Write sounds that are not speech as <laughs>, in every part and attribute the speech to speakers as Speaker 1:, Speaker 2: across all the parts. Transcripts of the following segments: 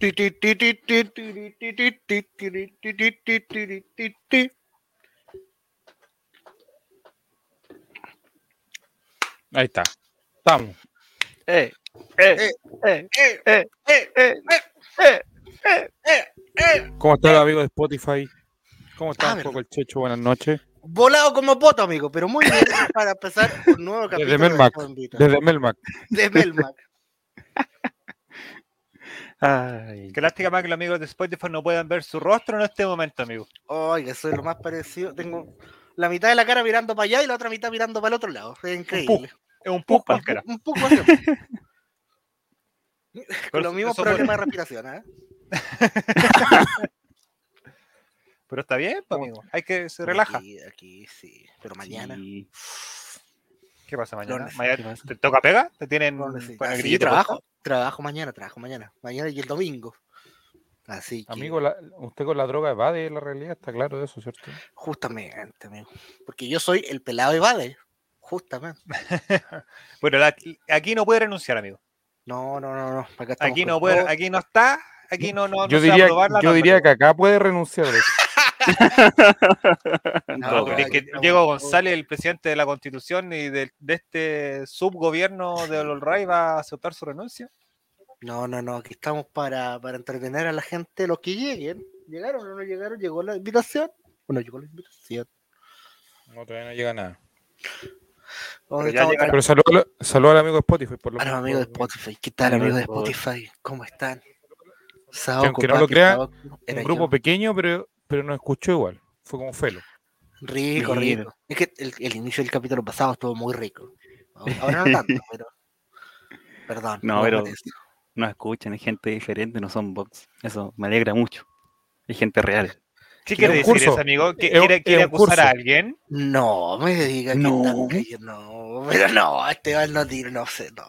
Speaker 1: Eh,
Speaker 2: Ahí está. Estamos.
Speaker 1: Eh, eh, eh, eh, eh, eh, eh, eh, eh, eh.
Speaker 2: ¿Cómo están los amigos de Spotify? ¿Cómo
Speaker 1: Ah,
Speaker 2: están,
Speaker 1: verdad.
Speaker 2: Coco el Checho? Buenas noches.
Speaker 1: Volado como poto, amigo, pero muy bien <laughs> para empezar un nuevo capítulo.
Speaker 2: Desde Melmac.
Speaker 1: de Zombita.
Speaker 2: Desde Melmac.
Speaker 1: De Melmac.
Speaker 3: Ay, qué lástima más que los amigos de Spotify no puedan ver su rostro en este momento, amigo.
Speaker 1: Oiga, soy lo más parecido. Tengo la mitad de la cara mirando para allá y la otra mitad mirando para el otro lado. Es increíble.
Speaker 3: Es un pug cualquiera.
Speaker 1: Un poco así. Con
Speaker 3: Pero
Speaker 1: los
Speaker 3: eso-
Speaker 1: mismos
Speaker 3: eso
Speaker 1: problemas de respiración, ¿eh?
Speaker 3: Pero está bien, pues, amigo. Hay que se relaja.
Speaker 1: Aquí, aquí sí. Pero mañana.
Speaker 3: Sí. ¿Qué pasa mañana?
Speaker 1: Lunes,
Speaker 3: ¿Mañana
Speaker 1: ¿qué pasa?
Speaker 3: ¿Te toca pega? ¿Te tienen
Speaker 1: No, no sé.
Speaker 3: para
Speaker 1: Ah, sí,
Speaker 3: grillete
Speaker 1: trabajo, trabajo mañana, trabajo mañana. Mañana y el domingo. Así que,
Speaker 2: Amigo, la- usted con la droga evade la realidad, está claro de eso, ¿cierto?
Speaker 1: justamente, amigo. Porque yo soy el pelado de Bade. Justamente.
Speaker 3: puesto? Bueno, la- aquí no puede renunciar, amigo.
Speaker 1: No, no, no, no. Acá estamos
Speaker 3: Aquí
Speaker 1: con
Speaker 3: no puede,
Speaker 1: todo.
Speaker 3: aquí no está, aquí no, no, no
Speaker 2: Yo
Speaker 3: se va a
Speaker 2: diría,
Speaker 3: aprobar la
Speaker 2: yo
Speaker 3: norma,
Speaker 2: diría
Speaker 3: amigo.
Speaker 2: que acá puede renunciar. de hecho.
Speaker 1: No,
Speaker 3: No,
Speaker 1: no,
Speaker 3: pero
Speaker 1: Ah,
Speaker 3: es
Speaker 1: aquí
Speaker 3: que
Speaker 1: estamos
Speaker 3: Diego
Speaker 1: con
Speaker 3: González, el presidente de la Constitución y del- de, este subgobierno de Olray, va a aceptar su renuncia.
Speaker 1: todo. No, no, no. Aquí estamos para, para entretener a la gente, los que lleguen. ¿Llegaron o no llegaron? ¿Llegó la invitación? Bueno, llegó la invitación.
Speaker 2: No, todavía no llega nada.
Speaker 1: ¿Dónde
Speaker 3: ya
Speaker 1: estamos?
Speaker 2: Pero saluda saluda al amigo de Spotify, por lo
Speaker 1: A los
Speaker 2: menos.
Speaker 1: amigos de Spotify. ¿Qué tal,
Speaker 2: Amigo
Speaker 1: amigos
Speaker 2: de
Speaker 1: de Spotify? ¿Cómo están?
Speaker 2: Que
Speaker 1: Saoco,
Speaker 2: aunque no lo
Speaker 1: papi,
Speaker 2: crea,
Speaker 1: Saoco,
Speaker 2: Un
Speaker 1: era yo.
Speaker 2: grupo pequeño, pero, pero nos escuchó igual. Fue como felo.
Speaker 1: Rico,
Speaker 3: Mira.
Speaker 1: rico. Es que el, el inicio del capítulo pasado estuvo muy rico. Ahora- Ahora no tanto, pero. Perdón.
Speaker 4: No,
Speaker 1: me
Speaker 4: pero-
Speaker 1: apetece.
Speaker 4: No escuchan, hay gente diferente, no son bots. Eso me alegra mucho. Hay gente real.
Speaker 3: ¿Qué
Speaker 2: Es
Speaker 3: quiere
Speaker 2: un
Speaker 3: decir
Speaker 2: curso.
Speaker 3: eso, amigo? ¿Que
Speaker 2: Es un-
Speaker 3: ¿Quiere,
Speaker 2: es
Speaker 3: quiere
Speaker 2: un
Speaker 3: acusar a
Speaker 2: curso.
Speaker 3: alguien?
Speaker 1: No, me diga que
Speaker 4: No.
Speaker 1: están cayendo- No, pero no, Esteban no tiene, no sé, no.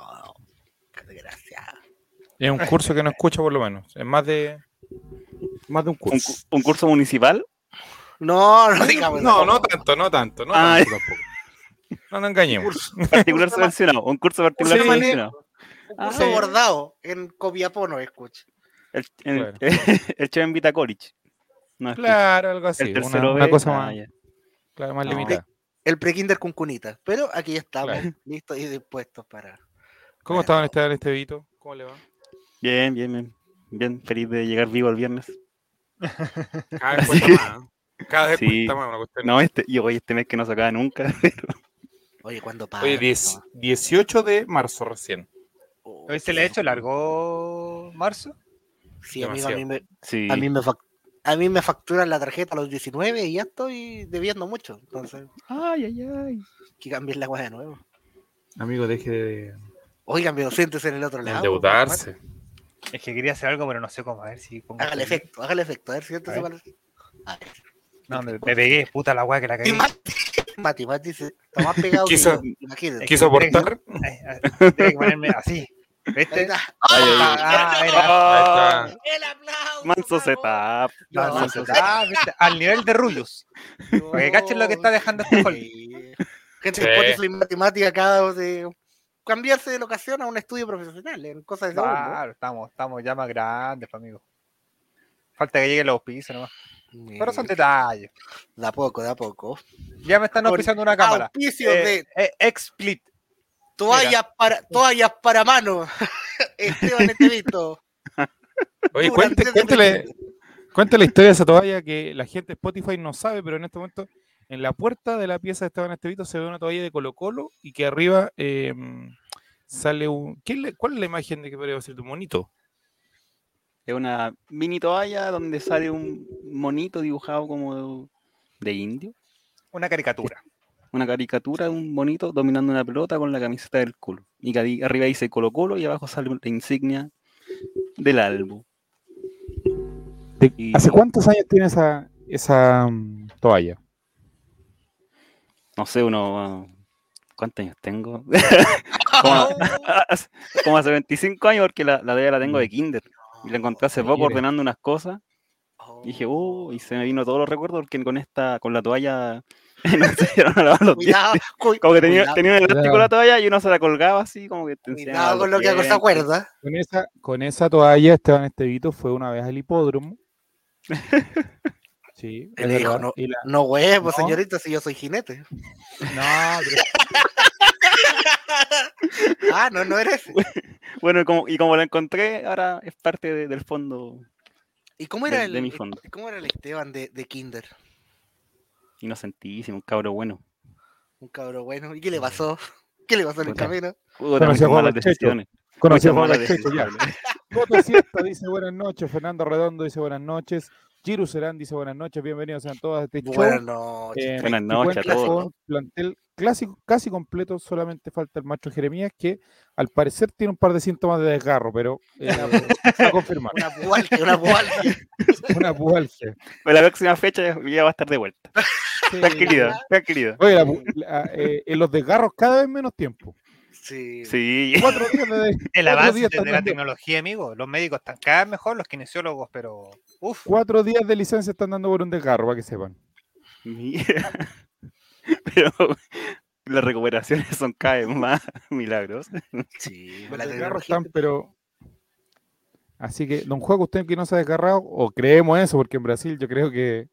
Speaker 1: Qué desgracia.
Speaker 2: Es un curso que no escucha, por lo menos. Es más de, más de un
Speaker 4: ¿Un,
Speaker 2: curso.
Speaker 4: cu- un curso municipal?
Speaker 2: <laughs>
Speaker 1: No, no digamos.
Speaker 2: No,
Speaker 1: eso.
Speaker 2: no tanto, no tanto. No,
Speaker 4: Ay.
Speaker 2: tanto tampoco. no nos engañemos.
Speaker 4: Particular subvencionado. Un curso particular
Speaker 2: Sí.
Speaker 4: subvencionado.
Speaker 1: Un
Speaker 4: Ah,
Speaker 1: curso
Speaker 4: sí.
Speaker 1: bordado en Copiapó, escucha.
Speaker 4: El, el,
Speaker 2: Bueno.
Speaker 4: <laughs> el Cheven Vita College. No escucho.
Speaker 2: Claro, algo así.
Speaker 4: El
Speaker 2: una-
Speaker 4: tercero
Speaker 2: una,
Speaker 4: B,
Speaker 2: cosa
Speaker 4: ah,
Speaker 2: más,
Speaker 4: ya. Ah,
Speaker 2: claro, más
Speaker 4: No.
Speaker 2: limitada.
Speaker 1: El pre-kinder con cunita. Pero aquí ya estamos,
Speaker 2: Claro.
Speaker 1: listos y dispuestos para.
Speaker 2: ¿Cómo estaban este, este Vito? ¿Cómo le va?
Speaker 4: Bien, bien, bien. Bien, feliz de llegar vivo el viernes.
Speaker 2: Cada
Speaker 4: vez <laughs> Así cuesta que-
Speaker 2: más. Cada
Speaker 4: vez Sí. cuesta más No, este, yo hoy este mes que no se
Speaker 2: <laughs>
Speaker 4: acaba nunca.
Speaker 1: Oye, ¿cuándo paga?
Speaker 2: Oye, 10 18 de marzo recién.
Speaker 1: Oh,
Speaker 3: ¿Hoy se le ha hecho largo marzo?
Speaker 1: Sí, amigo, a mí
Speaker 2: demasiado.
Speaker 1: me,
Speaker 4: Sí.
Speaker 1: A mí, me fac- a mí me facturan la tarjeta a los 19 y ya estoy debiendo mucho. Entonces,
Speaker 4: Ay, ay, ay.
Speaker 1: que cambien la agua de nuevo.
Speaker 2: Amigo, deje de
Speaker 1: Oigan, me docentes en el otro lado.
Speaker 2: endeudarse.
Speaker 3: Es que quería hacer algo, pero no sé cómo. A ver si. pongo este
Speaker 1: Hágale
Speaker 3: feliz.
Speaker 1: efecto, hágale efecto. A ver si esto
Speaker 3: A
Speaker 1: se
Speaker 3: ver.
Speaker 1: va a- a ver.
Speaker 3: No, me, me pegué, puta la weá que la
Speaker 1: Y
Speaker 3: cagué.
Speaker 1: Mati, <laughs> Mati, Mati se está más pegado que
Speaker 2: Quiso-
Speaker 1: yo, imagínate.
Speaker 2: ¿Quiso
Speaker 1: <laughs>
Speaker 2: aportar?
Speaker 3: Ay, ay, Tengo que ponerme así.
Speaker 1: Ahí
Speaker 3: ¿Viste?
Speaker 1: está.
Speaker 3: Ah, era.
Speaker 2: Ahí está.
Speaker 1: ¡El aplauso!
Speaker 4: Manso
Speaker 1: por favor!
Speaker 4: setup.
Speaker 1: No,
Speaker 3: Ah,
Speaker 1: manso
Speaker 3: ¿viste? Al nivel de Rullos. Para que cachen lo que está dejando este Hollywood.
Speaker 2: <laughs>
Speaker 1: Sí. Gente,
Speaker 2: Sí.
Speaker 1: de Spotify matemática acaba de cambiarse de locación a un estudio profesional, en cosas de segundo.
Speaker 3: Claro, estamos, estamos ya más grandes, pues, amigo. Falta que lleguen los pisos nomás. Pero son
Speaker 1: Eh,
Speaker 3: detalles.
Speaker 1: Da poco, da poco.
Speaker 3: Ya me están
Speaker 1: Con
Speaker 3: auspiciando una cámara.
Speaker 1: Auspicio
Speaker 3: Eh,
Speaker 1: de
Speaker 3: eh, Explit.
Speaker 1: toallas para, toallas para mano. <laughs> Esteban este
Speaker 4: <laughs>
Speaker 1: Estevito.
Speaker 2: Oye,
Speaker 1: Durante
Speaker 2: cuente,
Speaker 1: este
Speaker 2: cuéntele, cuéntele la historia de esa toalla que la gente de Spotify no sabe, pero en este momento en la puerta de la pieza de Esteban Estevito se ve una toalla de Colo Colo y que arriba eh, sale un... ¿qué le- ¿Cuál es la imagen de que podría ser tu monito?
Speaker 4: Es una mini toalla donde sale un monito dibujado como de indio.
Speaker 3: Una caricatura.
Speaker 4: Una caricatura de un monito dominando una pelota con la camiseta del culo. Y que ahí- arriba dice Colo Colo y abajo sale la insignia del álbum. Y-
Speaker 2: ¿Hace cuántos años tiene esa, esa mm, toalla?
Speaker 4: No sé, uno... ah, ¿Cuántos años tengo? <laughs>
Speaker 1: <laughs>
Speaker 4: como,
Speaker 1: Oh.
Speaker 4: como hace 25 años porque la, la toalla la
Speaker 1: Mm.
Speaker 4: tengo de kinder. Y la encontré hace poco
Speaker 2: Mire.
Speaker 4: ordenando unas cosas. Y dije, "Uh,
Speaker 1: Oh.
Speaker 4: oh, y se me vino todos los recuerdos porque con esta, con la toalla <laughs> Y no se dieron a lavar los pies. <laughs>
Speaker 1: Cuidado, cu-
Speaker 4: Como que tenía,
Speaker 1: cuidado-
Speaker 4: tenía un elástico
Speaker 2: Cuidado.
Speaker 4: la toalla y uno se la colgaba así, como que te enseñaba
Speaker 1: cuidado
Speaker 4: los
Speaker 1: con lo que
Speaker 4: pies.
Speaker 1: se acuerda.
Speaker 2: Con esa, con esa toalla, Esteban Estevito fue una vez al
Speaker 1: <laughs>
Speaker 2: hipódromo. Sí,
Speaker 1: Y
Speaker 2: es
Speaker 1: le dijo,
Speaker 2: verdad.
Speaker 1: no.
Speaker 2: Y la-
Speaker 1: No huevo,
Speaker 2: No.
Speaker 1: señorita, si yo soy jinete.
Speaker 2: no,
Speaker 1: <laughs>
Speaker 2: pero-
Speaker 1: Ah, no, no
Speaker 4: <laughs>
Speaker 1: eres.
Speaker 4: Bueno, y como, y como la encontré, ahora es parte de- del fondo
Speaker 1: ¿Y cómo era
Speaker 4: De-
Speaker 1: el,
Speaker 4: de mi fondo.
Speaker 1: ¿cómo era el Esteban de, de Kinder?
Speaker 4: inocentísimo, un cabro bueno.
Speaker 1: Un cabrón bueno. ¿Y qué le pasó? <laughs> ¿Qué le pasó en el
Speaker 4: Puta.
Speaker 1: camino?
Speaker 4: Pudo
Speaker 2: Pero se
Speaker 4: tomar
Speaker 2: juega
Speaker 4: malas
Speaker 2: el checho.
Speaker 4: decisiones.
Speaker 2: Conocí a
Speaker 4: muchas
Speaker 2: Juan
Speaker 4: malas
Speaker 2: Gacheco, ya.
Speaker 4: decisiones.
Speaker 2: Coto Siesta dice buenas noches, Fernando Redondo dice buenas noches, Giru Serán dice buenas noches, bienvenidos sean todos a este show.
Speaker 1: Buenas noches.
Speaker 2: eh,
Speaker 4: Buenas
Speaker 2: que
Speaker 4: noches a
Speaker 2: cuenta
Speaker 4: todos.
Speaker 2: con plantel clásico, casi completo, solamente falta el macho Jeremías, que al parecer tiene un par de síntomas de desgarro, pero
Speaker 1: <laughs>
Speaker 2: eh, a confirmar.
Speaker 1: Una pualgia,
Speaker 2: <laughs>
Speaker 1: una pualgia.
Speaker 2: Una pubalgia.
Speaker 4: Pero la próxima fecha ya va a estar de vuelta.
Speaker 2: Sí.
Speaker 4: Tranquilidad, tranquilidad.
Speaker 2: Oye, la pu- la- eh, en los desgarros cada vez menos tiempo.
Speaker 1: Sí.
Speaker 4: Sí. <laughs>
Speaker 2: Cuatro días de,
Speaker 3: El
Speaker 2: Otro
Speaker 3: avance
Speaker 2: día
Speaker 3: de la
Speaker 2: también.
Speaker 3: tecnología, amigo. Los médicos están cada vez mejor, los kinesiólogos, pero. Uf.
Speaker 2: cuatro días de licencia están dando por un desgarro, para que sepan.
Speaker 4: Mira. Pero las recuperaciones son cada vez más milagros.
Speaker 1: Sí,
Speaker 2: Los
Speaker 1: la
Speaker 2: desgarros
Speaker 1: tecnología.
Speaker 2: están, pero. Así que, don Juan, usted que no se ha desgarrado, o creemos eso, porque en Brasil yo creo que.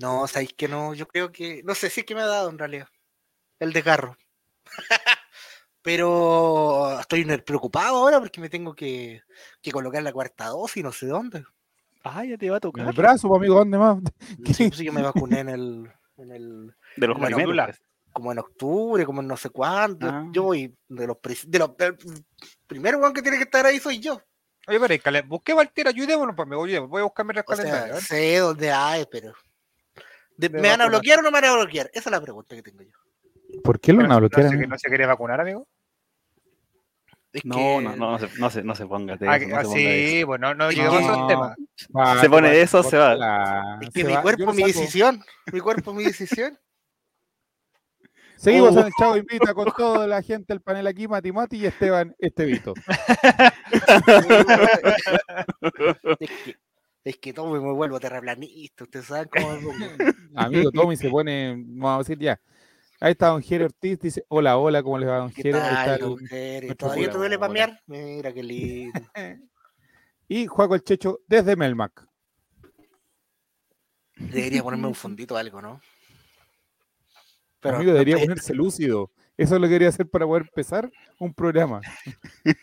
Speaker 1: No, sabéis que no, yo creo que. No sé si es que me ha dado en realidad. El desgarro. <laughs> Pero estoy ner- preocupado ahora porque me tengo que, que colocar la cuarta dosis, no
Speaker 2: <laughs>
Speaker 1: sé dónde.
Speaker 4: Ah, ya te va
Speaker 2: En el
Speaker 4: a tocar.
Speaker 2: brazo, pues, amigo, ¿dónde más?
Speaker 1: No sé, pues, yo me vacuné en el, en el.
Speaker 4: De los
Speaker 1: Bueno,
Speaker 4: primeros.
Speaker 3: Lula.
Speaker 4: pues.
Speaker 1: como en octubre, como en no sé cuándo.
Speaker 4: Ah.
Speaker 1: Yo voy de los. pres- De los del primero weón que tiene que estar ahí soy yo.
Speaker 3: Oye, pero el calen- busquemos al tiro, ayudémonos, pues, amigo, ayudémonos. Voy a buscarme
Speaker 1: <laughs>
Speaker 3: el
Speaker 1: O
Speaker 3: calendario.
Speaker 1: sea,
Speaker 3: a ver.
Speaker 1: sé dónde hay, pero. de-
Speaker 3: De
Speaker 1: ¿Me van a
Speaker 3: vacunar.
Speaker 1: bloquear o no me van a bloquear? Esa es la pregunta que tengo yo.
Speaker 2: ¿Por qué lo
Speaker 3: Pero
Speaker 2: van a bloquear?
Speaker 3: no, se,
Speaker 2: amigo?
Speaker 3: no se quiere vacunar, amigo.
Speaker 1: Es
Speaker 4: No,
Speaker 1: que-
Speaker 4: no, no, no se, no se, no se ponga. de
Speaker 3: Ah,
Speaker 4: eso,
Speaker 3: que-
Speaker 4: no
Speaker 3: ah,
Speaker 4: se ponga de eso.
Speaker 3: sí, bueno, no
Speaker 1: Es
Speaker 3: lleguemos
Speaker 2: que-
Speaker 3: a esos temas.
Speaker 2: Va,
Speaker 4: se pone
Speaker 2: va,
Speaker 4: eso, se va.
Speaker 2: la-
Speaker 1: Es que
Speaker 2: se
Speaker 1: mi
Speaker 2: va. Yo
Speaker 1: cuerpo,
Speaker 2: lo
Speaker 1: mi
Speaker 2: saco.
Speaker 1: decisión. Mi cuerpo,
Speaker 2: <laughs>
Speaker 1: mi decisión.
Speaker 2: Seguimos
Speaker 4: Uh.
Speaker 1: <laughs>
Speaker 2: en el Chavo Invita con toda la gente del panel aquí, Mati Mati y Esteban Estevito.
Speaker 1: Es que, es que todo me vuelvo terraplanista. Ustedes saben cómo me pongo.
Speaker 2: <laughs>
Speaker 1: <laughs>
Speaker 2: Amigo Tommy se pone, vamos a decir ya. Ahí está Don Jere Ortiz, dice, hola, hola, ¿cómo les va Don
Speaker 1: ¿Qué
Speaker 2: Jere? Ahí está
Speaker 1: tal,
Speaker 2: el-
Speaker 1: mujeres?
Speaker 2: nuestro
Speaker 1: ¿Todavía te duele
Speaker 4: curador.
Speaker 1: pamear? Mira qué lindo.
Speaker 2: Y Juaco el Checho desde Melmac.
Speaker 1: Debería ponerme un fondito o algo, ¿no? Pero
Speaker 2: Amigo, debería
Speaker 1: estoy-
Speaker 2: ponerse lúcido. Eso es lo que quería hacer para poder empezar un programa.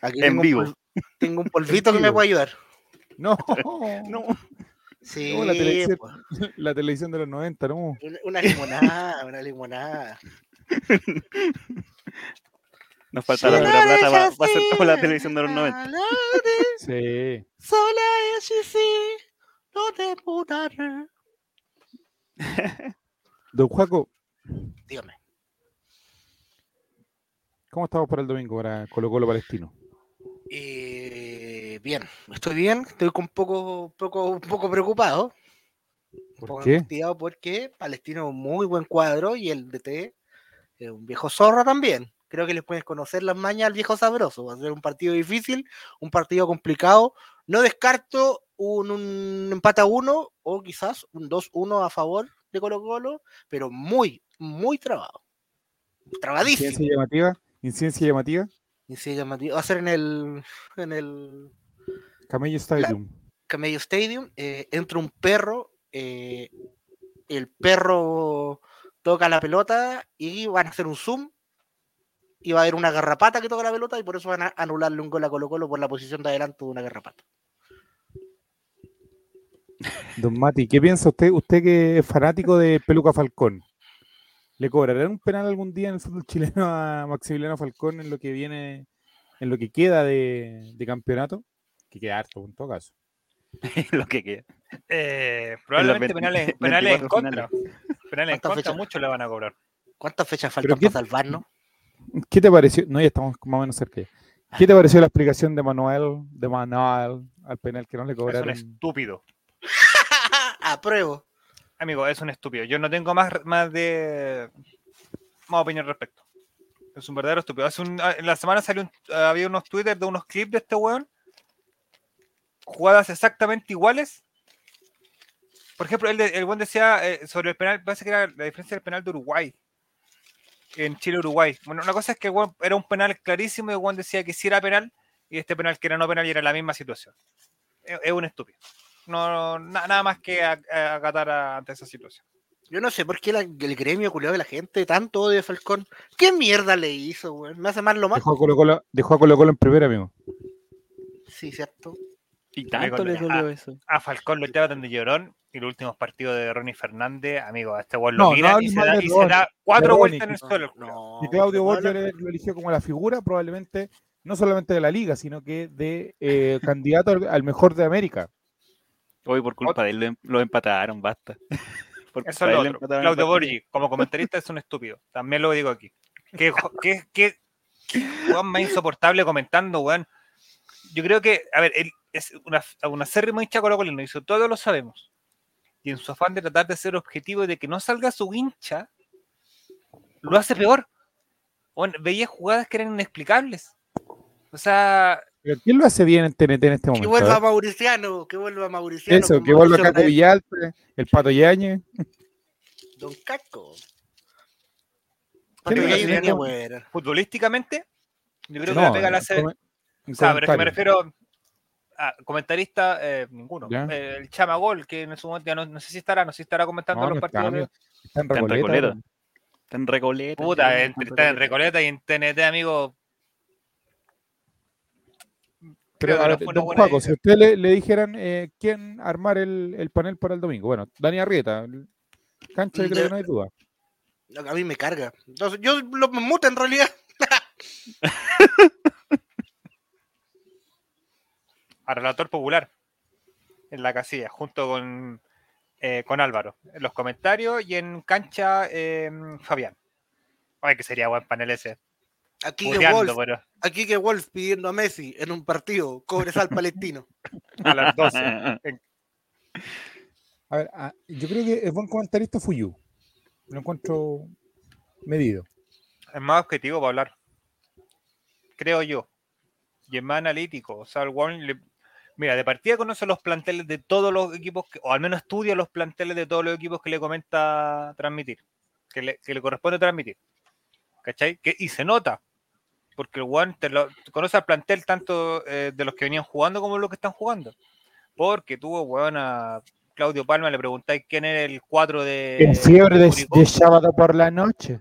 Speaker 1: aquí
Speaker 4: en
Speaker 1: tengo un
Speaker 4: vivo.
Speaker 1: pol-
Speaker 2: <laughs>
Speaker 1: Tengo un polvito que me
Speaker 2: vivo.
Speaker 1: puede ayudar. <laughs>
Speaker 2: No,
Speaker 4: No,
Speaker 1: Sí,
Speaker 2: la televisión.
Speaker 1: pues,
Speaker 2: la televisión de los 90, no.
Speaker 1: una- una limonada, una limonada.
Speaker 4: nos <laughs> falta la
Speaker 1: Sí.
Speaker 4: pura plata. Va, va a ser como la televisión de los 90.
Speaker 1: Alá,
Speaker 2: Sí.
Speaker 1: Sola es y sí, no te mudaré.
Speaker 2: Don Juaco,
Speaker 1: Dígame,
Speaker 2: ¿cómo estamos para el domingo para Colo Colo Palestino?
Speaker 1: eh, bien, estoy bien, estoy con poco, poco, un poco preocupado. Un
Speaker 2: ¿Por
Speaker 1: poco
Speaker 2: qué?
Speaker 1: angustiado porque Palestino es un muy buen cuadro y el DT es un viejo zorro también. Creo que les puedes conocer las mañas al viejo sabroso. Va a ser un partido difícil, un partido complicado. No descarto un, un empate a uno o quizás un 2-1 a favor de Colo Colo, pero muy, muy trabado. Trabadísimo.
Speaker 2: Incidencia llamativa, incidencia llamativa,
Speaker 1: Y sí, llamativo. Va a ser en el, en el
Speaker 2: Camello Stadium.
Speaker 1: Camello Stadium. eh, entra un perro. eh, el perro toca la pelota y van a hacer un zoom. Y va a haber una garrapata que toca la pelota y por eso van a anularle un gol a Colo Colo por la posición de adelanto de una garrapata.
Speaker 2: Don Mati, ¿qué piensa usted? Usted que es fanático de Peluca Falcón. ¿Le cobrarán un penal algún día en el fútbol chileno a Maximiliano Falcón en lo que viene, en lo que queda de, de campeonato? Que queda harto, en todo caso.
Speaker 4: <laughs> lo que queda.
Speaker 3: Eh, probablemente
Speaker 4: 20
Speaker 3: penales, en- penales en
Speaker 4: 24
Speaker 3: contra. Penales en
Speaker 1: ¿Cuántas
Speaker 3: contra,
Speaker 1: fechas?
Speaker 3: mucho le van a cobrar.
Speaker 1: ¿Cuántas fechas
Speaker 2: ¿Pero
Speaker 1: faltan
Speaker 2: qué-
Speaker 1: para
Speaker 2: <laughs>
Speaker 1: salvarnos? <laughs>
Speaker 2: ¿Qué te pareció? No, ya estamos más o menos cerca. ya. ¿Qué te pareció la explicación de Manuel, de Manuel al penal que no le
Speaker 3: Es un
Speaker 2: cobraron?
Speaker 3: estúpido.
Speaker 1: Apruebo.
Speaker 3: Amigo, es un estúpido. Yo no tengo más, más de. más opinión al respecto. Es un verdadero estúpido. Hace un- ah, en la semana salió un- ah, había unos Twitter de unos clips de este weón. Jugadas exactamente iguales. Por ejemplo, el, de- el buen decía eh, sobre el penal, parece que era la diferencia del penal de Uruguay. En Chile-Uruguay. Bueno, una cosa es que el weón era un penal clarísimo y el weón decía que sí era penal y este penal que era no penal y era la misma situación. Es, es un estúpido. No, na- nada más que a- a- acatar a- ante esa situación.
Speaker 1: Yo no sé por qué la- el gremio culiado de la gente tanto odio a Falcón. ¿Qué mierda le hizo, weón? Me hace mal lo malo.
Speaker 2: Dejó a Colo Colo, dejó a Colo, Colo en primera, amigo.
Speaker 1: Sí, cierto.
Speaker 4: Y
Speaker 3: tanto le dolió
Speaker 4: eso.
Speaker 3: A Falcón lo echaron de llorón y los últimos partidos de Ronnie Fernández, amigo, a este weón
Speaker 2: No,
Speaker 3: lo
Speaker 2: no
Speaker 3: mira y
Speaker 2: hables
Speaker 3: se
Speaker 2: mal
Speaker 3: da,
Speaker 2: de
Speaker 3: y se
Speaker 2: Ronnie,
Speaker 3: da cuatro
Speaker 2: Ronnie,
Speaker 3: vueltas en el
Speaker 2: no,
Speaker 3: suelo. el culiao.
Speaker 1: No,
Speaker 2: Y Claudio
Speaker 1: weón,
Speaker 2: Borgia le- lo eligió como la figura, probablemente, no solamente de la liga, sino que de eh, <laughs> candidato al, al mejor de América.
Speaker 4: Hoy por culpa de él lo em- lo empataron, basta. <laughs> Por
Speaker 3: Eso es
Speaker 4: culpa de
Speaker 3: lo
Speaker 4: él
Speaker 3: otro.
Speaker 4: empataron el
Speaker 3: Claudio
Speaker 4: partido.
Speaker 3: Borgi, como comentarista, es un estúpido. También lo digo aquí. Qué, jo- qué, qué, qué weón más insoportable comentando, weón. Yo creo que, a ver, él es una, una acérrimo hincha colocolino, y eso todos lo sabemos. Y en su afán de tratar de ser objetivo y de que no salga su hincha, lo hace peor. Weón, veía jugadas que eran inexplicables. O sea,
Speaker 2: Pero ¿Quién lo hace bien en TNT en este
Speaker 1: Que
Speaker 2: momento?
Speaker 1: vuelva
Speaker 2: A ver.
Speaker 1: Mauriciano, que vuelva Mauriciano.
Speaker 2: Eso,
Speaker 1: con
Speaker 2: que vuelva
Speaker 1: Mauricio
Speaker 2: Caco
Speaker 1: Garay,
Speaker 2: Villalpe, el Pato Yañez.
Speaker 1: Don Caco.
Speaker 2: ¿Quién
Speaker 1: Pero
Speaker 3: le
Speaker 1: ya
Speaker 3: hace
Speaker 1: yo
Speaker 3: bien
Speaker 1: tenía
Speaker 2: a-
Speaker 1: buena.
Speaker 3: futbolísticamente, yo creo que la
Speaker 2: No,
Speaker 3: pega la hace,
Speaker 2: come- un
Speaker 3: O sea, pero es que
Speaker 2: comentario.
Speaker 3: me refiero a comentarista, eh, ninguno.
Speaker 2: Ya.
Speaker 3: Eh, el Chama Gol, que en su momento ya no, no sé si estará, no sé si estará comentando
Speaker 2: No,
Speaker 3: los
Speaker 2: no está,
Speaker 3: partidos. de-
Speaker 2: amigo. Está en
Speaker 4: Está en
Speaker 2: Recoleta,
Speaker 4: Recoleta.
Speaker 2: weón.
Speaker 4: Está en Recoleta.
Speaker 3: Puta,
Speaker 4: ya,
Speaker 3: en- está en Recoleta y en TNT, amigo. Creo
Speaker 2: Pero,
Speaker 3: que
Speaker 2: ahora,
Speaker 3: no fue una
Speaker 2: don
Speaker 3: buena
Speaker 2: Juaco,
Speaker 3: idea.
Speaker 2: si usted le, le dijeran eh, quién armar el, el panel para el domingo, bueno, Dani Arrieta, el- cancha,
Speaker 1: De-
Speaker 2: creo que no hay duda.
Speaker 1: No, A mí me carga. Entonces, yo lo muto en realidad.
Speaker 3: A relator popular en la casilla, junto con, eh, con Álvaro. En los comentarios y en cancha, eh, Fabián. Ay, que sería buen panel ese.
Speaker 1: Aquí que
Speaker 3: Puteando,
Speaker 1: Wolf,
Speaker 3: pero
Speaker 1: aquí que Wolf pidiendo a Messi en un partido,
Speaker 2: <laughs>
Speaker 1: Cobresal Palestino.
Speaker 3: a las 12.
Speaker 4: Recoleta.
Speaker 2: A ver, ah, yo creo que es buen comentarista Fuyu. Lo encuentro medido.
Speaker 3: es más objetivo para hablar. Creo yo. Y es más analítico. O sea, el weón le- Mira, de partida conoce los planteles de todos los equipos, que- o al menos estudia los planteles de todos los equipos que le comenta transmitir, que le, que le corresponde transmitir. ¿Cachai? Que- y se nota, porque el weón te lo- conoce al plantel tanto eh, de los que venían jugando como los que están jugando. Porque tuvo, weón, a Claudio Palma, le preguntáis quién era el 4 de.
Speaker 2: En fiebre de,
Speaker 3: Curicó,
Speaker 2: de sábado por la noche.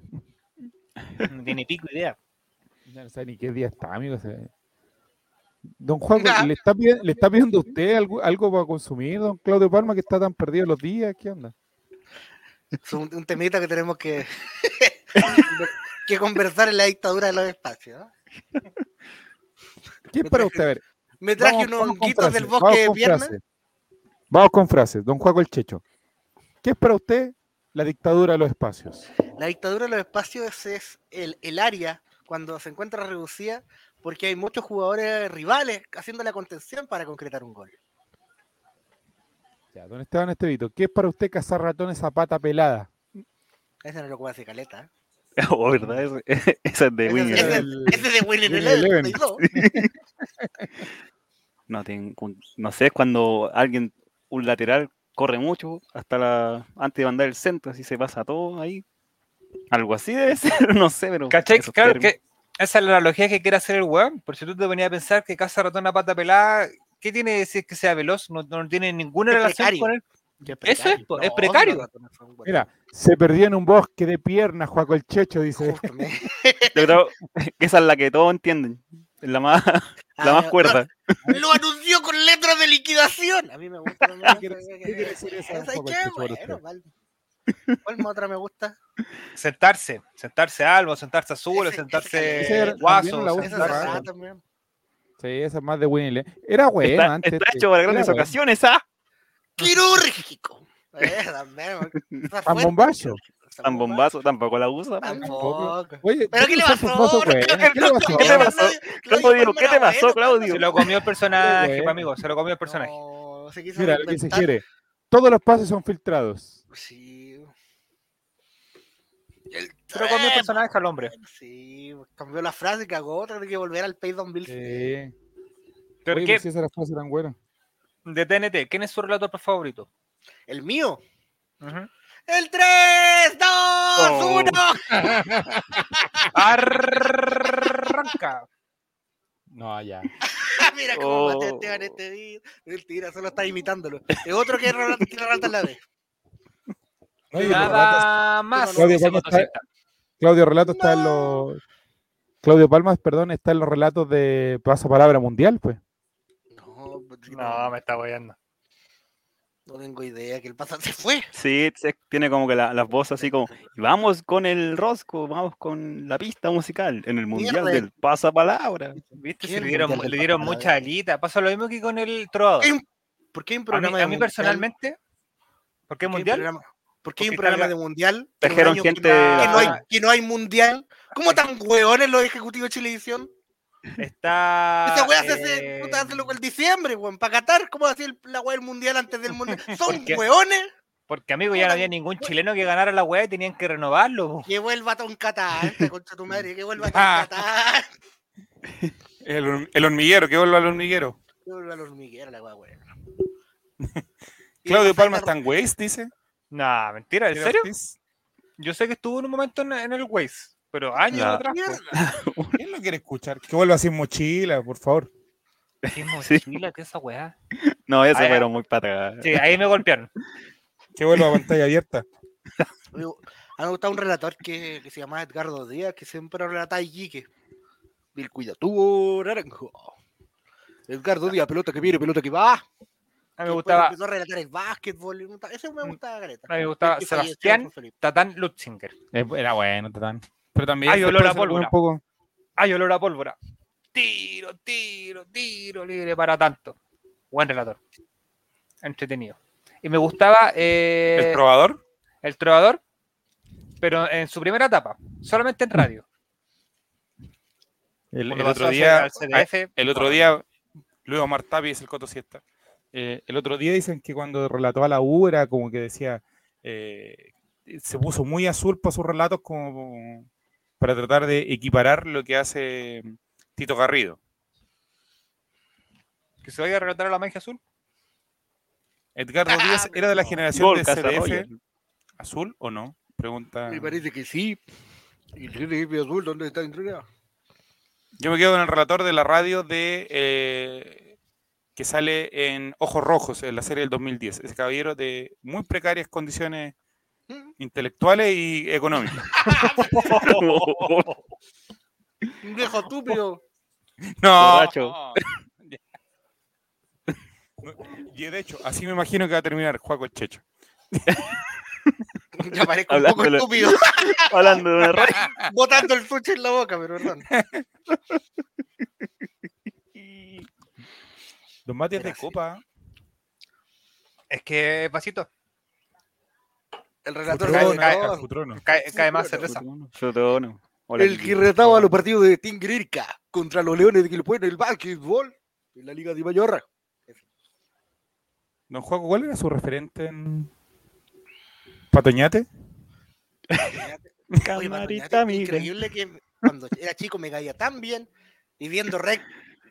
Speaker 3: No tiene pico idea.
Speaker 2: No sé ni qué día está, amigo. ese. Don Juan, ¿le, está pidiendo, ¿le está pidiendo a usted algo, algo para consumir, don Claudio Palma, que está tan perdido los días? ¿Qué onda?
Speaker 1: Es un, un temita que tenemos que, <laughs> que conversar en la dictadura de los espacios. ¿no?
Speaker 2: ¿Qué es para usted? A ver,
Speaker 1: Me traje
Speaker 2: vamos-
Speaker 1: unos
Speaker 2: vamos con
Speaker 1: honguitos del
Speaker 2: frases,
Speaker 1: bosque de
Speaker 2: con
Speaker 1: piernas.
Speaker 2: frases. Vamos con frases, don Juan el Checho. ¿Qué es para usted la dictadura de los espacios?
Speaker 1: La dictadura de los espacios es el, el área cuando se encuentra reducida porque hay muchos jugadores rivales haciendo la contención para concretar un gol.
Speaker 2: Ya, don Esteban Estevito, ¿qué es para usted cazar ratones a pata pelada?
Speaker 1: Ese no lo puede hacer caleta. ¿eh?
Speaker 4: Oh, ¿verdad? Esa- Esa es de
Speaker 1: Ese-
Speaker 4: Winger.
Speaker 1: ese,
Speaker 2: El-
Speaker 1: ese es de Winning
Speaker 2: Winning
Speaker 1: Eleven.
Speaker 2: Eleven.
Speaker 1: 32.
Speaker 4: No, tienen cu- no sé, es cuando alguien, un lateral, corre mucho hasta la antes de mandar el centro, así se pasa todo ahí. Algo así debe <laughs> ser, no sé, pero.
Speaker 3: ¿Cachai?
Speaker 4: esos
Speaker 3: Claro
Speaker 4: términos-
Speaker 3: que esa es la analogía que quiere hacer el weón. Por si tú te venías a pensar que Casa Ratón a pata pelada, ¿qué tiene que decir que sea veloz? No, no tiene ninguna
Speaker 1: Es
Speaker 3: relación
Speaker 1: precario.
Speaker 3: con él.
Speaker 1: Que
Speaker 3: Eso es, po, es
Speaker 1: No,
Speaker 3: precario.
Speaker 1: no, no, no, no,
Speaker 2: Mira, se perdió en un bosque de piernas, Juaco el Checho, dice.
Speaker 1: justo me-
Speaker 4: Yo creo que esa es la que todos entienden. es La más, <laughs> la más
Speaker 1: Ah,
Speaker 4: cuerda.
Speaker 1: <laughs> Lo anunció con letras de liquidación. A mí me gusta. no me gusta,
Speaker 2: quiere-
Speaker 1: que-
Speaker 2: qué quiere decir eso,
Speaker 1: Esa es
Speaker 2: Juaco,
Speaker 1: que,
Speaker 2: escucho por
Speaker 1: bueno,
Speaker 2: usted?
Speaker 1: vale. ¿Cuál más otra
Speaker 2: <laughs>
Speaker 1: me gusta?
Speaker 3: Sentarse, sentarse algo, sentarse azul,
Speaker 1: Ese-
Speaker 3: sentarse
Speaker 1: ese-
Speaker 2: Ese era-
Speaker 3: guaso.
Speaker 2: también la
Speaker 3: sentarse-
Speaker 1: Esa es
Speaker 2: raro.
Speaker 1: rara también.
Speaker 2: Sí, esa es más de Winnie Le- Era bueno
Speaker 4: Está,
Speaker 2: antes.
Speaker 4: está
Speaker 2: este.
Speaker 4: hecho para
Speaker 2: Era
Speaker 4: grandes
Speaker 2: bueno.
Speaker 4: ocasiones, ¿ah?
Speaker 1: Quirúrgico. Eh, también, esa
Speaker 2: Tan
Speaker 1: fue-
Speaker 2: bombazo.
Speaker 4: Tan bombazo, tampoco la usa.
Speaker 1: Tampoco.
Speaker 2: Oye,
Speaker 1: ¿Pero qué le
Speaker 2: Jefferson
Speaker 1: pasó?
Speaker 2: Fosso, güey, <laughs>
Speaker 1: ¿Qué
Speaker 2: ¿Qué le pasó?
Speaker 4: ¿Qué te pasó? Claudio, ¿qué te pasó,
Speaker 3: Se
Speaker 4: Claudio?
Speaker 3: lo comió el personaje,
Speaker 2: Qué
Speaker 3: pa'
Speaker 2: bueno.
Speaker 3: amigo, se lo comió el personaje.
Speaker 1: No, se quiso
Speaker 2: Mira, lo que se
Speaker 1: reinventar.
Speaker 2: quiere. Todos los pases son filtrados.
Speaker 1: Sí. El
Speaker 3: Se lo comió el
Speaker 1: tren,
Speaker 3: personaje al hombre.
Speaker 1: Sí, cambió la frase, cagó otra, tiene que volver al Pay 2000.
Speaker 2: Sí.
Speaker 3: Pero
Speaker 2: Oye, pues
Speaker 3: ¿qué-
Speaker 2: si esas las pases eran buenas.
Speaker 3: de TNT, ¿quién es su relator favorito?
Speaker 1: El mío.
Speaker 3: Ujú.
Speaker 1: El 3, 2,
Speaker 3: Oh.
Speaker 1: 1.
Speaker 3: Arranca.
Speaker 5: No, ya.
Speaker 1: <laughs> Mira cómo va a
Speaker 4: Oh.
Speaker 1: Esteban este video. Mentira, solo está imitándolo. Es otro que Ronald que Ronald Tavares.
Speaker 2: No, y el relato-
Speaker 3: Nada más.
Speaker 2: Claudio,
Speaker 3: dice
Speaker 2: ¿cuándo está?
Speaker 3: motocicleta.
Speaker 2: Claudio Relato está en los. Claudio Palmas, perdón, está en los relatos de Palabra Mundial, pues.
Speaker 1: No, pues, no,
Speaker 3: No, me está guayando.
Speaker 1: no tengo idea que el pasa se fue.
Speaker 4: Sí, se- tiene como que la- las voces así como, vamos con el rosco, vamos con la pista musical en el mundial
Speaker 1: Mierda.
Speaker 4: del pasapalabra.
Speaker 3: ¿Viste?
Speaker 1: ¿Qué
Speaker 3: Se
Speaker 1: el
Speaker 3: le dieron,
Speaker 1: mundial
Speaker 3: le
Speaker 1: del
Speaker 3: dieron
Speaker 1: Papá
Speaker 3: mucha alita. Pasa lo mismo que con el trovador.
Speaker 1: Hay un- ¿Por qué hay un
Speaker 3: A mí,
Speaker 1: programa
Speaker 3: a mí
Speaker 1: de mundial?
Speaker 3: personalmente, ¿por qué
Speaker 1: ¿Por qué hay un
Speaker 3: mundial?
Speaker 1: programa- ¿Por qué hay un
Speaker 3: Porque
Speaker 1: programa
Speaker 3: Italia-
Speaker 1: de mundial? en un
Speaker 4: Trajeron
Speaker 1: año
Speaker 4: gente
Speaker 1: Que no, que no hay,
Speaker 3: Ah.
Speaker 1: que no hay mundial. ¿Cómo tan hueones los ejecutivos de Chilevisión?
Speaker 3: <laughs> Está.
Speaker 1: Esa weá se hace,
Speaker 3: eh,
Speaker 1: puta, hace loco el diciembre, weón. Para Qatar, ¿cómo hacía el- la weá del mundial antes del
Speaker 3: <laughs>
Speaker 1: mundial? ¿Son
Speaker 3: Porque-
Speaker 1: hueones?
Speaker 3: Porque, amigo, ya no había ningún chileno que ganara la weá y tenían que renovarlo.
Speaker 1: Que vuelva Tom Catán, esta concha tu madre, que vuelva Tom
Speaker 5: Ah.
Speaker 1: Catán. <laughs>
Speaker 5: El, horm- el hormiguero, que vuelva al hormiguero.
Speaker 1: Que vuelva el hormiguero, la weá,
Speaker 3: <laughs>
Speaker 1: weón. Y
Speaker 5: Claudio
Speaker 1: después está
Speaker 5: Palma
Speaker 1: la-
Speaker 5: está en Waze, dice.
Speaker 3: Nah, mentira, ¿en
Speaker 5: Mira,
Speaker 3: serio?
Speaker 5: Ortiz.
Speaker 3: Yo sé que estuvo en un momento en, en el Waze, pero años
Speaker 4: Nah.
Speaker 3: atrás. po.
Speaker 1: Mierda.
Speaker 5: ¿Quién lo quiere escuchar?
Speaker 2: Que vuelva sin mochila, por favor.
Speaker 3: Qué
Speaker 4: Sí.
Speaker 3: mochila, qué esa weá.
Speaker 4: No, eso
Speaker 3: Ah, ya.
Speaker 4: fueron muy para
Speaker 3: Sí, ahí me golpearon.
Speaker 2: Que vuelva a pantalla abierta.
Speaker 1: Oye, A mí me gustaba un relator que, que se llamaba Edgardo Díaz, que siempre relataba Iquique. Vilcuida tuvo naranjo. Edgardo Díaz, pelota que viene, pelota que va.
Speaker 3: A mí
Speaker 1: Que
Speaker 3: me
Speaker 1: después
Speaker 3: gustaba,
Speaker 1: Empezó a relatar el básquetbol. y me gustaba- Ese me gustaba, Gareta.
Speaker 3: a mí me gustaba
Speaker 1: Que falleció,
Speaker 3: Sebastián
Speaker 1: fue Felipe.
Speaker 3: Tatán Lutzinger.
Speaker 2: Eh, Era bueno, Tatán. Pero también.
Speaker 3: Ay,
Speaker 2: se
Speaker 3: olor a
Speaker 2: puede hacer
Speaker 3: pólvora.
Speaker 2: un poco-
Speaker 3: Ay, olor a pólvora. Tiro, tiro, tiro libre para tanto. Buen relator. Entretenido. Y me gustaba eh,
Speaker 5: ¿El probador?
Speaker 3: el trovador, pero en su primera etapa, solamente en radio.
Speaker 5: El,
Speaker 3: Cuando
Speaker 5: el
Speaker 3: pasó
Speaker 5: otro
Speaker 3: a ser
Speaker 5: día, ah,
Speaker 3: al CDF,
Speaker 5: el otro día, Luis Omar Tapia el Coto Siesta.
Speaker 2: eh, el otro día dicen que cuando relató a la U era como que decía. eh, se puso muy azul para sus relatos como para tratar de equiparar lo que hace mm, Tito Garrido.
Speaker 3: que se vaya a relatar a la magia azul.
Speaker 2: Edgardo Díaz era de la generación
Speaker 4: Gol,
Speaker 2: de
Speaker 4: Casarroya.
Speaker 2: CDF azul o no? Pregunta.
Speaker 1: Me parece que sí. Y el CDF azul, ¿dónde está entrenado?
Speaker 2: Yo me quedo con el relator de la radio de eh, que sale en Ojos Rojos, en la serie del 2010. Ese caballero de muy precarias condiciones intelectuales y económicas.
Speaker 4: <laughs>
Speaker 1: Un viejo <laughs> estúpido.
Speaker 2: No.
Speaker 4: Borracho.
Speaker 2: Y de hecho, así me imagino que va a terminar Juaco el Checho.
Speaker 1: Ya parezco un poco
Speaker 4: Hablándole.
Speaker 1: estúpido.
Speaker 4: Hablando de una radio.
Speaker 1: Botando el sushi en la boca, pero perdón.
Speaker 2: Don Mati es de
Speaker 1: Gracias.
Speaker 2: Copa.
Speaker 3: Es que, pasito,
Speaker 1: El relator
Speaker 3: cae-
Speaker 2: Futrono,
Speaker 3: cae-
Speaker 2: acá,
Speaker 1: ganó.
Speaker 2: Futrono.
Speaker 3: cae, cae
Speaker 1: Bueno,
Speaker 3: más cerveza.
Speaker 4: Futrono. Hola,
Speaker 1: El que
Speaker 4: Kiki. <laughs>
Speaker 1: retaba a los partidos de Tingrirca contra los Leones de Quilpué en el básquetbol en la Liga de Mayorra.
Speaker 2: Don Juaco, ¿cuál era su referente en Patoñate?
Speaker 1: Oye, Manu, ya
Speaker 4: Camarita,
Speaker 1: es
Speaker 4: mira.
Speaker 1: increíble que cuando era chico me caía tan bien y viendo rec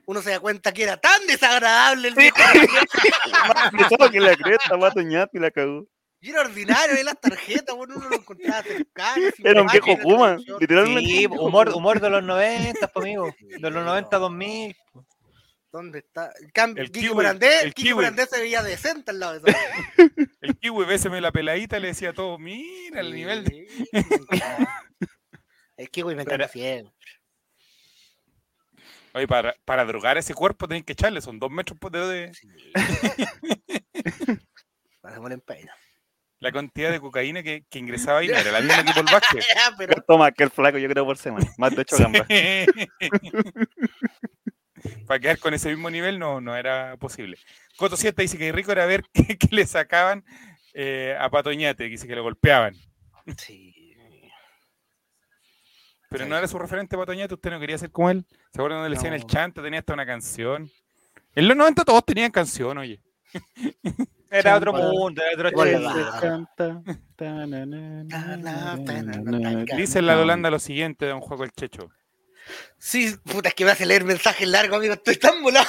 Speaker 1: uno se da cuenta que era tan desagradable el viejo.
Speaker 4: Más pesado que la cresta, Mato Ñato, y la cagó.
Speaker 1: Y era ordinario, de las tarjetas, bueno, uno lo encontraba cercano.
Speaker 4: Era
Speaker 1: simpático,
Speaker 4: un viejo
Speaker 1: era
Speaker 4: Kuma,
Speaker 1: televisión.
Speaker 4: literalmente.
Speaker 3: Sí,
Speaker 4: un viejo
Speaker 3: humor,
Speaker 4: Kuma.
Speaker 3: humor de los 90, po, amigo. De los 90, 2000.
Speaker 1: ¿Dónde está? En cambio,
Speaker 2: El
Speaker 1: Kiki
Speaker 2: kiwi,
Speaker 1: Morandé,
Speaker 2: el
Speaker 1: Kiki
Speaker 2: kiwi.
Speaker 1: Morandé se veía decente al lado de
Speaker 2: <laughs>
Speaker 1: eso.
Speaker 2: El kiwi, béseme la peladita, le decía a todos, mira el nivel de... <laughs>
Speaker 1: El kiwi me encanta siempre.
Speaker 2: Oye, para, para drogar ese cuerpo tenés que echarle, son dos metros por dedo de...
Speaker 1: Sí. Pasémosle
Speaker 2: <laughs>
Speaker 1: en pena.
Speaker 2: La cantidad de cocaína que, que ingresaba ahí no era la misma que por
Speaker 3: <laughs>
Speaker 2: Vázquez.
Speaker 1: Ya, pero
Speaker 4: ¿Cuánto más que el flaco, yo creo, por semana. Más de 8 gambas.
Speaker 1: <laughs>
Speaker 2: <laughs> Para quedar con ese mismo nivel no, no era posible. Coto Siesta dice que rico era ver <laughs> que, que le sacaban eh, a Patoñate, que dice que lo golpeaban.
Speaker 1: Sí.
Speaker 2: Pero
Speaker 1: Sí.
Speaker 2: no era su referente Patoñate, usted no quería ser como él. ¿Se acuerdan donde le decían el
Speaker 3: No.
Speaker 2: chanta? Tenía hasta una canción. En los 90 todos tenían canción, oye.
Speaker 3: Era otro
Speaker 4: Chamba.
Speaker 3: mundo, era otro
Speaker 1: Hola.
Speaker 3: chiste.
Speaker 1: Ta, na, ta, na, na, ta, na.
Speaker 2: Dice la Holanda lo siguiente, don Juaco el Checho.
Speaker 1: Sí, puta, es que me hace leer mensajes largos, amigo. Estoy
Speaker 2: <laughs>
Speaker 1: tan volado.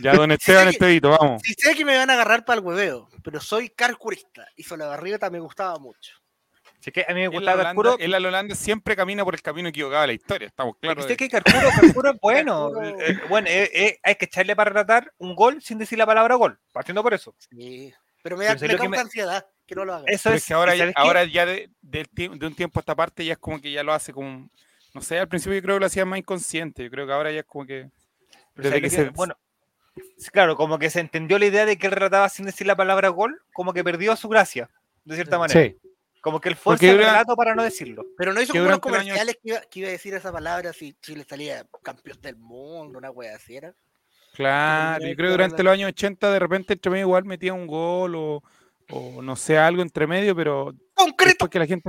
Speaker 2: Ya,
Speaker 3: <laughs>
Speaker 2: don Esteban
Speaker 1: que-
Speaker 2: Estevito, vamos.
Speaker 1: Sí sé que me van a agarrar para el hueveo, pero soy carcurista y Solabarrieta me gustaba mucho.
Speaker 3: Así que a mí me
Speaker 2: Él
Speaker 3: gusta
Speaker 2: a Holanda,
Speaker 3: Carcuro.
Speaker 2: él a la Holanda siempre camina por el camino equivocado de la historia, estamos claros.
Speaker 3: Usted
Speaker 2: de-
Speaker 3: que Carcuro,
Speaker 2: <laughs>
Speaker 3: Carcuro es bueno.
Speaker 1: Carcuro.
Speaker 3: Eh, bueno, eh, eh, hay que echarle para tratar un gol sin decir la palabra gol, partiendo por eso.
Speaker 1: Sí. Pero me da
Speaker 3: Pero sé
Speaker 1: me
Speaker 3: lo que
Speaker 1: causa
Speaker 3: me-
Speaker 1: ansiedad que no lo haga.
Speaker 3: Eso
Speaker 2: Pero
Speaker 3: es.
Speaker 2: es que ahora,
Speaker 3: ¿sabes qué?
Speaker 2: ahora ya de, del tie- de un tiempo a esta parte ya es como que ya lo hace como, no sé, al principio yo creo que lo hacía más inconsciente, yo creo que ahora ya es como que... Desde
Speaker 3: Pero ¿sabes
Speaker 2: que
Speaker 3: qué?
Speaker 2: se-
Speaker 3: Bueno, sí, claro, como que se entendió la idea de que él trataba sin decir la palabra gol, como que perdió su gracia, de cierta manera. Como que él fuerza
Speaker 2: Porque
Speaker 3: el
Speaker 2: dura-
Speaker 3: relato para no decirlo.
Speaker 1: Pero no hizo
Speaker 2: que
Speaker 1: como los
Speaker 2: durante el año-
Speaker 1: comerciales que, iba, que iba a decir esa palabra si Chile salía campeón del mundo, una wea así era.
Speaker 2: Claro, yo
Speaker 1: Tendría
Speaker 2: creo
Speaker 1: que
Speaker 2: que durante
Speaker 1: darle-
Speaker 2: los años 80 de repente entre medio igual metía un gol o, o no sé, algo entre medio, pero
Speaker 1: ¡Concreto!
Speaker 2: después que la gente...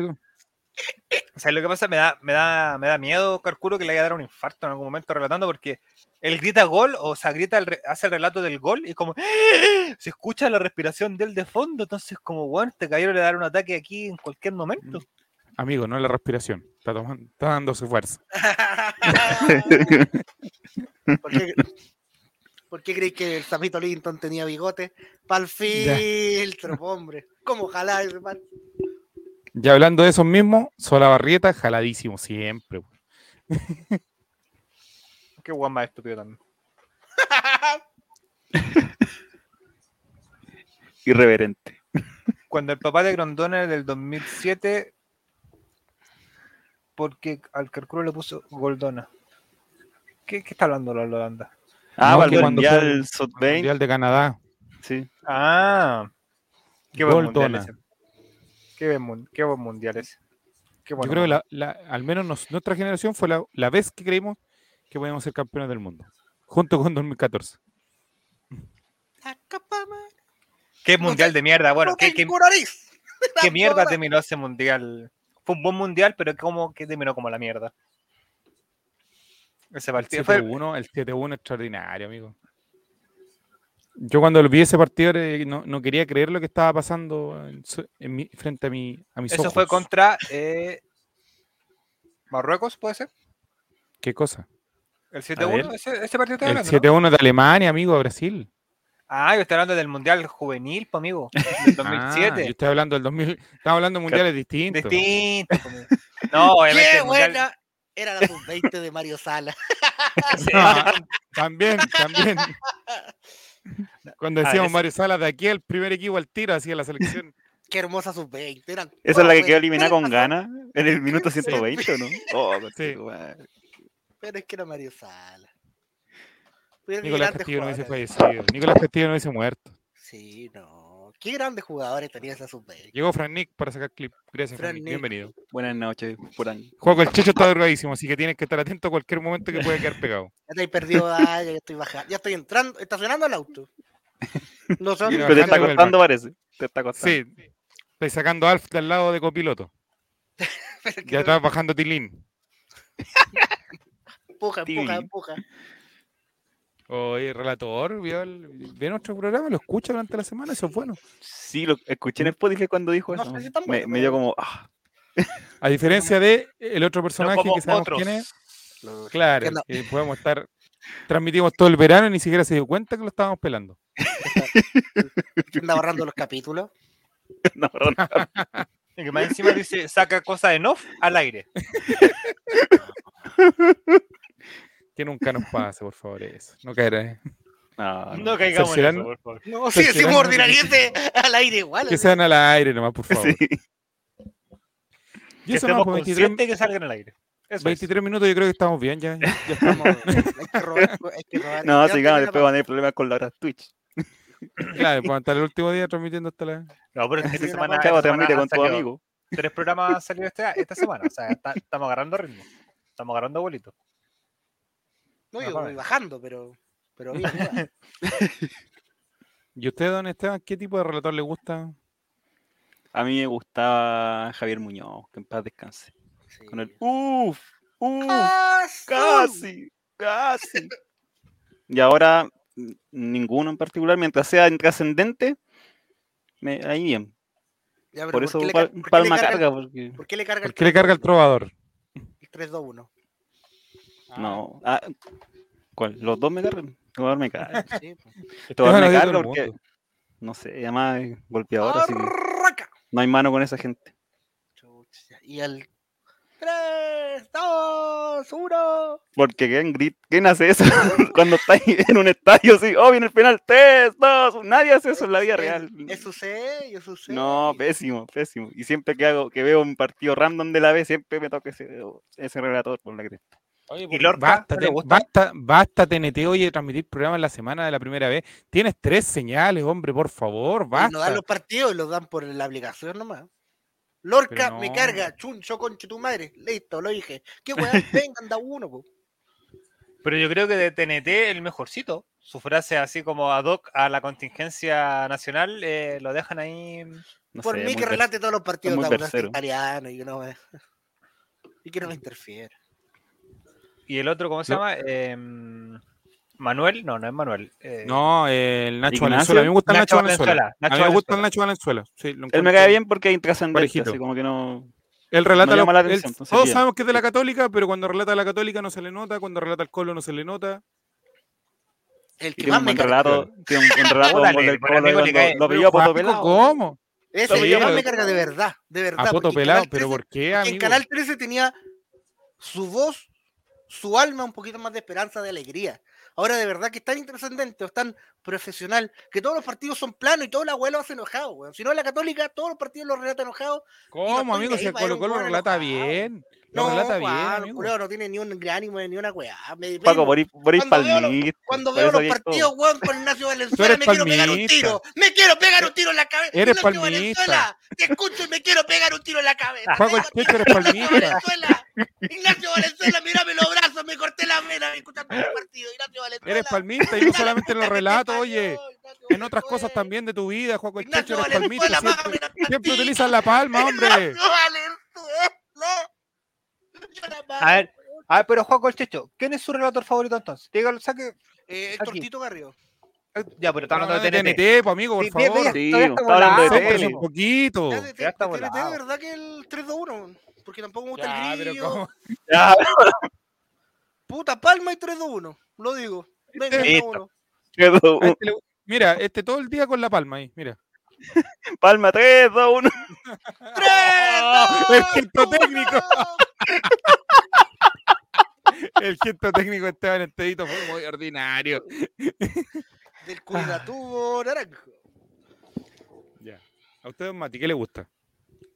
Speaker 3: O sea, lo que pasa me da, me da, me da miedo, Carcuro, que le haya dado un infarto en algún momento relatando, porque él grita gol, o sea, grita el re- hace el relato del gol y como ¡Ah! se escucha la respiración de él de fondo, entonces como bueno, este caballero le dará un ataque aquí en cualquier momento.
Speaker 2: Amigo, no es la respiración, está, tomando, está dando su fuerza.
Speaker 1: <laughs> ¿Por
Speaker 4: <laughs>
Speaker 1: qué, por qué creéis que el Samito Linton tenía bigote? Pa'l filtro, po, hombre. ¿Cómo ojalá ese man?
Speaker 2: Ya hablando de esos mismos, Solabarrieta jaladísimo siempre. güey.
Speaker 3: Qué guan más estúpido también.
Speaker 4: Irreverente.
Speaker 3: Cuando el papá de Grondona del 2007, porque al Carcuro le puso Goldona. ¿Qué, qué está hablando la Holanda?
Speaker 4: Ah,
Speaker 2: No,
Speaker 4: para
Speaker 2: que
Speaker 4: el
Speaker 2: cuando fue
Speaker 4: Mundial
Speaker 2: el-
Speaker 4: Sud
Speaker 2: El Mundial de Canadá.
Speaker 4: Sí.
Speaker 3: Ah, qué buen mundial
Speaker 2: Goldona.
Speaker 3: ese. Qué buen, mun- qué buen mundial ese. Qué bueno.
Speaker 2: Yo creo que la- la- al menos nos- nuestra generación fue la, la vez que creímos que podíamos ser campeones del mundo. Junto con 2014.
Speaker 3: Qué mundial de mierda. Bueno, qué, qué- qué mierda
Speaker 1: te
Speaker 3: terminó ese mundial. Fue un buen mundial, pero como que terminó como la mierda. Ese
Speaker 2: El
Speaker 3: partido fue.
Speaker 2: 7-1, el 7-1 extraordinario, amigo. Yo cuando lo vi ese partido eh, no, no quería creer lo que estaba pasando en su- en mi- frente a, mi, a mis
Speaker 3: Eso
Speaker 2: ojos.
Speaker 3: fue contra eh, Marruecos, puede ser.
Speaker 2: ¿Qué cosa?
Speaker 3: El 7-1.
Speaker 4: ver.
Speaker 3: Ese, ese partido está
Speaker 2: El
Speaker 3: hablando. ¿no?
Speaker 2: 7-1 de Alemania, amigo, a Brasil.
Speaker 3: Ah, yo estoy hablando del mundial juvenil, po, amigo. Del
Speaker 2: <laughs> Ah, yo
Speaker 3: 2007.
Speaker 2: estoy hablando del 2000. Estamos hablando de mundiales distintos. <laughs>
Speaker 3: Distinto. po, amigo. No, obviamente.
Speaker 1: ¡Qué
Speaker 3: el mundial-
Speaker 1: buena! Era la sub-20 de Mario Sala.
Speaker 3: ese-
Speaker 2: Ah, también,
Speaker 3: <laughs>
Speaker 2: también. Cuando
Speaker 3: A ver,
Speaker 2: decíamos
Speaker 3: ese-
Speaker 2: Mario Salas, de aquí el primer equipo al tiro hacía la selección.
Speaker 1: ¡Qué hermosa sub-20! Eran
Speaker 4: Esa es la
Speaker 1: todas
Speaker 4: que quedó
Speaker 1: buenas.
Speaker 4: eliminada con
Speaker 1: Pero-
Speaker 4: ganas en el minuto 120, ¿o ¿no? Oh,
Speaker 2: Sí.
Speaker 4: madre.
Speaker 1: Pero es que era Mario Sala. Pero qué
Speaker 2: Nicolás
Speaker 1: grandes
Speaker 2: Castillo no hubiese
Speaker 1: jugadores.
Speaker 2: fallecido. Nicolás Castillo no hubiese muerto.
Speaker 1: Sí, no. Qué grandes jugadores tenía esa sub-20.
Speaker 2: Llegó Fran Nick para sacar clip. Gracias, Fran
Speaker 1: Fran
Speaker 2: Nick.
Speaker 1: Nick.
Speaker 2: Bienvenido.
Speaker 4: Buenas noches, Furán.
Speaker 2: Juego el Checho está drogadísimo, así que tienes que estar atento a cualquier momento que puede quedar
Speaker 1: <laughs>
Speaker 2: pegado.
Speaker 1: Ya te he perdido, ah, ya estoy bajando. Ya estoy entrando, estacionando el auto. No son
Speaker 2: Mira,
Speaker 4: Pero te
Speaker 2: Bajando
Speaker 4: está
Speaker 2: del
Speaker 4: costando, parece. Te está costando.
Speaker 2: Sí. Estoy sacando a Alf del lado de
Speaker 1: <laughs>
Speaker 2: copiloto.
Speaker 1: Pero que
Speaker 2: Ya estás bajando Tilín.
Speaker 1: empuja, empuja,
Speaker 4: Tilín.
Speaker 1: empuja.
Speaker 4: <laughs>
Speaker 2: Oye, relator, vio, el- ve nuestro programa, lo escucha durante la semana, eso es bueno.
Speaker 4: Sí, lo escuché en Spotify cuando dijo
Speaker 1: No
Speaker 4: eso.
Speaker 1: sé si tan
Speaker 4: Me-
Speaker 1: bueno,
Speaker 4: me,
Speaker 1: pero-
Speaker 4: dio como. <laughs> ah,
Speaker 2: A diferencia de el otro
Speaker 3: no
Speaker 2: personaje
Speaker 3: como
Speaker 2: que sabemos
Speaker 3: otros.
Speaker 2: quién es, Claro,
Speaker 1: no.
Speaker 2: que podemos estar. Transmitimos todo el verano y ni siquiera se dio cuenta que lo estábamos pelando.
Speaker 1: Anda borrando los
Speaker 4: <laughs>
Speaker 1: capítulos.
Speaker 2: <laughs>
Speaker 4: no, perdón.
Speaker 3: Y que más encima dice, saca cosas en off al aire.
Speaker 2: Que nunca
Speaker 1: <laughs>
Speaker 2: nos pase, por favor, eso. No caerá. ¿eh?
Speaker 4: No, no.
Speaker 3: Ah, No caigamos en eso,
Speaker 2: Cerciorando.
Speaker 3: por favor.
Speaker 1: No,
Speaker 4: Pues
Speaker 1: sí, decimos
Speaker 2: Cerciorando-
Speaker 1: ordinariamente al aire igual.
Speaker 2: Que sean al aire nomás,
Speaker 3: <laughs>
Speaker 2: por favor.
Speaker 4: <laughs>
Speaker 2: Y
Speaker 4: Sí.
Speaker 3: Que
Speaker 2: eso no,
Speaker 3: estemos
Speaker 2: pues, 23,
Speaker 3: conscientes que salgan al aire. Eso es.
Speaker 2: 23 minutos, yo creo que estamos bien ya. ya, ya estamos.
Speaker 1: Vamos, hay que robar, hay que robar.
Speaker 4: <laughs> No,
Speaker 1: Ya
Speaker 4: sigamos,
Speaker 1: tenía
Speaker 4: después van a tener problemas con la hora Twitch.
Speaker 2: claro, pues hasta el último día transmitiendo hasta la.
Speaker 3: No, pero esta
Speaker 1: Tiene una
Speaker 3: semana,
Speaker 1: pausa.
Speaker 3: esta semana
Speaker 4: Chavo, transmite
Speaker 3: han
Speaker 4: con tu
Speaker 3: salido
Speaker 4: amigo.
Speaker 3: Tres programas han salido este- esta semana. O sea, está- estamos agarrando ritmo. Estamos agarrando bolito.
Speaker 1: No, yo
Speaker 3: Ajá.
Speaker 1: voy bajando, pero. pero
Speaker 4: <laughs>
Speaker 1: bien, mira.
Speaker 2: ¿Y usted, don Esteban, qué tipo de relator le gusta?
Speaker 4: A mí me gustaba Javier Muñoz, que en paz descanse.
Speaker 1: Sí.
Speaker 4: Con el uff, uff,
Speaker 1: ¡Casi!
Speaker 4: casi, casi. Y ahora, n- ninguno en particular, mientras sea intrascendente, me, ahí bien.
Speaker 1: Ya, pero
Speaker 4: Por eso
Speaker 1: qué le
Speaker 4: pal-
Speaker 1: car- por qué le
Speaker 4: palma
Speaker 1: carga-
Speaker 4: carga, porque
Speaker 1: ¿Por qué le carga
Speaker 2: ¿Por
Speaker 1: el
Speaker 2: qué le carga el trovador?
Speaker 1: 3-2-1?
Speaker 4: No. Ah, ¿Cuál? ¿Los dos me cargan? Los dos me cargan.
Speaker 1: Sí, pues.
Speaker 4: Los dos
Speaker 2: Esteban
Speaker 4: me
Speaker 2: odia a todo
Speaker 4: cargan
Speaker 2: el
Speaker 4: porque,
Speaker 2: mundo.
Speaker 4: no sé, además es
Speaker 1: Ah,
Speaker 4: golpeador, así que
Speaker 1: Arraca.
Speaker 4: no hay mano con esa gente.
Speaker 1: Chucha, Y al 3, 2, 1.
Speaker 4: Porque ¿quién, grit- quién hace eso <laughs> cuando está ahí en un estadio así? ¡Oh, viene el penal! ¡Tres, dos! Nadie hace eso en la vida real.
Speaker 1: Eso sé, yo sucede.
Speaker 4: No, pésimo, pésimo. Y siempre que hago, que veo un partido random de la B, siempre me toca ese, ese relator por la cresta.
Speaker 3: Y Lorca,
Speaker 2: Basta,
Speaker 3: ¿no le
Speaker 2: te-
Speaker 3: gusta?
Speaker 2: basta, basta TNT, oye, transmitir programas en la semana de la primera vez. Tienes tres señales, hombre, por favor,
Speaker 1: Y no dan
Speaker 2: basta.
Speaker 1: los partidos, los dan por la aplicación nomás. Lorca,
Speaker 2: Pero
Speaker 1: me
Speaker 2: no.
Speaker 1: carga, chuncho, concho, tu madre. Listo, lo dije. Qué
Speaker 4: <laughs>
Speaker 1: weón, vengan, da uno, po.
Speaker 3: Pero yo creo que de TNT el mejorcito. Su frase así como ad hoc a la contingencia nacional eh, lo dejan ahí.
Speaker 4: No
Speaker 1: Por
Speaker 4: sé,
Speaker 1: mí
Speaker 4: muy
Speaker 1: que
Speaker 4: ver-
Speaker 1: relate todos los partidos
Speaker 4: muy
Speaker 1: campeonato
Speaker 4: versero.
Speaker 1: italiano y que no me... <laughs> Y
Speaker 4: <laughs>
Speaker 1: que no me interfiera.
Speaker 3: Y el otro, ¿cómo se
Speaker 2: No.
Speaker 3: llama? Em, Manuel, no, no es Manuel.
Speaker 1: pues.
Speaker 3: eh,
Speaker 2: No, el Nacho
Speaker 4: Ignacio.
Speaker 2: Valenzuela. A mí me gusta el
Speaker 3: Nacho
Speaker 2: Nacho Valenzuela.
Speaker 3: Valenzuela, Nacho
Speaker 2: A mí me gusta el
Speaker 3: Valenzuela.
Speaker 2: Nacho Valenzuela. Sí, lo
Speaker 4: Él me
Speaker 2: encuentro-
Speaker 4: cae bien porque es intrascendente,
Speaker 2: Parejito.
Speaker 4: así como que no...
Speaker 2: Él relata
Speaker 4: No
Speaker 2: los-
Speaker 4: llama la
Speaker 2: él-
Speaker 4: atención, entonces
Speaker 2: todos
Speaker 4: bien.
Speaker 2: sabemos que es de la Católica, pero cuando relata a la Católica no se le nota, cuando relata al Colo no se le nota.
Speaker 1: El que
Speaker 4: Tiene
Speaker 1: más
Speaker 4: un
Speaker 1: me
Speaker 4: buen
Speaker 1: carga.
Speaker 4: relato, tiene un
Speaker 1: <laughs>
Speaker 4: buen relato
Speaker 3: Órale,
Speaker 4: como el del
Speaker 3: para
Speaker 4: Colo
Speaker 3: mí le
Speaker 4: cuando
Speaker 3: cae-
Speaker 4: lo pilló a Poto
Speaker 2: Paco,
Speaker 4: pues, Pelado.
Speaker 2: ¿Cómo?
Speaker 1: Ese
Speaker 2: Sí,
Speaker 1: el que más
Speaker 2: pero-
Speaker 1: me carga de verdad, de verdad.
Speaker 2: A Poto
Speaker 1: porque en
Speaker 2: Pelado,
Speaker 1: Canal
Speaker 2: pero
Speaker 1: 13
Speaker 2: ¿por qué, amigo?
Speaker 1: En Canal 13 tenía su voz, su alma, un poquito más de esperanza, de alegría. Ahora de verdad que es tan intrascendente, o es tan profesional, que todos los partidos son planos y todo el abuelo hace enojado, weón. Si no, la católica, todos los partidos los relata enojado. Y no
Speaker 2: ¿Cómo, amigo?
Speaker 1: estoy
Speaker 2: Si
Speaker 1: ahí
Speaker 2: el
Speaker 1: para ir a
Speaker 2: Colo
Speaker 1: un
Speaker 2: Colo
Speaker 1: hueón
Speaker 2: relata
Speaker 1: enojado.
Speaker 2: bien. Lo
Speaker 1: No,
Speaker 2: relata bien,
Speaker 1: weón,
Speaker 2: ánimo.
Speaker 1: culiao, no tiene ni un ánimo, ni una weá. Me-
Speaker 4: Paco,
Speaker 1: vengo-
Speaker 4: por ir, por ir
Speaker 1: Cuando veo los-
Speaker 4: palmista,
Speaker 1: cuando
Speaker 4: por
Speaker 1: veo
Speaker 4: eso
Speaker 1: los
Speaker 4: ahí todo. <laughs>
Speaker 1: partidos, weón, con Ignacio
Speaker 2: Tú
Speaker 1: Valenzuela,
Speaker 2: eres
Speaker 1: me quiero pegar un
Speaker 2: palmista.
Speaker 1: tiro. Me quiero pegar un tiro en la cabeza.
Speaker 2: Eres
Speaker 1: Ignacio
Speaker 2: palmista.
Speaker 1: Valenzuela, te escucho y me quiero pegar un tiro en la cabeza.
Speaker 2: Paco, el
Speaker 1: Venga,
Speaker 2: Checho eres
Speaker 1: Ignacio
Speaker 2: palmista.
Speaker 1: Valenzuela, Ignacio Valenzuela, mírame los brazos, me corté la vena escuchando el partido. Ignacio Valenzuela.
Speaker 2: Eres palmista y no solamente en los
Speaker 1: Puta que te
Speaker 2: relatos,
Speaker 1: parió,
Speaker 2: oye.
Speaker 1: Ignacio
Speaker 2: En otras
Speaker 1: Valenzuela.
Speaker 2: cosas también de tu vida, Juaco el
Speaker 1: Ignacio
Speaker 2: Checho eres palmista.
Speaker 1: Valenzuela,
Speaker 2: Siempre,
Speaker 1: mágame la
Speaker 2: siempre
Speaker 1: platita.
Speaker 2: utilizas la palma,
Speaker 1: <laughs>
Speaker 2: hombre.
Speaker 1: Ignacio Valenzuela. Yo la mago.
Speaker 3: A ver. Ah, pero Juan Colchecho, ¿quién es su relator favorito entonces? Dígalo, saque.
Speaker 1: Eh, Héctor
Speaker 3: Aquí.
Speaker 1: Tito Garrido.
Speaker 3: Ya, pero está hablando de TNT.
Speaker 2: TNT, pues, amigo, por
Speaker 3: Sí, ve- ve-
Speaker 2: favor.
Speaker 4: Sí,
Speaker 3: todavía está
Speaker 4: bo, está hablando de
Speaker 3: volado,
Speaker 4: tele.
Speaker 2: Soples un
Speaker 3: po.
Speaker 2: poquito.
Speaker 1: Ya, de,
Speaker 3: ya está
Speaker 1: de TNT,
Speaker 3: volado.
Speaker 1: de verdad que el 3-2-1, porque tampoco me gusta
Speaker 2: Ya,
Speaker 1: el
Speaker 2: pero
Speaker 1: grillo.
Speaker 2: ¿cómo?
Speaker 4: Ya,
Speaker 1: Puta palma y 3-2-1, lo digo. Venga,
Speaker 3: Listo.
Speaker 1: 3-2-1.
Speaker 4: quedó
Speaker 2: A
Speaker 4: un-
Speaker 2: este le- Mira, este todo el día con la palma ahí, mira.
Speaker 4: Palma 3, 2, 1.
Speaker 2: Oh, el gesto
Speaker 1: 3-2-1.
Speaker 2: técnico. El gesto técnico de Esteban Estedito fue muy ordinario.
Speaker 1: Del cuidatubo naranjo.
Speaker 2: Ya. A usted, don Mati, ¿qué le gusta?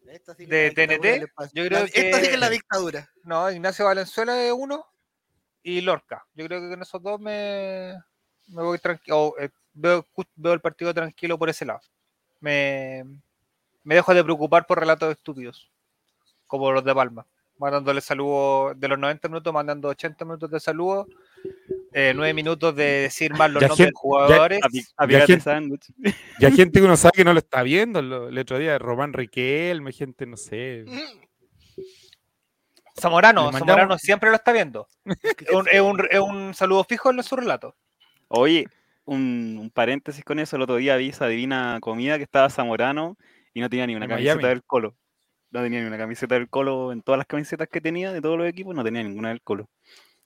Speaker 1: Esta sí que
Speaker 3: De
Speaker 1: es la dictadura
Speaker 3: TNT,
Speaker 1: del espacio.
Speaker 3: yo creo
Speaker 1: La- Esta sí que es la
Speaker 3: que-
Speaker 1: dictadura.
Speaker 3: No, Ignacio Valenzuela es uno y Lorca. Yo creo que con esos dos me, me voy tranquilo. Veo, ju- veo el partido tranquilo por ese lado. Me, me dejo de preocupar por relatos estúpidos, como los de Palma. Mandándole saludos de los 90 minutos, mandando 80 minutos de saludos, 9 minutos de decir mal los
Speaker 2: Ya,
Speaker 3: nombres de
Speaker 2: gente,
Speaker 3: jugadores.
Speaker 4: A
Speaker 2: Ya,
Speaker 4: picarte
Speaker 2: gente.
Speaker 4: sándwich.
Speaker 2: Y hay gente que uno sabe que no lo está viendo. lo- El otro día, Román Riquelme, gente, no sé.
Speaker 3: Zamorano,
Speaker 2: Le mandamos-
Speaker 3: Zamorano siempre lo
Speaker 2: <laughs>
Speaker 3: está viendo. Es un, es un- es un saludo fijo en su relato.
Speaker 4: Oye, un, un paréntesis con eso. El otro día vi esa divina comida que estaba Zamorano y no tenía ni una
Speaker 2: En
Speaker 4: camiseta
Speaker 2: Miami.
Speaker 4: del Colo. No tenía ni una camiseta del Colo. En todas las camisetas que tenía de todos los equipos, no tenía ninguna del Colo.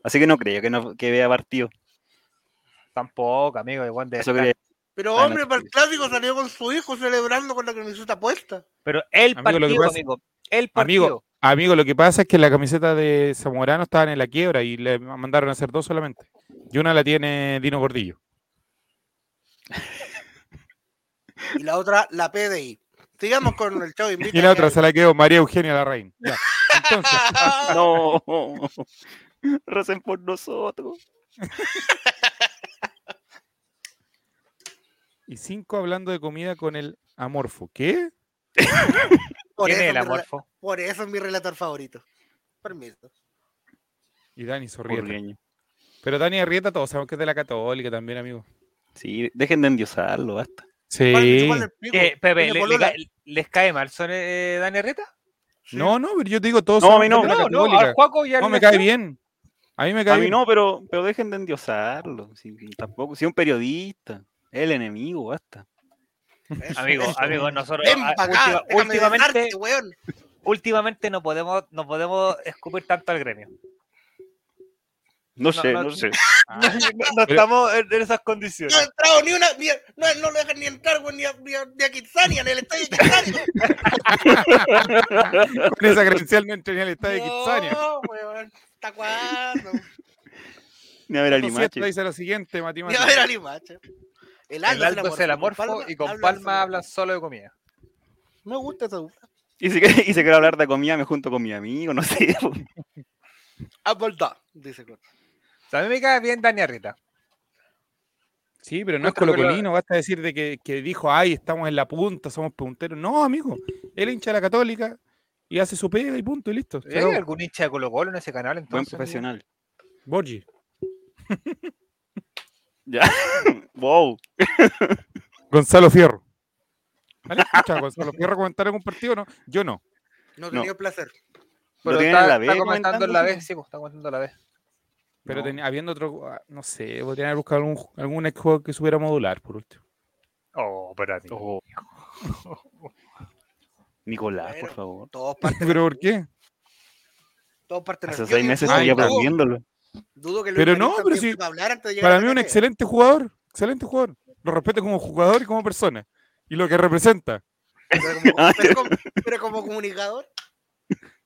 Speaker 4: Así que no creo que, no, que vea partido.
Speaker 3: Tampoco, amigo, igual de
Speaker 4: Eso
Speaker 3: <laughs>
Speaker 4: quería
Speaker 1: Pero
Speaker 4: Ah, no,
Speaker 1: hombre, para el
Speaker 4: sí.
Speaker 1: clásico salió con su hijo celebrando con la camiseta puesta.
Speaker 3: Pero el
Speaker 2: Amigo,
Speaker 3: partido,
Speaker 2: lo que
Speaker 3: amigo,
Speaker 2: pasa-
Speaker 3: el partido.
Speaker 2: Amigo, amigo, lo que pasa es que la camiseta de Zamorano estaban en la quiebra y le mandaron a hacer dos solamente. Y una la tiene Dino Gordillo.
Speaker 1: Y la otra, la PDI. Sigamos con el show.
Speaker 2: Y la otra se la quedó María Eugenia Larraín. Ya. Entonces,
Speaker 4: No, <laughs> recen por nosotros.
Speaker 2: y cinco hablando de comida con el amorfo. ¿Qué?
Speaker 1: Por
Speaker 3: ¿Quién
Speaker 1: eso,
Speaker 3: es
Speaker 1: mi
Speaker 3: el
Speaker 1: rela-
Speaker 3: amorfo?
Speaker 1: por eso es mi relator favorito. Permiso.
Speaker 2: Y Dani Sorrieta.
Speaker 4: Burgueño.
Speaker 2: Pero Dani Arrieta, todos sabemos que es de la Católica también, amigo.
Speaker 4: Sí, dejen de endiosarlo, basta.
Speaker 2: Sí.
Speaker 1: Párate, chúpale el pico.
Speaker 3: Eh, Pepe,
Speaker 1: Coño,
Speaker 3: le- le
Speaker 1: polola.
Speaker 3: cae- ¿les cae mal son eh, Dani Herreta?
Speaker 2: No, no, pero yo te digo todos.
Speaker 4: No, a
Speaker 2: sabemos
Speaker 4: mí
Speaker 2: que
Speaker 4: no.
Speaker 2: es de la
Speaker 3: No, no,
Speaker 2: Católica.
Speaker 3: al Juaco y al
Speaker 2: No, me
Speaker 3: Ignacio.
Speaker 2: cae bien. A mí me cae
Speaker 4: A mí
Speaker 2: bien.
Speaker 4: no, pero, pero dejen de endiosarlo. sí, tampoco, si un periodista, es el enemigo, basta.
Speaker 1: Eso,
Speaker 3: Amigo,
Speaker 1: eso.
Speaker 3: amigo, nosotros
Speaker 1: Ven
Speaker 3: ah,
Speaker 1: pa' acá,
Speaker 3: última-
Speaker 1: déjame
Speaker 3: últimamente,
Speaker 1: besarte, weón.
Speaker 3: últimamente no podemos no podemos escupir tanto al gremio.
Speaker 4: No sé,
Speaker 3: no-
Speaker 4: no sé.
Speaker 3: <laughs> No, no estamos en en esas condiciones.
Speaker 1: No he entrado ni una. ni- no, no lo dejan ni entrar, güey, ni a, ni a, ni a Kitsania, ni al estadio de Kitsania.
Speaker 3: <laughs>
Speaker 2: Con esa credencial no entré ni al estadio de Kitsania.
Speaker 1: No, weón. ¿Hasta cuándo?
Speaker 4: Ni a ver al
Speaker 2: Entonces,
Speaker 4: Limache.
Speaker 2: esto dice lo siguiente, Mati
Speaker 1: Ni a
Speaker 2: Mati.
Speaker 1: ver al Limache. El
Speaker 3: El
Speaker 1: Aldo
Speaker 3: alto es el amorfo y con palma hablan solo de comida.
Speaker 1: Me gusta esa.
Speaker 4: Y si, que- y si quiero hablar de comida, me junto con mi amigo, no sé. <laughs> po.
Speaker 1: Abordá, Ah, dice Cor.
Speaker 3: O sea, a mí me cae bien Dani Arrieta.
Speaker 2: Sí, pero no es
Speaker 3: Cuéntame, pero-
Speaker 2: colocolino, basta decir de que, que dijo, ay, estamos en la punta, somos punteros. No, amigo, él hincha de la católica y hace su pega y punto, y listo. se
Speaker 3: ¿Hay
Speaker 2: acabó.
Speaker 3: algún hincha de Colo Colo en ese canal
Speaker 4: Buen
Speaker 3: entonces?
Speaker 4: profesional.
Speaker 2: Borgi.
Speaker 4: Wow.
Speaker 2: Gonzalo Fierro. ¿Han escuchado a Gonzalo Fierro comentar algún partido? No, yo no.
Speaker 1: No
Speaker 4: No.
Speaker 1: tenía placer.
Speaker 4: ¿Lo
Speaker 3: Pero
Speaker 4: tienen
Speaker 3: está,
Speaker 4: en la
Speaker 3: está
Speaker 4: B
Speaker 3: comentando en la
Speaker 4: comentando?
Speaker 3: B, sí, pues, está comentando en la B.
Speaker 2: Pero
Speaker 4: No.
Speaker 2: ten- habiendo otro, ah, no sé, podrían haber buscado algún, ju- algún exjugador que supiera modular, por último.
Speaker 3: Oh, pero
Speaker 4: Oh. <laughs> Nicolás, por
Speaker 1: Bueno.
Speaker 4: favor.
Speaker 1: Todos parten.
Speaker 2: <laughs> ¿Pero por qué?
Speaker 1: Todos parten.
Speaker 4: Hace
Speaker 1: nerviosos.
Speaker 4: seis meses
Speaker 1: Dudo-
Speaker 2: estoy
Speaker 4: estoy
Speaker 2: Ay,
Speaker 1: dudo-
Speaker 4: aprendiéndolo.
Speaker 1: Dudo que Luis
Speaker 2: Pero no,
Speaker 1: Carrizo
Speaker 2: pero
Speaker 1: empiece
Speaker 2: si-
Speaker 1: a hablar antes de llegar
Speaker 2: Para
Speaker 1: a
Speaker 2: mí un
Speaker 1: TNT.
Speaker 2: excelente jugador, excelente jugador. Lo respeto como jugador y como persona. Y lo que representa.
Speaker 1: Pero
Speaker 4: <laughs>
Speaker 1: como- pero como- pero como comunicador.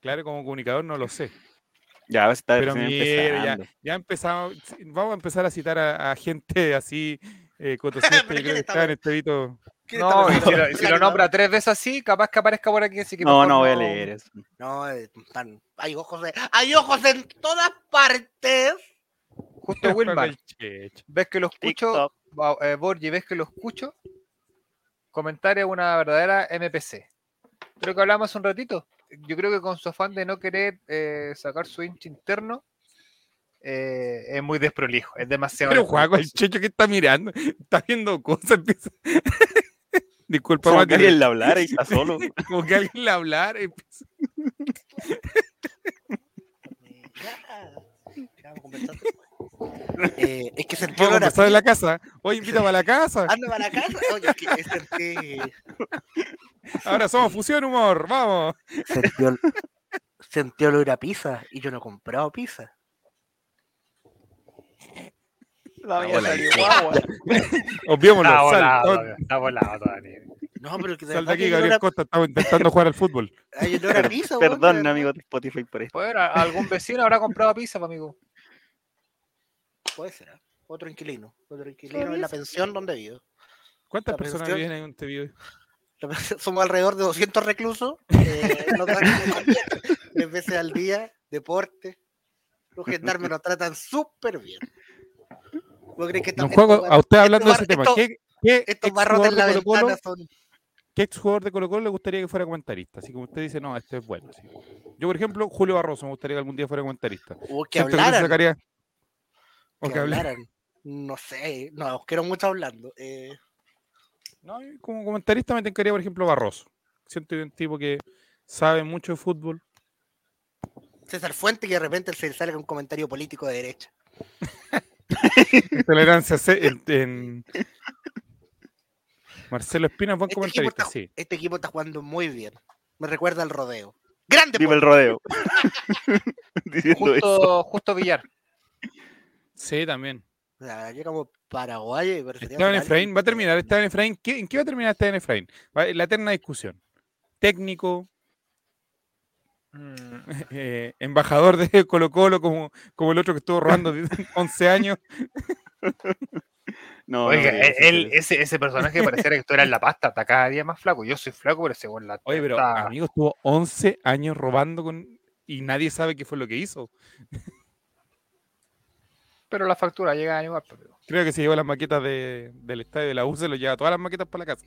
Speaker 2: Claro, como comunicador no lo sé.
Speaker 4: Ya, a ver si está
Speaker 2: Pero
Speaker 4: recién
Speaker 2: mira, ya,
Speaker 4: empezando.
Speaker 2: ya empezamos. sí, Vamos a empezar a citar a, a gente así,
Speaker 4: <laughs>
Speaker 2: eh, cotosita,
Speaker 1: ¿Pero
Speaker 2: yo creo
Speaker 1: quién
Speaker 2: que está
Speaker 1: está
Speaker 2: en
Speaker 1: bueno?
Speaker 2: este vito.
Speaker 1: ¿Quién está
Speaker 3: No,
Speaker 1: hablando?
Speaker 3: y <laughs> si, lo, y
Speaker 1: ¿El
Speaker 3: si lo
Speaker 1: animador?
Speaker 3: nombra tres veces así, capaz que aparezca por aquí. Así que
Speaker 4: No,
Speaker 3: mejor
Speaker 4: no voy a leer eso.
Speaker 1: No, eh, están- hay ojos de- hay ojos en todas partes.
Speaker 4: <laughs>
Speaker 2: <laughs>
Speaker 3: Justo Wilmar,
Speaker 2: Checho.
Speaker 3: ves que lo escucho.
Speaker 4: TikTok.
Speaker 3: Ba- eh, Borgi, ves que lo escucho. Comentario una verdadera MPC. Creo que hablamos hace un ratito. Yo creo que con su afán de no querer eh, sacar su hincha interno, eh, es muy desprolijo. Es demasiado.
Speaker 2: Pero juega con el
Speaker 3: desprolijo.
Speaker 2: checho que está mirando, está viendo cosas. empieza- <laughs> Disculpa,
Speaker 4: Como
Speaker 2: Mati,
Speaker 4: que
Speaker 2: <laughs>
Speaker 4: alguien le hablara y está solo.
Speaker 2: pero como que alguien le hablar. empieza-
Speaker 1: Eh, Ya, ya vamos a
Speaker 2: <laughs>
Speaker 1: conversar después. Eh, es que sentí
Speaker 2: Vamos a
Speaker 1: olor a
Speaker 2: conversar en
Speaker 1: pito.
Speaker 2: la casa. Oye, invítame a la
Speaker 4: <laughs>
Speaker 2: casa.
Speaker 4: Ah,
Speaker 1: Anda para la casa. Oye, es que sentí,
Speaker 2: Ahora somos Fusión Humor. Vamos.
Speaker 1: sentí, ol- sentí olor a pizza y yo no he comprado pizza.
Speaker 4: La
Speaker 3: mía salió
Speaker 2: Obviémoslo. sal,
Speaker 3: Está volado,
Speaker 2: sal-
Speaker 3: todavía, está volado todavía.
Speaker 1: No, pero que de
Speaker 2: sal de
Speaker 1: verdad que
Speaker 2: aquí,
Speaker 1: hay olor
Speaker 2: Gabriel
Speaker 1: a-
Speaker 2: Costa. Estamos intentando jugar al fútbol.
Speaker 1: hay olor a pizza. weón, de
Speaker 4: Perdón,
Speaker 1: verdad.
Speaker 4: amigo de Spotify, por esto.
Speaker 3: Bueno, Pues, a- algún vecino habrá comprado pizza, pues,
Speaker 4: <laughs>
Speaker 3: amigo.
Speaker 1: Puede ser. ¿eh? Otro inquilino. Otro inquilino en la pensión donde vivo.
Speaker 2: ¿Cuántas
Speaker 1: La
Speaker 2: personas
Speaker 1: pensión-
Speaker 2: viven en este video?
Speaker 1: La pensión- <laughs> Somos alrededor de 200 reclusos. Eh, nos <laughs> dan comida tres veces al día, deporte. Los gendarmes nos tratan súper bien. ¿Vos crees que esta-
Speaker 2: Don
Speaker 1: estos
Speaker 2: Juaco,
Speaker 1: bar-
Speaker 2: a usted hablando de
Speaker 1: bar-
Speaker 2: ese tema,
Speaker 1: estos-
Speaker 2: ¿qué, qué
Speaker 1: Estos
Speaker 2: exjugador
Speaker 1: barrotes en la
Speaker 2: de Este Colo-Colo-
Speaker 1: ventana son.
Speaker 2: ¿Qué exjugador de Colo Colo le gustaría que fuera comentarista? Así como usted dice, no, este es bueno. sí. Yo, por ejemplo, Julio Barroso me gustaría que algún día fuera comentarista.
Speaker 1: Hubo que
Speaker 2: Siento se
Speaker 1: hablaran. Que,
Speaker 2: sacaría- O que, hablara.
Speaker 1: hablaran. No sé, no, os quiero mucho hablando. Eh,
Speaker 2: No, yo como comentarista me tencaría, por ejemplo, Barroso. Siento que es un tipo que sabe mucho de fútbol.
Speaker 1: César Fuente, que de repente se le sale con un comentario político de derecha.
Speaker 2: Tolerancia ce- en,
Speaker 1: <laughs>
Speaker 2: en- Marcelo Espina es buen
Speaker 1: Este equipo
Speaker 2: comentarista,
Speaker 1: está-
Speaker 2: sí.
Speaker 1: Este equipo está jugando muy bien. Me recuerda al rodeo. ¡Grande!
Speaker 4: Viva el rodeo. <laughs> Diciendo eso.
Speaker 3: Justo, justo Villar.
Speaker 2: Sí, también.
Speaker 1: po. La verdad que como paraguayo y parecería
Speaker 2: Esteban
Speaker 1: penal.
Speaker 2: Efraín, va a terminar Esteban Efraín. ¿Qué- ¿En qué va a terminar Esteban Efraín? Va- La eterna discusión. Técnico, <laughs>
Speaker 3: Mm,
Speaker 2: eh, embajador de <laughs> Colo Colo como, como el otro que estuvo robando <laughs> 11 años.
Speaker 4: No,
Speaker 3: Oiga, él,
Speaker 4: no, no,
Speaker 3: eh, él- ese, ese personaje pareciera que tú eras la pasta, está cada día más flaco. Yo soy flaco, pero según la.
Speaker 2: Oye, pero
Speaker 3: está-
Speaker 2: amigo estuvo 11 años robando con y nadie sabe qué fue lo que hizo.
Speaker 3: pero la factura llega igual. pues, amigo.
Speaker 2: Creo que se llevó las maquetas de- del estadio de la U, se lo lleva todas las maquetas para la casa.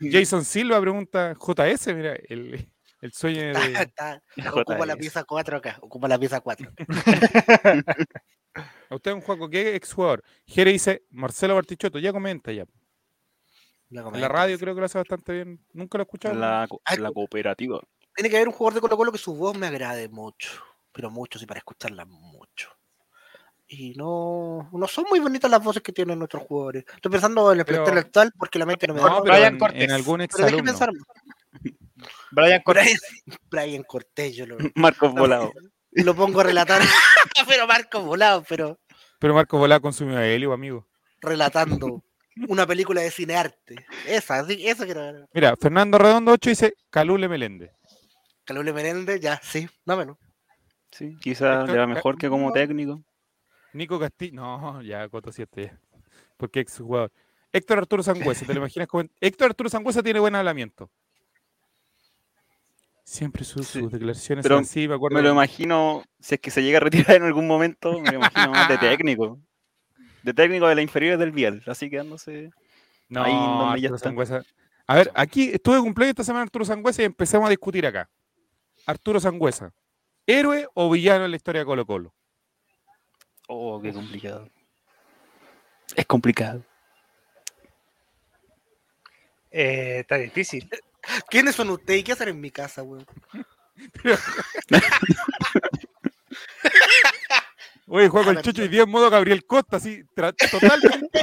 Speaker 2: Jason Silva pregunta, JS, mira, el, el sueño
Speaker 1: Está- <laughs>
Speaker 2: de...
Speaker 1: <laughs>
Speaker 4: <laughs>
Speaker 1: está-
Speaker 4: JS.
Speaker 1: Ocupa la pieza 4 acá. Ocupa la
Speaker 2: <laughs>
Speaker 1: pieza 4.
Speaker 2: A usted, un Juaco, ¿qué exjugador? Jere dice, Marcelo Bartichotto, ya comenta ya. En la radio creo que lo hace bastante bien. Nunca lo he escuchado.
Speaker 4: La, co-
Speaker 1: Ay,
Speaker 4: la cooperativa. <laughs>
Speaker 1: Tiene que haber un jugador de Colo Colo que su voz me agrade mucho, pero mucho, sí, para escucharla mucho. Y no, no son muy bonitas las voces que tienen nuestros jugadores. Estoy pensando en el
Speaker 2: Pero-
Speaker 1: plantel actual porque la mente no me da.
Speaker 2: No,
Speaker 1: para-
Speaker 2: pero
Speaker 3: Brian
Speaker 2: en,
Speaker 3: Cortés.
Speaker 2: en algún
Speaker 1: pero deje
Speaker 2: exalumno.
Speaker 1: pensar.
Speaker 3: Brian Cortés.
Speaker 4: <laughs>
Speaker 1: Brian Cortés, yo lo
Speaker 4: Marcos Volado.
Speaker 1: <laughs> lo pongo a relatar. <laughs> pero Marco volado, pero
Speaker 2: Pero Marco Volá consumió a Helio, amigo.
Speaker 1: relatando una película de cinearte. Esa, sí, eso quiero ver.
Speaker 2: Mira, Fernando Redondo 8 dice Calule Meléndez.
Speaker 1: Calule Menéndez, ya, sí, dámelo.
Speaker 4: Sí, quizás
Speaker 2: Esto-
Speaker 4: le va mejor que como
Speaker 2: no.
Speaker 4: técnico.
Speaker 2: Nico Castillo. No, ya, Coto 7. ya. Porque ex jugador. Héctor Arturo Sangüesa, <laughs> ¿te lo imaginas? como- Héctor Arturo Sangüesa tiene buen hablamiento. Siempre sus,
Speaker 4: Sí.
Speaker 2: sus declaraciones
Speaker 4: Pero
Speaker 2: eran así, me acuerdo.
Speaker 4: Me lo imagino, si es que se llega a retirar <laughs> en algún momento, me lo imagino
Speaker 2: <laughs>
Speaker 4: más de técnico. De técnico de la inferior del Vial, así quedándose.
Speaker 2: no,
Speaker 4: ahí en donde ya
Speaker 2: Arturo
Speaker 4: está.
Speaker 2: Sangüesa. A ver, aquí estuve de cumpleaños esta semana Arturo Sangüesa y empezamos a discutir acá. Arturo Sangüesa, ¿héroe o villano en la historia de Colo Colo?
Speaker 4: Oh, qué complicado. Es complicado.
Speaker 3: Eh, está <laughs> difícil.
Speaker 1: ¿Quiénes son ustedes y qué hacen en mi casa, weón?
Speaker 2: Oye, juega
Speaker 1: Ah,
Speaker 2: con
Speaker 1: la
Speaker 2: Chucho y
Speaker 1: mierda.
Speaker 2: 10 modo Gabriel Costa, así, tra- totalmente.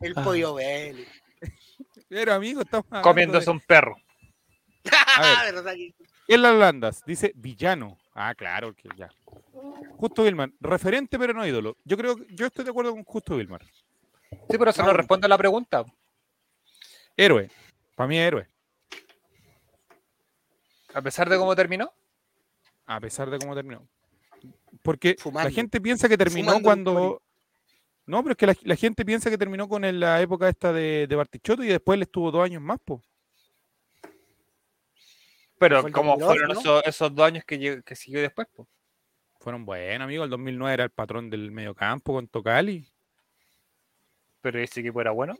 Speaker 1: El
Speaker 4: Ah.
Speaker 1: pollo Vélez.
Speaker 2: <laughs> Pero amigo, estamos hablando
Speaker 3: Comiéndose un perro.
Speaker 1: <laughs>
Speaker 2: A ver.
Speaker 1: ¿Verdad que-
Speaker 2: En las Landas dice villano. Ah, claro, que ya. Justo Vilmar, referente pero no ídolo. Yo creo, yo estoy de acuerdo con Justo Vilmar.
Speaker 3: Sí, pero eso no responde a la pregunta.
Speaker 2: Héroe. Para mí es héroe.
Speaker 3: A pesar de cómo terminó.
Speaker 2: A pesar de cómo terminó. Porque
Speaker 1: Fumando.
Speaker 2: la gente piensa que terminó
Speaker 1: Fumando
Speaker 2: cuando.
Speaker 1: Victoria.
Speaker 2: No, pero es que la, la gente piensa que terminó con el- la época esta de, de Bartichotto y después le estuvo dos años más, po.
Speaker 3: Pero
Speaker 1: Fue el
Speaker 3: como
Speaker 1: 2002,
Speaker 3: fueron
Speaker 1: ¿no?
Speaker 3: esos, esos dos años que, lle- que siguió después. po.
Speaker 2: Fueron buenos, amigo. El 2009 era el patrón del mediocampo con Tocali.
Speaker 3: Pero ese equipo era bueno.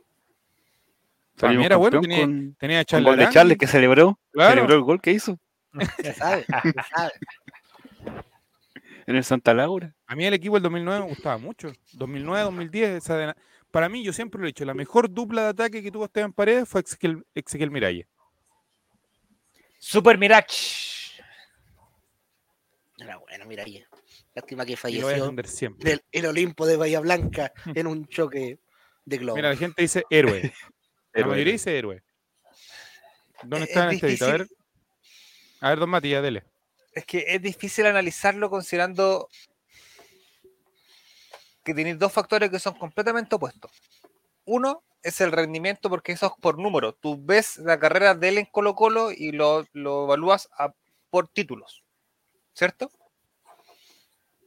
Speaker 2: Para mí
Speaker 4: Salimos
Speaker 2: era bueno.
Speaker 4: campeón
Speaker 2: Tenía,
Speaker 4: con,
Speaker 2: tenía a
Speaker 4: con gol de
Speaker 2: Charlarán,
Speaker 4: Charles que celebró,
Speaker 2: claro.
Speaker 4: celebró el gol que hizo
Speaker 1: Se sabe, se sabe.
Speaker 4: en el Santa Laura.
Speaker 2: A mí el equipo del 2009 me gustaba mucho. 2009, 2010, esa de- para mí, yo siempre lo he dicho, la mejor dupla de ataque que tuvo Esteban Paredes fue Ezequiel, Ezequiel Miralle.
Speaker 3: Super Mirage.
Speaker 1: Era bueno, mira ahí. Lástima que
Speaker 2: Y lo voy a
Speaker 1: falleció
Speaker 2: defender siempre.
Speaker 1: del el Olimpo de Bahía Blanca en un choque de globo.
Speaker 2: Hmm. Mira, la gente dice héroe. La
Speaker 4: Héroe.
Speaker 2: mayoría dice héroe. ¿Dónde
Speaker 3: Es-
Speaker 2: está en
Speaker 3: Eh, es
Speaker 2: este edito? A ver. A ver, don Matías, dele.
Speaker 3: Es que es difícil analizarlo considerando que tenéis dos factores que son completamente opuestos. Uno es el rendimiento, porque eso es por número. Tú ves la carrera de él en Colo Colo y lo, lo evalúas a- por títulos, ¿cierto?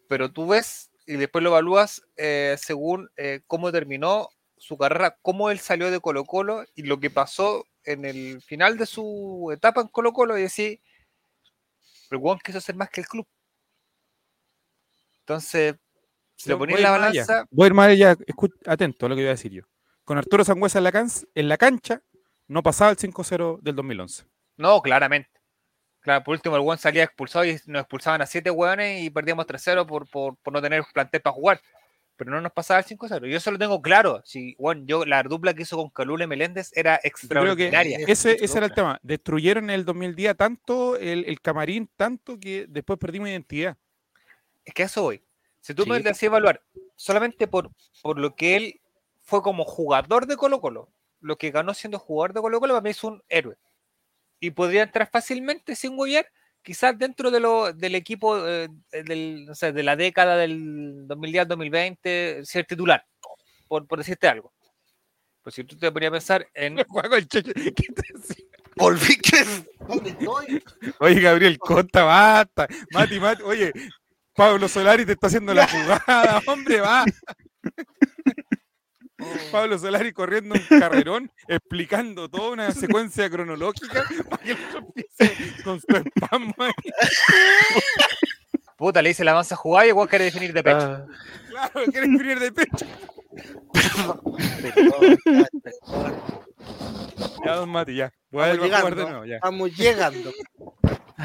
Speaker 3: Pero tú ves y después lo evalúas eh, según eh, cómo terminó su carrera, cómo él salió de Colo Colo y lo que pasó en el final de su etapa en Colo Colo y decir, el weón quiso ser más que el club. Entonces, si lo
Speaker 2: Yo
Speaker 3: ponía
Speaker 2: voy
Speaker 3: en la
Speaker 2: más allá.
Speaker 3: balanza,
Speaker 2: Voy a ir más allá, escu- atento a lo que voy a decir yo. Con Arturo Sangüesa en la, can- en la cancha, no pasaba el 5-0 del 2011.
Speaker 3: No, claramente. Claro, por último, el weón salía expulsado y nos expulsaban a siete hueones y perdíamos 3-0 por, por, por no tener plantel para jugar. Pero no nos pasaba el 5-0. Yo eso lo tengo claro. Si, weón, yo, la dupla que hizo con Calule Meléndez era
Speaker 2: Yo creo que
Speaker 3: extraordinaria.
Speaker 2: ese,
Speaker 1: Mucho
Speaker 2: ese era el
Speaker 1: dupla.
Speaker 2: tema. Destruyeron el 2010 tanto, el, el camarín tanto, que después perdimos identidad. <laughs>
Speaker 3: Es que a eso voy. Si tú me
Speaker 2: Sí.
Speaker 3: decís evaluar solamente por, por lo que él fue como jugador de Colo Colo, lo que ganó siendo jugador de Colo Colo, para mí es un héroe. Y podría entrar fácilmente sin hueviar, quizás dentro de lo, del equipo eh, del, o sea, de la década del 2010 al 2020, ser titular, por, por decirte algo. Pues si tú te ponías a pensar
Speaker 2: <laughs>
Speaker 3: en...
Speaker 1: Volví, ¿qué es? <laughs> ¿Dónde estoy?
Speaker 2: Oye, Gabriel Costa, basta. Mati, Mati, oye, Pablo Solari te está haciendo
Speaker 1: <laughs>
Speaker 2: la jugada, hombre, va.
Speaker 1: Oh.
Speaker 2: Pablo Solari corriendo un carrerón, explicando toda una secuencia cronológica para que el otro empiece con su espasmo ahí.
Speaker 3: Puta, le hice la avanza jugada y igual quiere definir de pecho.
Speaker 4: Ah,
Speaker 2: Claro, quiere escribir de pecho.
Speaker 1: Perdón, perdón.
Speaker 2: Ya, don Mati, ya. Voy a,
Speaker 1: Vamos
Speaker 2: volver a jugar de
Speaker 1: llegando.
Speaker 2: nuevo, ya.
Speaker 1: Estamos llegando.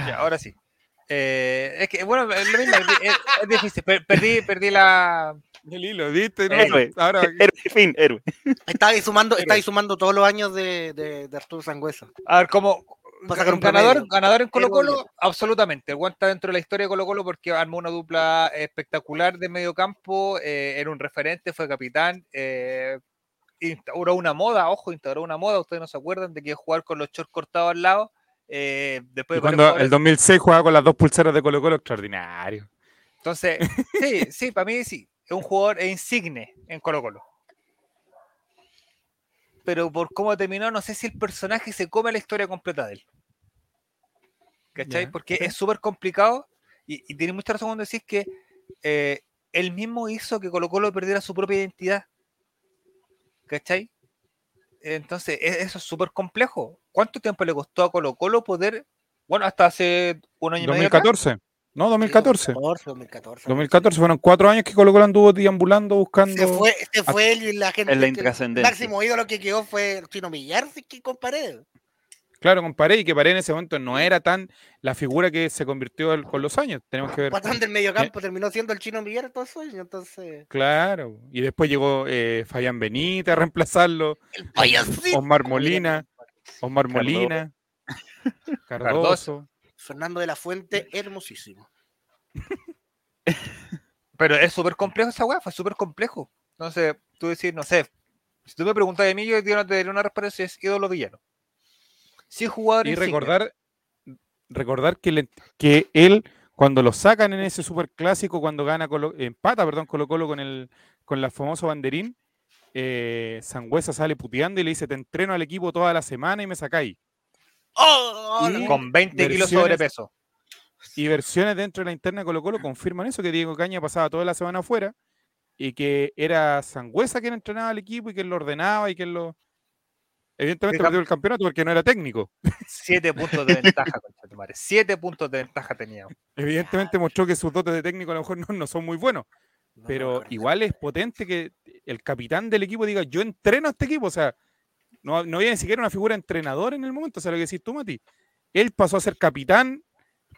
Speaker 3: Ya, ahora sí. Eh, es que, bueno, es lo mismo, es, es- es difícil. Per- perdí, perdí la.
Speaker 2: El hilo, ¿viste? No,
Speaker 4: Héroe.
Speaker 2: Ahora,
Speaker 4: <laughs> héroe, fin,
Speaker 2: <laughs>
Speaker 4: héroe.
Speaker 1: Estáis sumando, estáis sumando todos los años de, de, de Arturo Sangüesa.
Speaker 3: A ver, como.
Speaker 1: Para sacar un
Speaker 3: ganador,
Speaker 1: promedio.
Speaker 3: ganador en Colo Colo,
Speaker 1: Héroe.
Speaker 3: absolutamente. El guante está dentro de la historia de Colo Colo porque armó una dupla espectacular de medio campo, eh, era un referente, fue capitán, eh, instauró una moda, ojo, instauró una moda, ustedes no se acuerdan de que jugar con los shorts cortados al lado eh,
Speaker 2: Y
Speaker 3: después de varios
Speaker 2: cuando
Speaker 3: jugadores-
Speaker 2: el 2006 jugaba con las dos pulseras de Colo Colo, extraordinario.
Speaker 3: Entonces, sí, sí, para mí sí. Es un jugador es insigne en Colo Colo. Pero por cómo terminó, no sé si el personaje se come la historia completa de él. ¿Cachai?
Speaker 2: Ya,
Speaker 3: Porque
Speaker 2: sí.
Speaker 3: es súper complicado y, y tiene mucha razón cuando decís que eh, él mismo hizo que Colo Colo perdiera su propia identidad. ¿Cachai? Entonces, e- eso es súper complejo. ¿Cuánto tiempo le costó a Colo Colo poder, bueno, hasta hace un año y medio atrás,
Speaker 2: 2014. No, 2014.
Speaker 1: 2014, 2014.
Speaker 2: 2014 fueron cuatro años que Colo Colo anduvo deambulando buscando.
Speaker 1: Se fue, se fue el- la gente.
Speaker 4: Es
Speaker 1: que-
Speaker 4: la
Speaker 1: el
Speaker 4: intrascendencia.
Speaker 1: máximo ídolo que quedó fue el Chino Millar, si es que comparé.
Speaker 2: Claro, comparé y que Paré en ese momento no era tan la figura que se convirtió al- con los años. Tenemos que ver.
Speaker 1: Patrón del mediocampo terminó siendo el Chino Millar todo el sueño, entonces.
Speaker 2: Claro. Y después llegó eh, Fabián Benítez a reemplazarlo.
Speaker 1: El payasito.
Speaker 2: Osmar Molina. Osmar
Speaker 4: Cardoso.
Speaker 2: Molina.
Speaker 3: Cardoso.
Speaker 2: Cardoso.
Speaker 1: Fernando de la Fuente, hermosísimo.
Speaker 3: Pero es súper complejo esa weá, fue súper complejo. Entonces, tú decís, no sé, si tú me preguntas de mí, yo te- no te daría una respuesta si es ídolo o villano. Si es jugador
Speaker 2: Y
Speaker 3: insigne,
Speaker 2: recordar, recordar que, le- que él, cuando lo sacan en ese superclásico, cuando gana Colo- empata, perdón, Colo Colo con el con la famoso banderín, eh, Sangüesa sale puteando y le dice, te entreno al equipo toda la semana y me sacáis.
Speaker 1: ¡Oh!
Speaker 2: Y-
Speaker 3: con 20 kilos
Speaker 2: versiones-
Speaker 3: sobrepeso.
Speaker 2: Y versiones dentro de la interna de Colo Colo confirman eso, que Diego Caña pasaba toda la semana afuera y que era Sangüesa quien entrenaba al equipo y quien lo ordenaba y quien lo... Evidentemente
Speaker 3: Fija-
Speaker 2: perdió el campeonato porque no era técnico.
Speaker 3: 7 puntos de ventaja, <laughs> concha de tu madre. 7 puntos de ventaja tenía.
Speaker 2: Evidentemente mostró que sus dotes de técnico a lo mejor no- no son muy buenos.
Speaker 1: No me
Speaker 2: pero
Speaker 1: acuerdo.
Speaker 2: igual es potente que el capitán del equipo diga, yo entreno a este equipo, o sea, no, no había ni siquiera una figura entrenador en el momento, o sea, lo que decís tú, Mati, él pasó a ser capitán,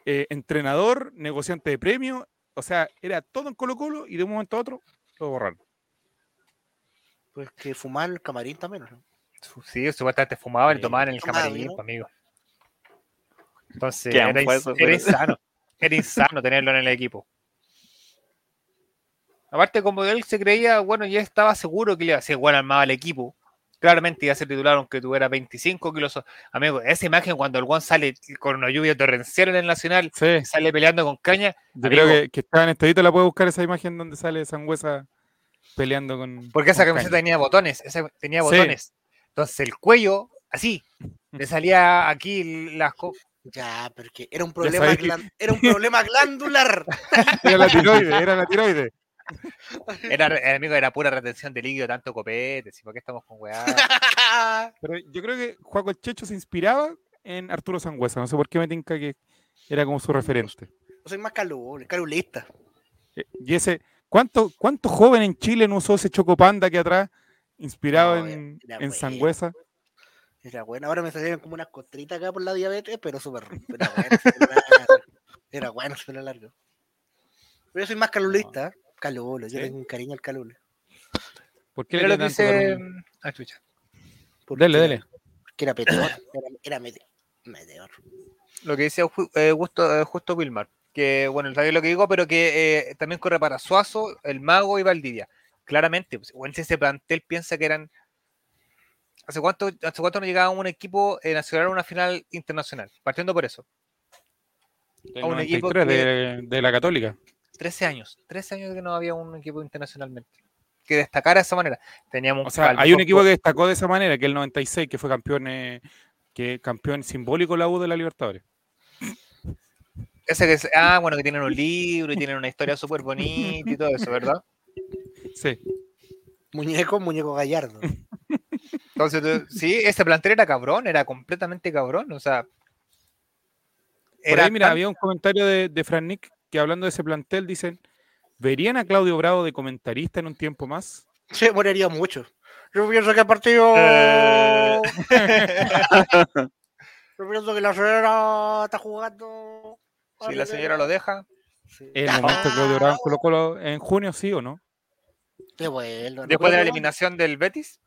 Speaker 2: eh, entrenador, negociante de premio, o sea, era todo en Colo Colo y de un momento a otro lo borraron.
Speaker 1: Pues que fumar el camarín también, ¿no?
Speaker 3: Sí, supuestamente fumaban y
Speaker 2: Sí.
Speaker 3: tomaban en el
Speaker 1: Tomaban,
Speaker 3: camarín,
Speaker 1: ¿no?
Speaker 3: pues, amigo. Entonces,
Speaker 4: Qué
Speaker 3: era,
Speaker 4: anfue
Speaker 3: ins-
Speaker 4: eso,
Speaker 3: era
Speaker 4: pero-
Speaker 3: insano. Era insano tenerlo en el equipo. Aparte, como él se creía, bueno, ya estaba seguro que le iba a ser bueno armado al equipo. Claramente iba a ser titular aunque tuviera 25 kilos. so- Amigo, esa imagen cuando el Juan sale con una lluvia torrencial en el Nacional,
Speaker 2: Sí,
Speaker 3: sale peleando con caña,
Speaker 2: yo
Speaker 3: Amigo.
Speaker 2: creo que, que está en Estadito, la puede buscar esa imagen donde sale Sangüesa peleando con...
Speaker 3: porque esa
Speaker 2: con
Speaker 3: camiseta
Speaker 2: Cañas.
Speaker 3: tenía botones, esa tenía
Speaker 2: Sí.
Speaker 3: botones. Entonces el cuello,
Speaker 2: <laughs>
Speaker 3: así, le salía aquí las, co-
Speaker 1: Ya, porque era un problema,
Speaker 2: sabéis que-
Speaker 1: glan- era un problema <laughs> glandular.
Speaker 2: <laughs> Era la tiroide, era la tiroide.
Speaker 3: Era, re- amigo, era pura retención de líquido, tanto copete, si por qué estamos con
Speaker 2: <laughs>
Speaker 3: weá.
Speaker 1: Ah,
Speaker 2: Pero yo creo que Juaco el Checho se inspiraba en Arturo Sangüesa. No sé por qué me tinca que era como su referente.
Speaker 1: Soy más calul, calulista.
Speaker 2: Eh, Y ese, ¿cuánto, ¿cuánto joven en Chile no usó ese chocopanda que atrás, inspirado
Speaker 1: No, era-
Speaker 2: en,
Speaker 1: era
Speaker 2: en
Speaker 1: bueno.
Speaker 2: Sangüesa?
Speaker 1: Era bueno, ahora me salieron como unas costritas acá por la diabetes, pero súper rico, Era bueno, se lo largo. era bueno, se lo largo. Pero yo soy más calulista, ¿eh? calulo,
Speaker 2: Sí.
Speaker 1: yo tengo un cariño al calulo.
Speaker 2: ¿Por qué
Speaker 3: Mira lo que
Speaker 2: tiene tanto
Speaker 3: dice.
Speaker 2: cariño?
Speaker 3: Ah, chucha.
Speaker 1: porque
Speaker 2: Dele,
Speaker 1: era-
Speaker 2: dele.
Speaker 1: Porque era peteor, era, era mete- meteor.
Speaker 3: Lo que dice Ju- eh, Justo, eh, Justo Wilmar. Que bueno, el lo que digo, pero que eh, también corre para Suazo, el Mago y Valdivia. Claramente, pues, bueno, si ese plantel piensa que eran. ¿Hace cuánto, hace cuánto no llegaba un equipo eh, nacional a una final internacional? Partiendo por eso.
Speaker 2: Del
Speaker 3: a un equipo
Speaker 2: 93
Speaker 3: que-
Speaker 2: de, de la Católica.
Speaker 3: 13 años. 13 años que no había un equipo internacionalmente. Que destacara de esa manera. Teníamos
Speaker 2: O sea,
Speaker 3: al
Speaker 2: hay un
Speaker 3: mejor
Speaker 2: equipo
Speaker 3: jugador-
Speaker 2: que destacó de esa manera, que el 96, que fue campeón, eh, que campeón simbólico la U de la Libertadores.
Speaker 3: Ese que es, ah, bueno, que tienen un libro y tienen una historia súper bonita y todo eso, ¿verdad?
Speaker 2: Sí.
Speaker 1: Muñeco, muñeco gallardo.
Speaker 3: Entonces,
Speaker 2: <laughs>
Speaker 3: tú- sí, ese plantel era cabrón, era completamente cabrón, o sea.
Speaker 2: Por
Speaker 3: Era
Speaker 2: ahí, mira,
Speaker 3: tan-
Speaker 2: había un comentario de, de Fran Nick que hablando de ese plantel dicen, ¿verían a Claudio Bravo de comentarista en un tiempo más?
Speaker 1: Se moriría mucho. Yo pienso que el partido.
Speaker 3: Eh.
Speaker 1: Yo pienso que la señora está jugando. a
Speaker 3: si la señora lo
Speaker 1: primera.
Speaker 3: deja,
Speaker 1: Sí.
Speaker 2: El momento de Claudio Bravo en Colo Colo en junio, sí o no.
Speaker 1: Que vuelva, pero
Speaker 3: después de la
Speaker 1: que vuelva,
Speaker 3: eliminación del Betis,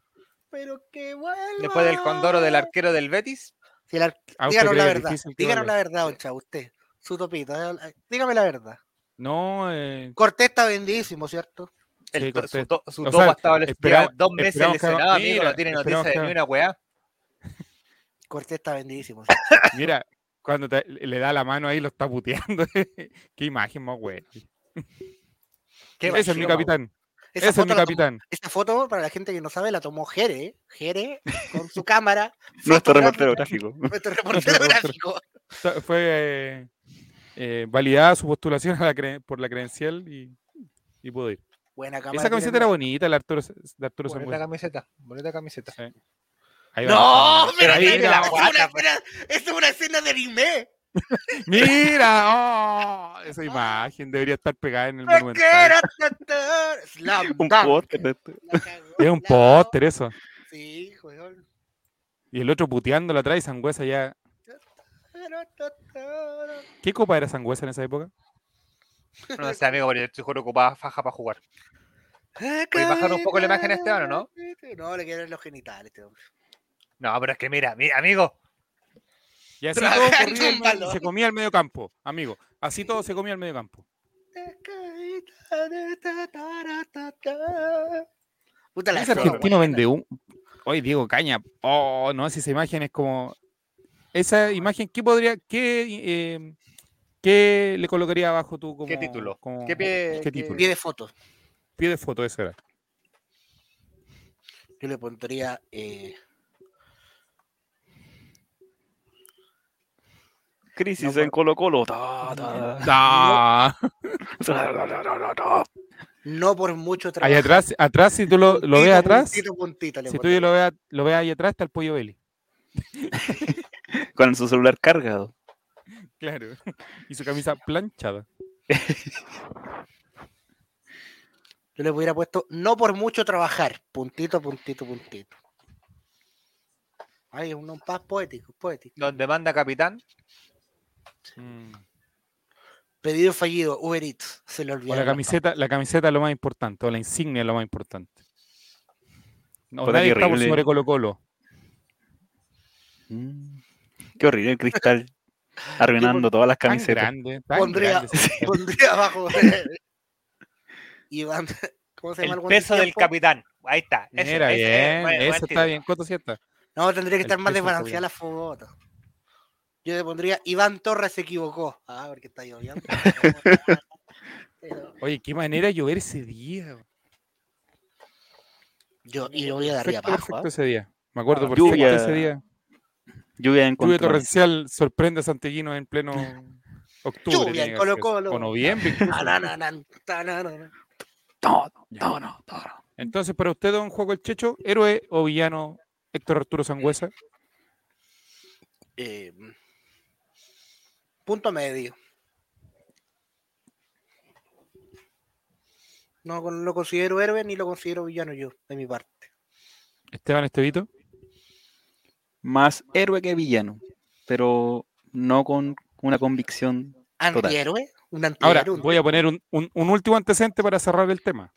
Speaker 1: Pero que vuelva.
Speaker 3: después del condoro
Speaker 2: Ah.
Speaker 3: del arquero del Betis,
Speaker 1: Si el ar-
Speaker 2: ¿A usted
Speaker 1: Díganos
Speaker 2: cree
Speaker 1: la
Speaker 2: que es
Speaker 1: verdad.
Speaker 2: difícil que
Speaker 1: Díganos
Speaker 2: vuelva?
Speaker 1: la verdad, Ocha, usted. Su topita. eh, Dígame la verdad.
Speaker 2: No, eh,
Speaker 1: Cortés está vendidísimo, ¿cierto?
Speaker 3: el
Speaker 2: Sí,
Speaker 3: to- su,
Speaker 2: Cortés.
Speaker 3: to- su
Speaker 2: O
Speaker 3: topo
Speaker 2: sea,
Speaker 3: estaba les-
Speaker 2: esperamos-
Speaker 3: lleva dos meses
Speaker 2: esperamos que haga-
Speaker 3: lesionado, amigo,
Speaker 2: mira,
Speaker 3: no tiene
Speaker 2: esperamos
Speaker 3: noticias
Speaker 2: que
Speaker 3: de ni
Speaker 2: haga-
Speaker 3: una weá.
Speaker 2: <laughs>
Speaker 1: Cortés está vendidísimo. ¿cierto?
Speaker 2: mira, Cuando te- le da la mano ahí, lo está puteando. <laughs> Qué imagen más buena.
Speaker 1: Qué
Speaker 2: Ese es mi
Speaker 1: vacío,
Speaker 2: capitán. Ese
Speaker 1: Esa
Speaker 2: es
Speaker 1: foto,
Speaker 2: mi
Speaker 1: la tomó-
Speaker 2: capitán.
Speaker 1: esa foto, para la gente que no sabe, la tomó Jere. Jere, con
Speaker 2: <laughs>
Speaker 1: su cámara.
Speaker 4: Nuestro
Speaker 1: fotográfica,
Speaker 4: reportero gráfico.
Speaker 1: Nuestro reportero gráfico.
Speaker 2: Esta- Fue eh, eh, validada su postulación a la cre- por la credencial y, y pudo ir.
Speaker 1: Buena cámara.
Speaker 2: Esa camiseta
Speaker 1: tiene-
Speaker 2: era bonita, la Arturo, de Arturo
Speaker 3: Bonita
Speaker 2: Sangüesa.
Speaker 3: camiseta, bonita camiseta.
Speaker 2: Ahí
Speaker 1: No,
Speaker 2: va.
Speaker 1: mira,
Speaker 2: Ahí
Speaker 1: mira,
Speaker 2: va.
Speaker 1: es una
Speaker 3: pues.
Speaker 1: escena- es una escena de anime.
Speaker 2: Mira, oh, esa imagen debería estar pegada en el
Speaker 1: No
Speaker 2: monumento.
Speaker 1: quiero tratar. Slam
Speaker 4: Un
Speaker 1: dunk.
Speaker 4: podcast de esto.
Speaker 3: <laughs>
Speaker 1: La cagó,
Speaker 2: Es un
Speaker 1: la
Speaker 2: póster eso.
Speaker 1: cagó. Sí, weón.
Speaker 2: Y el otro puteándola atrás y Sangüesa ya. ¿Qué copa era Sangüesa en esa época?
Speaker 3: No sé, amigo, pero yo estoy juro ocupaba faja para jugar. Puedes bajar un poco la imagen a Esteban, ¿o no?
Speaker 1: No, le quieren los genitales, este hombre.
Speaker 3: No, pero es que mira, mira, amigo.
Speaker 2: Y así
Speaker 3: <laughs>
Speaker 1: Tragando
Speaker 2: todo corría el
Speaker 1: un
Speaker 2: medio-
Speaker 1: balón.
Speaker 2: se comía el medio campo, amigo. Así todo se comía el medio campo.
Speaker 1: Puta la
Speaker 2: Ese
Speaker 1: zorra,
Speaker 2: argentino
Speaker 1: weón.
Speaker 2: vende un. Oye, Diego Caña. Oh, no, si esa imagen es como. Esa imagen, ¿qué podría. ¿Qué, eh, qué le colocaría abajo tú como.
Speaker 3: ¿Qué título?
Speaker 2: como-
Speaker 3: ¿Qué pie- qué-
Speaker 2: título?
Speaker 1: Pie de foto.
Speaker 2: Pie de foto,
Speaker 3: <laughs>
Speaker 2: ese era.
Speaker 1: Yo le pondría. eh,
Speaker 4: Crisis en Colo
Speaker 2: <laughs>
Speaker 4: Colo. Ta, ta,
Speaker 3: Ah.
Speaker 1: no por mucho trabajo.
Speaker 2: Ahí atrás, atrás, si tú lo, lo ves
Speaker 1: Puntito,
Speaker 2: atrás,
Speaker 1: puntito, puntito le
Speaker 2: si tú
Speaker 1: pondría.
Speaker 2: lo ves, lo ves ahí atrás, está el pollo Belli.
Speaker 4: Con su celular cargado.
Speaker 2: Claro. <laughs> Y su camisa planchada.
Speaker 1: Yo le hubiera puesto no por mucho trabajar. Puntito, puntito, puntito. Ay, es un pas poético, poético.
Speaker 3: Donde manda capitán,
Speaker 2: Mm.
Speaker 1: Pedido fallido, Uber Eats. Se le olvidó.
Speaker 2: O la camiseta, la camiseta es lo más importante, o la insignia es lo más importante. No,
Speaker 4: Puta,
Speaker 2: nadie
Speaker 4: qué
Speaker 2: está por
Speaker 4: horrible.
Speaker 2: sobre Colo Colo.
Speaker 4: Mm. Qué horrible el <laughs> cristal. Arruinando todas las
Speaker 2: Tan
Speaker 4: camisetas.
Speaker 2: grande, tan
Speaker 1: Pondría-
Speaker 2: grande esa
Speaker 1: <laughs>
Speaker 2: camiseta.
Speaker 1: <laughs>
Speaker 2: <laughs>
Speaker 1: Pondría abajo. Iván, ¿cómo se llama
Speaker 3: el
Speaker 1: weón
Speaker 3: peso del
Speaker 1: tiempo?
Speaker 3: capitán. Ahí está. ese-
Speaker 2: Mira,
Speaker 3: ese-
Speaker 2: bien,
Speaker 3: buen- buen
Speaker 2: eso está
Speaker 3: título.
Speaker 2: bien. ¿Cuánto cierta?
Speaker 1: No, tendría que
Speaker 2: El
Speaker 1: estar más
Speaker 2: peso está
Speaker 1: desbalanceada
Speaker 2: bien.
Speaker 1: la foto. Yo le pondría Iván Torres se equivocó. Ah, porque está
Speaker 2: <laughs>
Speaker 1: lloviendo. Pero
Speaker 2: Oye, qué manera de llover ese día.
Speaker 1: Yo, y lo voy a dar de
Speaker 2: Perfecto,
Speaker 1: abajo. ¿eh?
Speaker 2: perfecto ese día. Me acuerdo
Speaker 4: Ah,
Speaker 2: perfecto
Speaker 4: lluvia.
Speaker 2: ese día.
Speaker 4: Lluvia
Speaker 2: Lluvia
Speaker 4: en contra.
Speaker 2: torrencial sorprende a Santiaguino en pleno octubre.
Speaker 1: Lluvia
Speaker 2: tiene
Speaker 1: en
Speaker 2: que hacer eso.
Speaker 1: Colo-Colo.
Speaker 2: O noviembre.
Speaker 1: ¿ah?
Speaker 2: incluso.
Speaker 1: Tanananan, tanananan.
Speaker 4: Todo, todo, todo.
Speaker 2: Entonces, para usted, don Juego el Checho, héroe o villano Héctor Arturo Sangüesa.
Speaker 1: Eh, punto medio. No con- lo considero héroe ni lo considero villano yo, de mi parte.
Speaker 2: Esteban Estevito.
Speaker 4: Más héroe que villano. Pero no con una convicción.
Speaker 1: ¿Antihéroe? Un antihéroe.
Speaker 2: Ahora, voy a poner un, un- un último antecedente para cerrar el tema.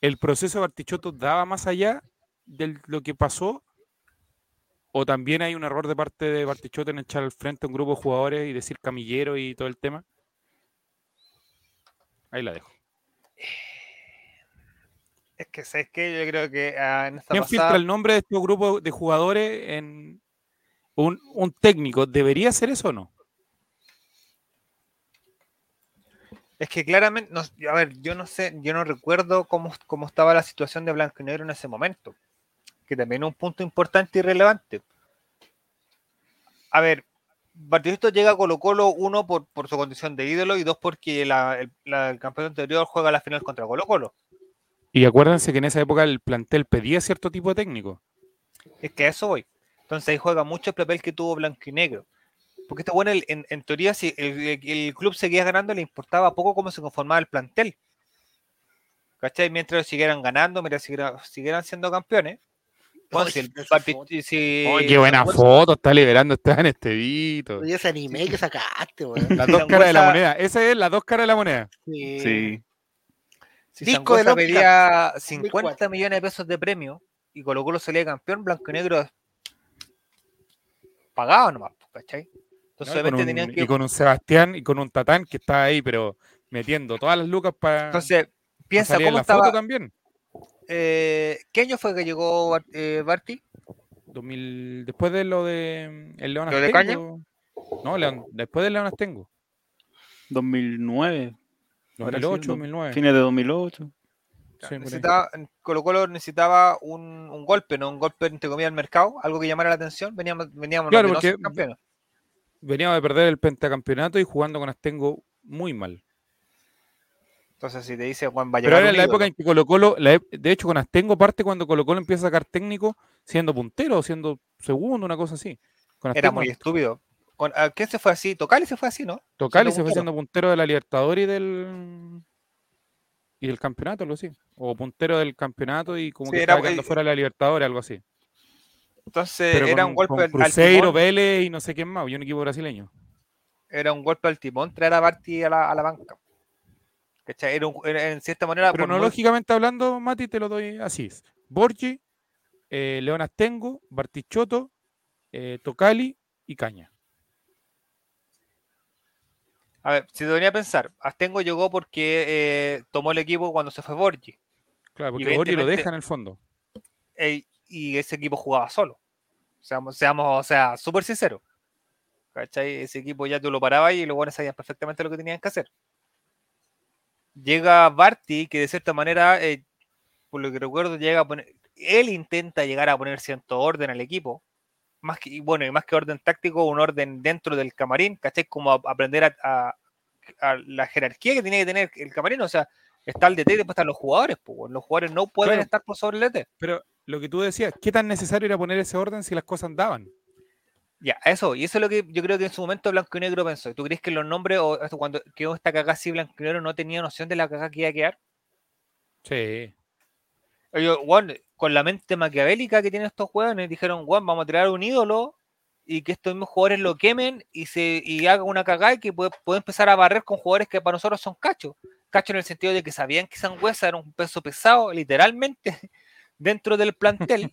Speaker 2: ¿El proceso de Artichoto daba más allá de lo que pasó? ¿O también hay un error de parte de Bartichotto en echar al frente a un grupo de jugadores y decir camillero y todo el tema? Ahí la dejo.
Speaker 3: Es que, ¿sabes qué? Yo creo que ah, en esta
Speaker 2: ¿Quién filtra
Speaker 3: pasada.
Speaker 2: el nombre de estos grupos de jugadores en un, un técnico? ¿Debería hacer eso o no?
Speaker 3: Es que claramente, no- a ver, yo no sé, yo no recuerdo cómo, cómo estaba la situación de Blanco y Negro en ese momento, que también es un punto importante y relevante. A ver, Bartolito llega a Colo Colo, uno, por, por su condición de ídolo, y dos, porque la- el, la- el campeón anterior juega la final contra Colo Colo.
Speaker 2: Y acuérdense que en esa época el plantel pedía cierto tipo de técnico.
Speaker 3: Es que a eso voy. Entonces ahí juega mucho el papel que tuvo Blanco y Negro. Porque está bueno, en, en teoría, si el, el- el club seguía ganando, le importaba poco cómo se conformaba el plantel. ¿Cachai? Mientras siguieran ganando, mientras siguieran, siguieran siendo campeones. Bueno,
Speaker 1: Oye,
Speaker 3: si el
Speaker 1: esa
Speaker 3: Barti-
Speaker 1: foto.
Speaker 3: si-
Speaker 2: ¡Oye, Oh, qué buena
Speaker 3: Sangüesa-
Speaker 2: foto! Está este liberando Esteban Estevito.
Speaker 1: Oye, ese anime que
Speaker 2: <laughs>
Speaker 1: sacaste, weón.
Speaker 2: Las
Speaker 3: <laughs>
Speaker 2: dos caras de la
Speaker 3: Sangüesa-
Speaker 2: moneda. Esa es las dos caras de la moneda.
Speaker 1: Sí.
Speaker 4: Sí.
Speaker 3: Si
Speaker 1: Disco de
Speaker 3: Sangüesa
Speaker 1: Lopca.
Speaker 3: pedía 50
Speaker 1: 2004.
Speaker 3: millones de pesos de premio y Colo Colo salía campeón, Blanco y Negro pagaba nomás, ¿cachai? Entonces
Speaker 2: ¿no? Y, con
Speaker 3: obviamente
Speaker 2: un,
Speaker 3: tenían que
Speaker 2: y con un Sebastián y con un Tatán que estaba ahí, pero metiendo todas las lucas para,
Speaker 3: Entonces, piensa
Speaker 2: salir en
Speaker 3: cómo
Speaker 2: la
Speaker 3: estaba.
Speaker 2: foto también.
Speaker 3: eh, ¿Qué año fue que llegó Bar- eh, Barty?
Speaker 2: 2000, después de lo de mm, el León
Speaker 3: ¿Lo de
Speaker 2: Azteca,
Speaker 3: Caña?
Speaker 2: o- No, León, después de León Astengo.
Speaker 4: 2009, Ahora sí,
Speaker 2: 2008,
Speaker 4: no.
Speaker 2: 2009.
Speaker 4: fines de <laughs> 2008.
Speaker 2: Sí, por ahí.
Speaker 3: Necesitaba, Colo Colo necesitaba un, un golpe, ¿no? Un golpe, entre comillas, al mercado, algo que llamara la atención. Veníamos, veníamos
Speaker 2: Claro,
Speaker 3: novedosos
Speaker 2: porque-
Speaker 3: campeones.
Speaker 2: Veníamos de perder el pentacampeonato y jugando con Astengo muy mal.
Speaker 3: Entonces, si te dice Juan va a
Speaker 2: Pero
Speaker 3: llegar
Speaker 2: ahora en
Speaker 3: un
Speaker 2: la
Speaker 3: ídolo.
Speaker 2: época en que Colo Colo, la ep- de hecho con Astengo parte cuando Colo Colo empieza a sacar técnico siendo puntero o siendo segundo, una cosa así. Con
Speaker 3: era
Speaker 2: Astengo,
Speaker 3: muy estúpido. Con- ¿a ¿Quién se fue así? Tocali se fue así, ¿no?
Speaker 2: Tocali
Speaker 3: siendo
Speaker 2: se fue
Speaker 3: puntero.
Speaker 2: siendo puntero de la Libertadores y del y del campeonato, algo así. O puntero del campeonato y como
Speaker 3: Sí,
Speaker 2: que
Speaker 3: era-
Speaker 2: estaba quedando
Speaker 3: eh,
Speaker 2: fuera de la Libertadores, algo así.
Speaker 3: Entonces,
Speaker 2: Pero
Speaker 3: era
Speaker 2: con-
Speaker 3: un golpe
Speaker 2: con
Speaker 3: al- al
Speaker 2: Cruzeiro,
Speaker 3: timón.
Speaker 2: Vélez y no sé quién más, y un equipo brasileño.
Speaker 3: era un golpe al timón traer a Barty a la, a la banca. ¿Cachai? Era, un, era en cierta manera. Ah, por muy-
Speaker 2: Cronológicamente hablando, Mati, te lo doy así. Borgi, eh, León Astengo, Bartichotto, eh, Tocali y Caña.
Speaker 3: A ver, si te venía a pensar, Astengo llegó porque eh, tomó el equipo cuando se fue Borgi.
Speaker 2: Claro, porque Borgi lo
Speaker 3: evidentemente-
Speaker 2: deja en el fondo.
Speaker 3: e- y ese equipo jugaba solo. Seamos, seamos o sea, súper sinceros. ¿Cachai? Ese equipo ya tú lo parabas y los buenos sabían perfectamente lo que tenían que hacer. Llega Barty, que de cierta manera, eh, por lo que recuerdo, llega a poner. Él intenta llegar a poner cierto orden al equipo. Más que, y bueno, y más que orden táctico, un orden dentro del camarín, ¿cachai? Como a- aprender a, a- a la jerarquía que tiene que tener el camarín. O sea, está el DT y después están los jugadores. Pues, weón. los jugadores no pueden
Speaker 2: Claro.
Speaker 3: estar por sobre el DT.
Speaker 2: Pero lo que tú decías, ¿qué tan necesario era poner ese orden si las cosas andaban?
Speaker 3: Ya, eso, y eso es lo que yo creo que en su momento Blanco y Negro pensó. ¿Tú crees que los nombres, o esto cuando quedó esta cagada así, Blanco y Negro no tenía noción de la cagada que iba a quedar?
Speaker 2: Sí.
Speaker 3: Ellos, weón, con la mente maquiavélica que tienen estos jugadores, dijeron, Juan, vamos a tirar un ídolo y que estos mismos jugadores lo quemen y se y hagan una cagada y que puede, puede empezar a barrer con jugadores que para nosotros son cachos. Cacho en el sentido de que sabían que Sangüesa era un peso pesado, literalmente, <laughs> dentro del plantel,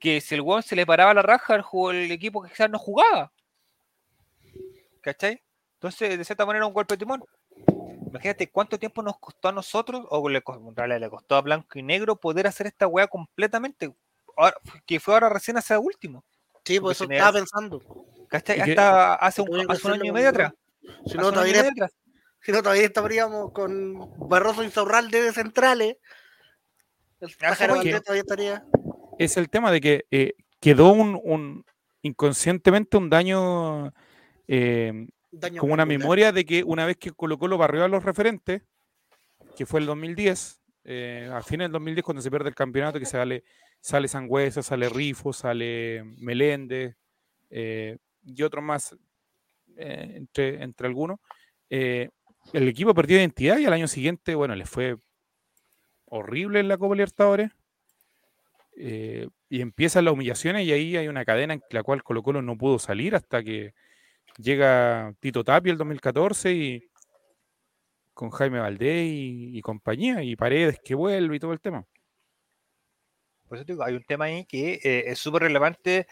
Speaker 3: que si el weón se le paraba la raja, el, jugo- el equipo quizás no jugaba. ¿Cachai? Entonces, de cierta manera, un golpe de timón. Imagínate cuánto tiempo nos costó a nosotros, o le, cos- en realidad le costó a Blanco y Negro poder hacer esta weá completamente. Ahora- que fue ahora recién hace último.
Speaker 1: Sí,
Speaker 3: Porque
Speaker 1: por eso
Speaker 3: tenés-
Speaker 1: estaba pensando.
Speaker 3: ¿Cachai?
Speaker 2: Y que-
Speaker 3: Hasta hace un,
Speaker 1: tuvieron que
Speaker 3: hace un
Speaker 1: hacerlo
Speaker 3: año y
Speaker 1: con
Speaker 3: medio
Speaker 1: Vidal.
Speaker 3: atrás.
Speaker 1: Si no,
Speaker 3: hace un año y medio
Speaker 1: todavía,
Speaker 3: atrás.
Speaker 1: si no, todavía estaríamos con Barroso y Zaurralde de centrales. El pájaro
Speaker 3: voy, que-
Speaker 1: Valdés todavía estaría.
Speaker 2: Es el tema de que eh, quedó un, un- inconscientemente un daño eh,
Speaker 1: daño
Speaker 2: como una
Speaker 1: particular.
Speaker 2: memoria de que una vez que Colo Colo barrió a los referentes, que fue el 2010, eh, a fines del 2010 cuando se pierde el campeonato, que sale, sale Sangüesa, sale Rifo, sale Meléndez eh, y otro más eh, entre, entre algunos, eh, el equipo perdió identidad y al año siguiente, bueno, les fue horrible en la Copa Libertadores. eh, y empiezan las humillaciones y ahí hay una cadena en la cual Colo Colo no pudo salir hasta que llega Tito Tapia el 2014 y con Jaime Valdés y, y compañía y Paredes que vuelve y todo el tema.
Speaker 3: Por eso te digo, hay un tema ahí que eh, es súper relevante.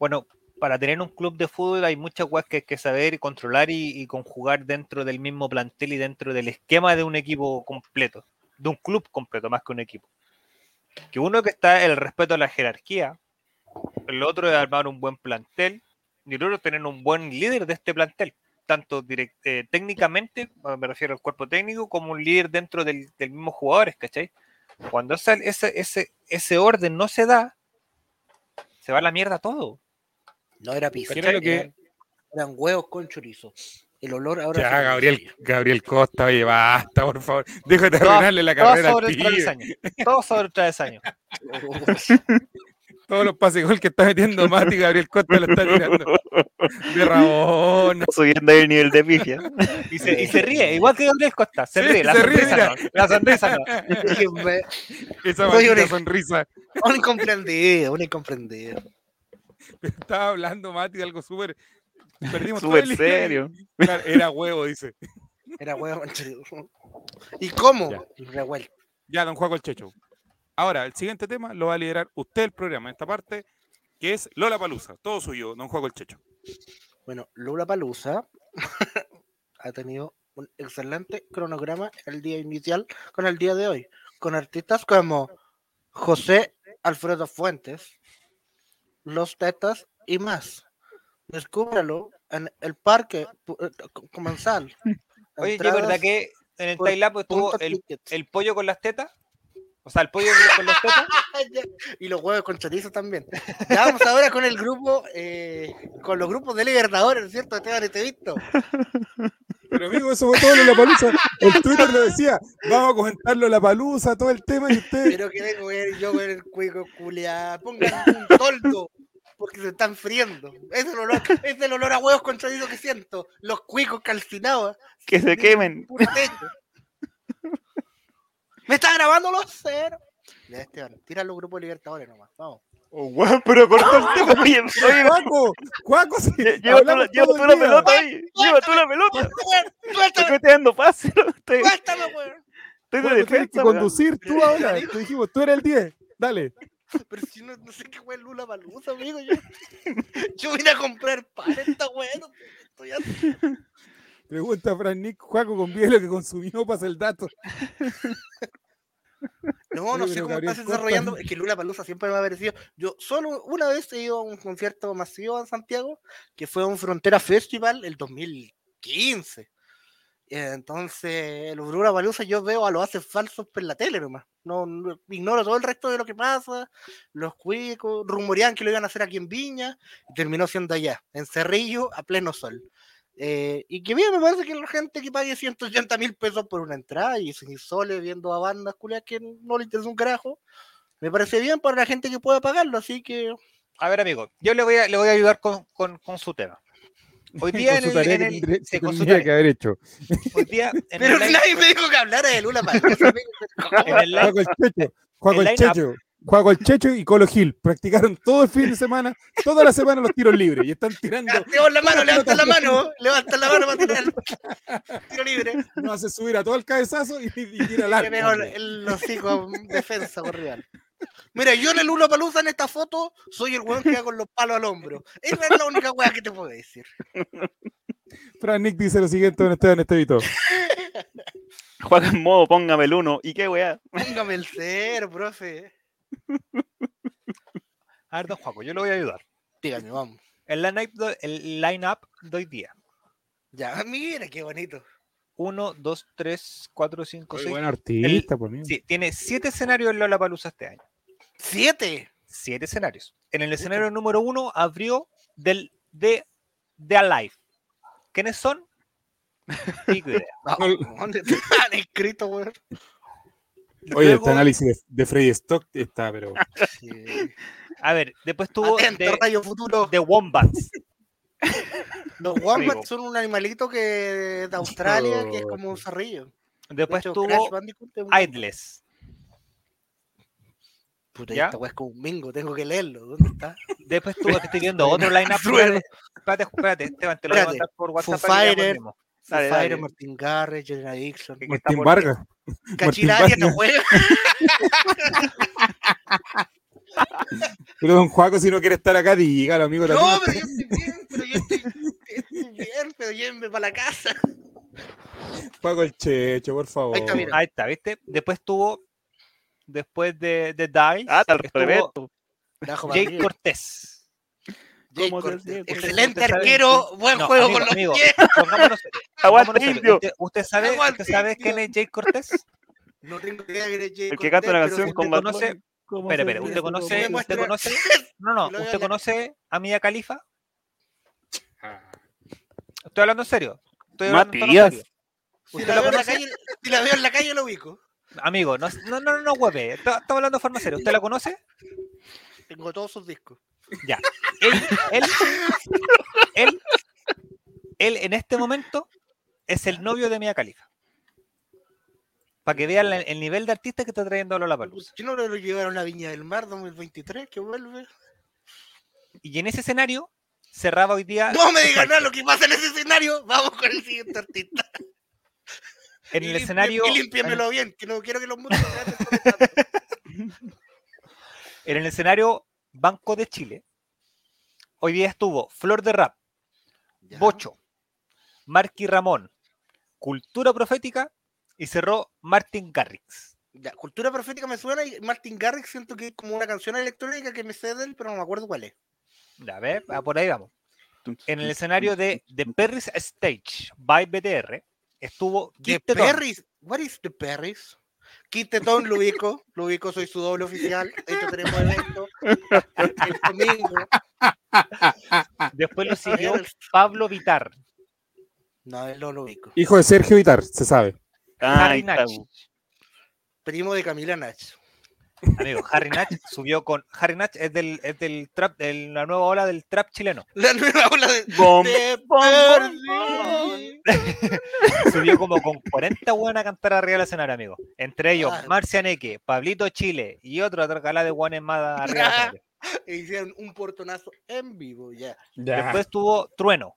Speaker 3: Bueno, para tener un club de fútbol hay muchas cosas que hay que saber y controlar y, y conjugar dentro del mismo plantel y dentro del esquema de un equipo completo, de un club completo más que un equipo. Que uno que está el respeto a la jerarquía, el otro es armar un buen plantel y el otro es tener un buen líder de este plantel, tanto direc- eh, técnicamente, me refiero al cuerpo técnico, como un líder dentro del, del mismo jugadores, ¿cachai? cuando esa- ese, ese, ese orden no se da, se va a la mierda todo.
Speaker 1: No era pizza.
Speaker 2: Era lo que-
Speaker 1: Eran, eran huevos con chorizo. El olor ahora.
Speaker 2: Ya,
Speaker 1: se-
Speaker 2: Gabriel, Gabriel Costa, oye, basta, por favor. Déjate
Speaker 3: Todo-
Speaker 2: arruinarle la <laughs>
Speaker 3: Todo
Speaker 2: carrera al
Speaker 3: sobre el
Speaker 2: pibe.
Speaker 3: travesaño. Todo sobre el travesaño.
Speaker 2: Todos los pases gol que está metiendo Mati, Gabriel Costa lo está tirando. De Rabona.
Speaker 4: Subiendo ahí el nivel
Speaker 2: <laughs>
Speaker 4: de pifia.
Speaker 3: Y se, y se ríe, igual que Gabriel Costa. Se
Speaker 2: Sí,
Speaker 3: ríe, la
Speaker 2: se ríe,
Speaker 3: sonrisa
Speaker 2: mira.
Speaker 3: no, La sonrisa no.
Speaker 1: Dije, me-
Speaker 2: Esa
Speaker 1: Oye,
Speaker 2: maldita
Speaker 1: Gabriel.
Speaker 2: sonrisa.
Speaker 1: un incomprendido, un incomprendido.
Speaker 2: Estaba hablando Mati de algo súper. Perdimos todo
Speaker 4: Súper
Speaker 2: el-
Speaker 4: serio.
Speaker 2: Claro, era huevo, dice.
Speaker 1: Era huevos con chorizo. ¿Y cómo?
Speaker 2: Ya.
Speaker 1: Revuelto.
Speaker 2: Ya, don Juan el Checho. Ahora, el siguiente tema lo va a liderar usted el programa en esta parte, que es Lola Palusa. Todo suyo, don Juan el Checho.
Speaker 1: Bueno, Lula Palusa <laughs> ha tenido un excelente cronograma el día inicial con el día de hoy, con artistas como José Alfredo Fuentes, Los Tetas y más. Descúbralo en el parque, pu- eh, co- comensal.
Speaker 6: Oye, ¿y ¿es
Speaker 1: Entradas,
Speaker 6: verdad que en el
Speaker 1: por
Speaker 6: Tailap estuvo
Speaker 1: punto
Speaker 6: el,
Speaker 1: tickets.
Speaker 6: el pollo con las tetas? O sea, el pollo con las tetas.
Speaker 1: y los huevos con chorizo también. Ya vamos ahora con el grupo, eh, con los grupos de Libertadores, ¿cierto, Esteban? y Te he visto.
Speaker 2: Pero amigo, eso fue todo lo de la palusa. El Twitter lo decía, vamos a comentarlo la palusa, todo el tema y ustedes.
Speaker 1: Pero que vengo ver yo con el cuico culiá. Pongan un toldo, porque se están friendo. Es el olor, es el olor a huevos con chorizo que siento. Los cuicos calcinados. ¿eh?
Speaker 4: Que se quemen.
Speaker 1: puro techo. Me está grabando los cero. Ya, Esteban, tira los grupos de Libertadores nomás. Vamos.
Speaker 4: Oh, weón, pero cortó el
Speaker 2: <laughs>
Speaker 4: tema. Oye, oye,
Speaker 2: Juaco, Juaco, sí,
Speaker 4: lle- lleva tú la,
Speaker 2: hablamos
Speaker 4: lleva
Speaker 2: todo
Speaker 4: tú
Speaker 2: el
Speaker 4: la
Speaker 2: día.
Speaker 4: pelota ahí. Lleva tú la pelota. Te
Speaker 1: ¡Suéltame!
Speaker 4: estoy dando pase. ¿no? Estoy,
Speaker 1: ¡Suéltame, weón!
Speaker 4: estoy de
Speaker 2: Juaco, tienes que
Speaker 4: defensa. weón.
Speaker 2: conducir tú ahora. Te dijimos, tú eres el 10. Dale.
Speaker 1: Pero si no, no sé qué weón Lula Palusa, amigo. Yo, <laughs> yo vine a comprar pan, esta weón. Estoy harto.
Speaker 2: Pregunta a Fran Nick, Juaco, conviene lo que consumió, pasa el dato.
Speaker 1: No, no
Speaker 2: Pero
Speaker 1: sé cómo
Speaker 2: Gabriel,
Speaker 1: estás desarrollando. Es que Lula Palusa siempre me ha parecido. Yo solo una vez he ido a un concierto masivo en Santiago, que fue a un Frontera Festival el 2015. Eh, Entonces, los Lula Palusa yo veo a los haces falsos por la tele nomás. No, no- ignoro todo el resto de lo que pasa. Los cuicos rumorean que lo iban a hacer aquí en Viña y terminó siendo allá, en Cerrillo, a pleno sol. Eh, y que bien, me parece que la gente que pague 180 mil pesos por una entrada y sin soles viendo a bandas culias que no le interesa un carajo, me parece bien para la gente que pueda pagarlo, así que
Speaker 6: A ver, amigo, yo le voy a, le voy a ayudar con, con- con su tema.
Speaker 2: <laughs>
Speaker 6: Hoy
Speaker 2: Con
Speaker 6: día en
Speaker 2: su
Speaker 6: el,
Speaker 2: tarea
Speaker 6: en
Speaker 2: que
Speaker 6: el-
Speaker 2: tendré-
Speaker 6: sí,
Speaker 2: que
Speaker 6: con su
Speaker 2: tendría que
Speaker 6: tarea.
Speaker 2: haber hecho. <laughs>
Speaker 6: Hoy día en el
Speaker 1: pero
Speaker 6: live-
Speaker 1: nadie me dijo que hablara de Lula Palusa, amigo. <laughs>
Speaker 6: en el live-
Speaker 2: Juego
Speaker 6: <laughs>
Speaker 2: el Checho, juego el
Speaker 6: el line-up.
Speaker 2: Checho, juego el Checho y Colo Gil. Practicaron todo el fin de semana, toda la semana los tiros libres y están tirando.
Speaker 1: Levanta la mano, levanta la mano, levanta la mano para tirar <laughs> tiro libre.
Speaker 2: Nos hace subir a todo el cabezazo y, y
Speaker 6: <laughs>
Speaker 2: tira
Speaker 1: Le pegó el,
Speaker 2: largo.
Speaker 1: el hocico a un defensa por rival. Mira, yo en el Lula Palusa en esta foto soy el weón que va con los palos al hombro. Esa es la única weá que te puedo decir.
Speaker 2: Fran Nick dice lo siguiente en este en este hito.
Speaker 4: Juega en modo, póngame el uno. ¿Y qué weá?
Speaker 1: Póngame el cero, profe.
Speaker 6: A ver, don Juaco, yo le voy a ayudar.
Speaker 1: Dígame, vamos.
Speaker 6: El line-up de- el line-up de hoy día.
Speaker 1: Ya, <laughs> mira, qué bonito.
Speaker 6: 1, 2, 3, 4, 5, 6.
Speaker 2: Buen artista, pues, por mí.
Speaker 6: Sí, tiene 7 escenarios en Lollapalooza este año.
Speaker 1: Siete.
Speaker 6: 7 escenarios. En el escenario número 1 abrió del, de, de Alive. ¿Quiénes son? Ni idea.
Speaker 1: Vamos, ¿Dónde están escritos, weón?
Speaker 2: Oye,
Speaker 6: Luego- Ah,
Speaker 2: este análisis de, de Freddy Stock está, pero.
Speaker 1: Sí.
Speaker 6: A ver, después tuvo
Speaker 1: Atento,
Speaker 6: de,
Speaker 1: Radio Futuro.
Speaker 6: de Wombats.
Speaker 1: Los wombats
Speaker 6: Amigo.
Speaker 1: son un animalito que de Australia, que es como un zorrillo. De
Speaker 6: Después
Speaker 1: hecho, Crash
Speaker 6: tuvo
Speaker 1: Bandicoot es un-
Speaker 6: Idles.
Speaker 1: Puta,
Speaker 6: ¿ya?
Speaker 1: esta weá es como un mingo, tengo que leerlo. ¿Dónde está?
Speaker 6: Después tuvo,
Speaker 1: <laughs>
Speaker 6: estoy viendo otro lineup.
Speaker 1: Trueno.
Speaker 6: Espérate, espérate, espérate, Esteban, te lo voy a
Speaker 1: Espérate.
Speaker 6: mandar por WhatsApp.
Speaker 1: Foo
Speaker 6: para que ya
Speaker 1: Fighter.
Speaker 6: volvemos.
Speaker 4: Dale,
Speaker 1: Foo Fighters,
Speaker 4: dale.
Speaker 1: Martin Garrix, John Addiction.
Speaker 6: Que- que está
Speaker 2: Martín
Speaker 6: por- <laughs>
Speaker 2: Vargas.
Speaker 1: Cachilaria no
Speaker 2: Vargas.
Speaker 1: juega.
Speaker 2: Pero don Juaco, si no quiere estar acá, dígalo, amigo. también.
Speaker 1: No, pero yo estoy bien, pero yo estoy, estoy bien, pero llévenme para la casa.
Speaker 2: Juaco el Checho, por favor.
Speaker 1: Ahí está, mira.
Speaker 6: Ahí está, ¿viste? Después tuvo, después de, de Dice,
Speaker 4: Ah, está al
Speaker 6: estuvo
Speaker 4: revés.
Speaker 1: Bajo para
Speaker 6: Jay
Speaker 1: arriba.
Speaker 6: Cortés.
Speaker 1: Jay
Speaker 4: ¿Cómo te
Speaker 1: Cortés.
Speaker 4: sientes?
Speaker 1: Excelente
Speaker 6: Ustedes saben
Speaker 1: arquero, buen
Speaker 6: No,
Speaker 1: juego
Speaker 6: amigo,
Speaker 1: con los
Speaker 6: amigo,
Speaker 1: pies. <laughs>
Speaker 6: pongámonos serios,
Speaker 4: Aguante,
Speaker 6: pongámonos serios.
Speaker 4: indio.
Speaker 6: ¿Usted, usted sabe, usted
Speaker 1: Aguante,
Speaker 6: sabe
Speaker 1: indio.
Speaker 6: quién es Jay Cortés?
Speaker 1: No tengo idea quién es Jay
Speaker 4: El que canta una
Speaker 1: Cortés, pero
Speaker 4: canción
Speaker 1: si
Speaker 4: con
Speaker 1: te
Speaker 4: Bad
Speaker 6: conoce-
Speaker 4: Bunny. ¿Cómo
Speaker 6: Espera,
Speaker 4: se
Speaker 6: espera, ¿usted
Speaker 4: ríe, cómo
Speaker 6: conoce,
Speaker 4: se
Speaker 1: muestra- <laughs>
Speaker 6: usted conoce? No,
Speaker 1: Y
Speaker 6: no,
Speaker 1: luego
Speaker 6: ¿usted
Speaker 1: la-
Speaker 6: conoce a Mia Khalifa?
Speaker 4: Ah.
Speaker 6: Estoy hablando en serio. Estoy hablando en tono
Speaker 4: Matías.
Speaker 6: serio.
Speaker 1: Si
Speaker 6: ¿Usted
Speaker 1: la,
Speaker 6: lo
Speaker 1: veo en la
Speaker 6: conoce?
Speaker 1: calle, si la veo en la calle, lo ubico.
Speaker 6: Amigo, no, no, no, no, hueve. Estamos hablando de forma seria. ¿Usted la conoce?
Speaker 1: Tengo todos sus discos.
Speaker 6: Ya. Él, él, él, él en este momento es el novio de Mia Khalifa. Para que vean la- el nivel de artista que está trayendo Lola Palusa.
Speaker 1: Yo no lo llevaron a Viña del Mar 2023, que vuelve.
Speaker 6: Y en ese escenario cerraba hoy día
Speaker 1: No me digan nada lo que pasa en ese escenario. Vamos con el siguiente artista.
Speaker 6: en
Speaker 1: Y
Speaker 6: el
Speaker 1: limpie-
Speaker 6: escenario
Speaker 1: Y límpiamelo bien, que no quiero que los músicos. me anden
Speaker 6: <laughs>
Speaker 1: comentando.
Speaker 6: en el escenario Banco de Chile. Hoy día estuvo Flor de Rap,
Speaker 1: Ya.
Speaker 6: Bocho, Marky Ramón, Cultura Profética y cerró Martin Garrix.
Speaker 1: Ya, Cultura Profética me suena y Martin Garrix siento que es como una canción electrónica que me sé de él, pero no me acuerdo cuál es.
Speaker 6: Ya, A ver, ah, por ahí vamos. en el escenario de The Perry's Stage by BTR estuvo
Speaker 1: The
Speaker 6: Kid Teton.
Speaker 1: Perris. What is the Perris? Kid Teton lo ubico, lo ubico, soy su doble oficial. De hecho, tenemos evento el domingo.
Speaker 6: Después lo siguió Pablo Vitar.
Speaker 1: No, él no lo ubico.
Speaker 2: Hijo de Sergio Vitar, se sabe.
Speaker 4: Ay,
Speaker 6: Harry Nach.
Speaker 4: tabú.
Speaker 1: Primo de Camila Nach.
Speaker 6: Amigo, Harry Nach subió con. Harry Nach es del, es del trap, de la nueva ola del trap chileno.
Speaker 1: <laughs> La nueva ola de.
Speaker 4: Bom-
Speaker 1: Te perdí.
Speaker 6: Subió como con 40 buenas a cantar arriba del escenario, amigo. Entre ellos,
Speaker 1: Ah.
Speaker 6: Marcia Neque, Pablito Chile y otro atracalá de guanes más arriba del escenario.
Speaker 1: E hicieron un portonazo en vivo, ya.
Speaker 6: Después tuvo Trueno,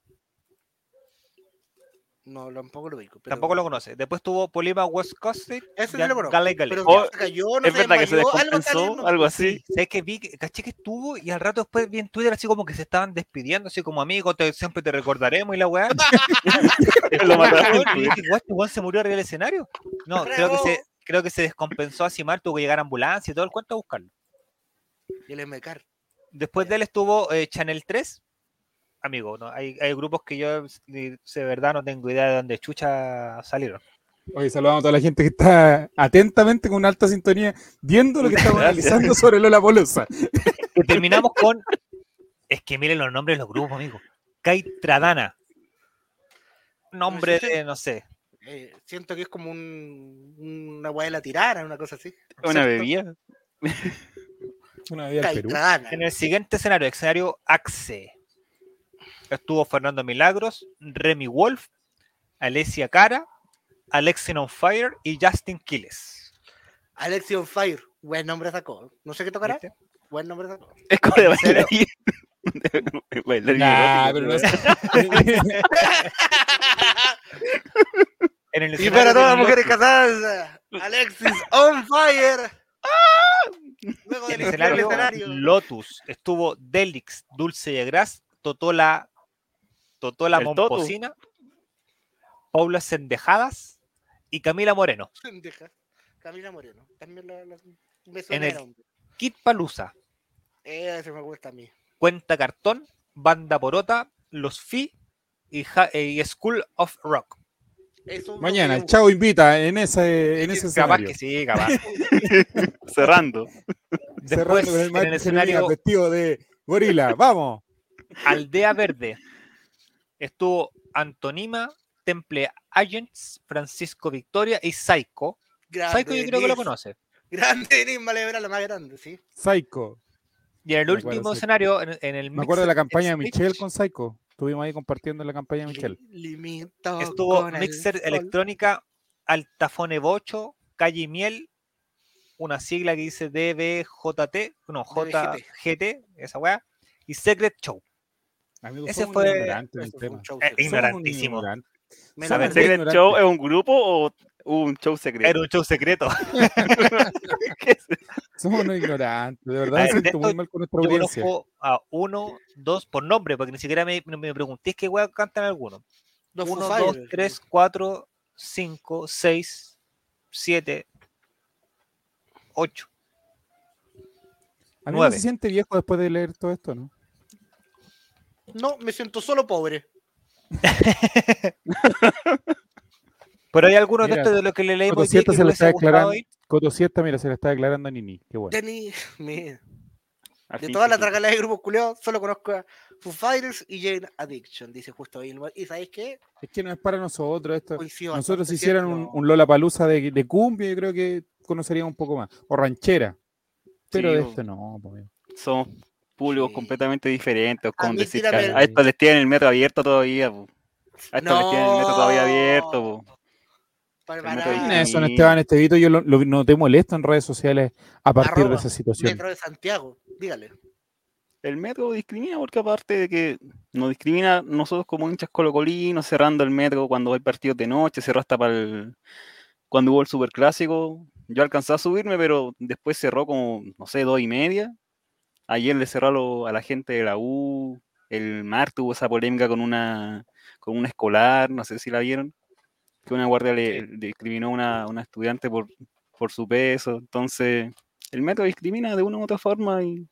Speaker 1: No, tampoco lo ubico. pero-
Speaker 6: tampoco lo conoce. Después tuvo Polima West Coast.
Speaker 1: Ese sí lo conozco.
Speaker 6: Gale Gale.
Speaker 1: Pero
Speaker 4: Oh,
Speaker 1: se cayó, no
Speaker 4: Es verdad que se
Speaker 1: desmayó, algo está
Speaker 4: descompensó,
Speaker 1: haciendo.
Speaker 4: algo así.
Speaker 6: ¿Sabes que vi, que- caché que estuvo y al rato después vi en Twitter así como que se estaban despidiendo, así como amigos, te- siempre te recordaremos y la
Speaker 1: <laughs>
Speaker 6: weá.
Speaker 4: <laughs> Lo mataron pues, en
Speaker 6: Weón, y
Speaker 4: Twitter.
Speaker 6: dije, "What, este weón se murió arriba del escenario. No, creo que se, creo que se descompensó así mal, tuvo que llegar ambulancia y todo el cuento a buscarlo.
Speaker 1: Y el MCAR.
Speaker 6: Después de él estuvo eh, Channel 3. Amigo, no, hay, hay grupos que yo ni- de verdad no tengo idea de dónde chucha salieron.
Speaker 2: Hoy saludamos a toda la gente que está atentamente con una alta sintonía viendo lo que estamos
Speaker 4: Gracias.
Speaker 2: analizando sobre Lola Polusa.
Speaker 6: Y terminamos con. Es que miren los nombres de los grupos, amigo. Kai Tradana. Nombre de, no sé.
Speaker 1: Eh, siento que es como un, una weá de la tirana, una cosa así.
Speaker 4: Una bebida.
Speaker 2: Una vida al Perú.
Speaker 1: Caitrana.
Speaker 6: En el siguiente escenario, escenario AXE, estuvo Fernando Milagros, Remy Wolf, Alessia Cara, Alexin on Fire y Justin Quiles.
Speaker 1: Alexi on Fire. Buen nombre sacó. No sé qué tocará.
Speaker 6: ¿Viste?
Speaker 1: Buen nombre sacó.
Speaker 4: Es como de
Speaker 6: ¿En serio?
Speaker 4: bailarín. <laughs> De bailarín
Speaker 2: Nah,
Speaker 4: erótico,
Speaker 2: pero no
Speaker 4: weón.
Speaker 6: <laughs>
Speaker 2: es-
Speaker 6: En <laughs> el
Speaker 1: y
Speaker 6: escenario
Speaker 1: para todas las
Speaker 6: del
Speaker 1: mujeres
Speaker 6: norte-
Speaker 1: casadas, Alexis on Fire. <laughs> Luego
Speaker 6: en
Speaker 1: del
Speaker 6: el ¡Ah! escenario
Speaker 1: escenario.
Speaker 6: Lotus estuvo Delix, Dulce de Gras, Totola, Totola
Speaker 4: El Totu.
Speaker 6: Momposina, Paula Sendejadas y Camila Moreno.
Speaker 1: <laughs> Pendeja. Camila Moreno. También la, la- me
Speaker 6: En
Speaker 1: suena
Speaker 6: el-
Speaker 1: el nombre.
Speaker 6: Kit Palusa,
Speaker 1: Eh, se me gusta a mí.
Speaker 6: Cuenta Cartón, Banda Porota, Los Fi y, Ja- y School of Rock.
Speaker 1: Eso es lo
Speaker 2: Mañana,
Speaker 1: que
Speaker 2: el
Speaker 1: yo-
Speaker 2: Chavo invita en ese, en ese
Speaker 6: capaz
Speaker 2: escenario.
Speaker 6: que
Speaker 2: <laughs>
Speaker 6: sí, capaz.
Speaker 4: <laughs> Cerrando.
Speaker 6: Después,
Speaker 2: Cerrando con el
Speaker 6: en el
Speaker 2: maestro
Speaker 6: escenario
Speaker 2: Jeremías vestido de
Speaker 6: <laughs>
Speaker 2: gorila. Vamos.
Speaker 6: Aldea Verde estuvo Antonima, Temple Agents, Francisco Victoria y Psycho.
Speaker 1: Grande
Speaker 6: Psycho yo creo que
Speaker 1: Denise.
Speaker 6: lo conoce.
Speaker 1: Grande <laughs> Denise Malebra, la más grande, sí.
Speaker 2: Psycho.
Speaker 6: Y en el
Speaker 2: Me acuerdo,
Speaker 6: último
Speaker 2: sí.
Speaker 6: escenario, en, en el
Speaker 2: Me acuerdo de la
Speaker 6: Mixed
Speaker 2: campaña de
Speaker 6: Stage,
Speaker 2: Michelle con Psycho. Estuvimos ahí compartiendo la campaña de Michelle.
Speaker 1: Limito
Speaker 6: Estuvo
Speaker 1: con el
Speaker 6: Mixer
Speaker 1: sol.
Speaker 6: Electrónica, Altafone Bocho, Calle y Miel, una sigla que dice DBJT, no,
Speaker 1: DBGT.
Speaker 6: JGT, esa weá, y Secret Show.
Speaker 2: Amigos,
Speaker 6: Ese
Speaker 2: somos
Speaker 6: fue-
Speaker 2: ignorantes en el
Speaker 1: Eso fue
Speaker 2: tema.
Speaker 1: un show.
Speaker 6: Eh,
Speaker 2: Somos
Speaker 6: ignorantísimo.
Speaker 2: ignorantes.
Speaker 1: Menos
Speaker 6: sabe
Speaker 1: mal.
Speaker 2: ser-
Speaker 4: ¿Secret
Speaker 2: ignorante.
Speaker 4: Show es un grupo o un show
Speaker 6: Era
Speaker 4: secreto?
Speaker 6: un show secreto. <laughs>
Speaker 4: ¿Qué es?
Speaker 2: Somos unos ignorantes. De
Speaker 6: A
Speaker 2: verdad,
Speaker 6: ver,
Speaker 2: me siento
Speaker 6: de
Speaker 2: muy
Speaker 6: Ah, esto
Speaker 2: mal con nuestra
Speaker 6: Yo
Speaker 2: audiencia.
Speaker 6: conozco a uno, dos por nombre, porque ni siquiera me, me preguntéis qué weá cantan algunos.
Speaker 1: Los Foo
Speaker 6: Uno, dos,
Speaker 1: Fighters.
Speaker 6: tres, cuatro, cinco, seis, siete, ocho.
Speaker 2: A mí no
Speaker 6: nueve.
Speaker 2: se siente viejo después de leer todo esto, ¿no?
Speaker 1: No, me siento solo pobre.
Speaker 6: Pero hay algunos de
Speaker 2: Mira,
Speaker 6: estos de los que le leí
Speaker 2: Coto
Speaker 6: hoy día
Speaker 2: Siesta
Speaker 6: que
Speaker 2: se
Speaker 6: me
Speaker 2: lo
Speaker 6: hubiese
Speaker 2: está
Speaker 6: gustado
Speaker 2: declarando.
Speaker 6: ir.
Speaker 2: Coto Siesta, mira, se le está declarando a Nini. Qué bueno.
Speaker 1: Denis, <laughs> mira,
Speaker 4: Al
Speaker 1: de
Speaker 4: fin
Speaker 1: toda
Speaker 4: se
Speaker 1: la
Speaker 4: supo.
Speaker 1: tracalada de grupos culeados, solo conozco a Foo Fighters y Jane Addiction, dice justo ahí. ¿Y sabéis qué?
Speaker 2: Es que no es para nosotros esto.
Speaker 1: Coincido
Speaker 2: Nosotros
Speaker 1: bastante,
Speaker 2: si hicieran un,
Speaker 1: ¿cierto?
Speaker 2: un Lola Palusa de, de cumbia, yo creo que conoceríamos un poco más. O ranchera. Pero
Speaker 4: Sí,
Speaker 2: de
Speaker 4: o-
Speaker 2: esto no, po, amigo.
Speaker 4: Somos públicos
Speaker 1: Sí. Ah,
Speaker 4: completamente diferentes.
Speaker 1: A
Speaker 4: Con
Speaker 1: mí
Speaker 4: decir, que
Speaker 1: tírame
Speaker 2: el-
Speaker 4: a estos les tienen el metro abierto todavía. po. A estos les tienen el metro todavía abierto. po.
Speaker 1: Para
Speaker 4: Pero no
Speaker 1: parar.
Speaker 4: te
Speaker 2: Son
Speaker 4: dije.
Speaker 2: Esteban Estevito, yo lo, lo noté molesto en redes sociales a partir
Speaker 1: Arroba,
Speaker 2: de esa situación.
Speaker 1: Metro de Santiago, dígale.
Speaker 4: El metro discrimina porque aparte de que nos discrimina nosotros como hinchas colocolinos, cerrando el metro cuando hay partidos de noche, cerró hasta para el... Cuando hubo el superclásico, yo alcancé a subirme, pero después cerró como, no sé, dos y media. Ayer le cerró a, lo- a la gente de la U, el mar tuvo esa polémica con una, con una escolar, no sé si la vieron, que una guardia le, le discriminó a una, una estudiante por, por su peso. Entonces, el metro discrimina de una u otra forma y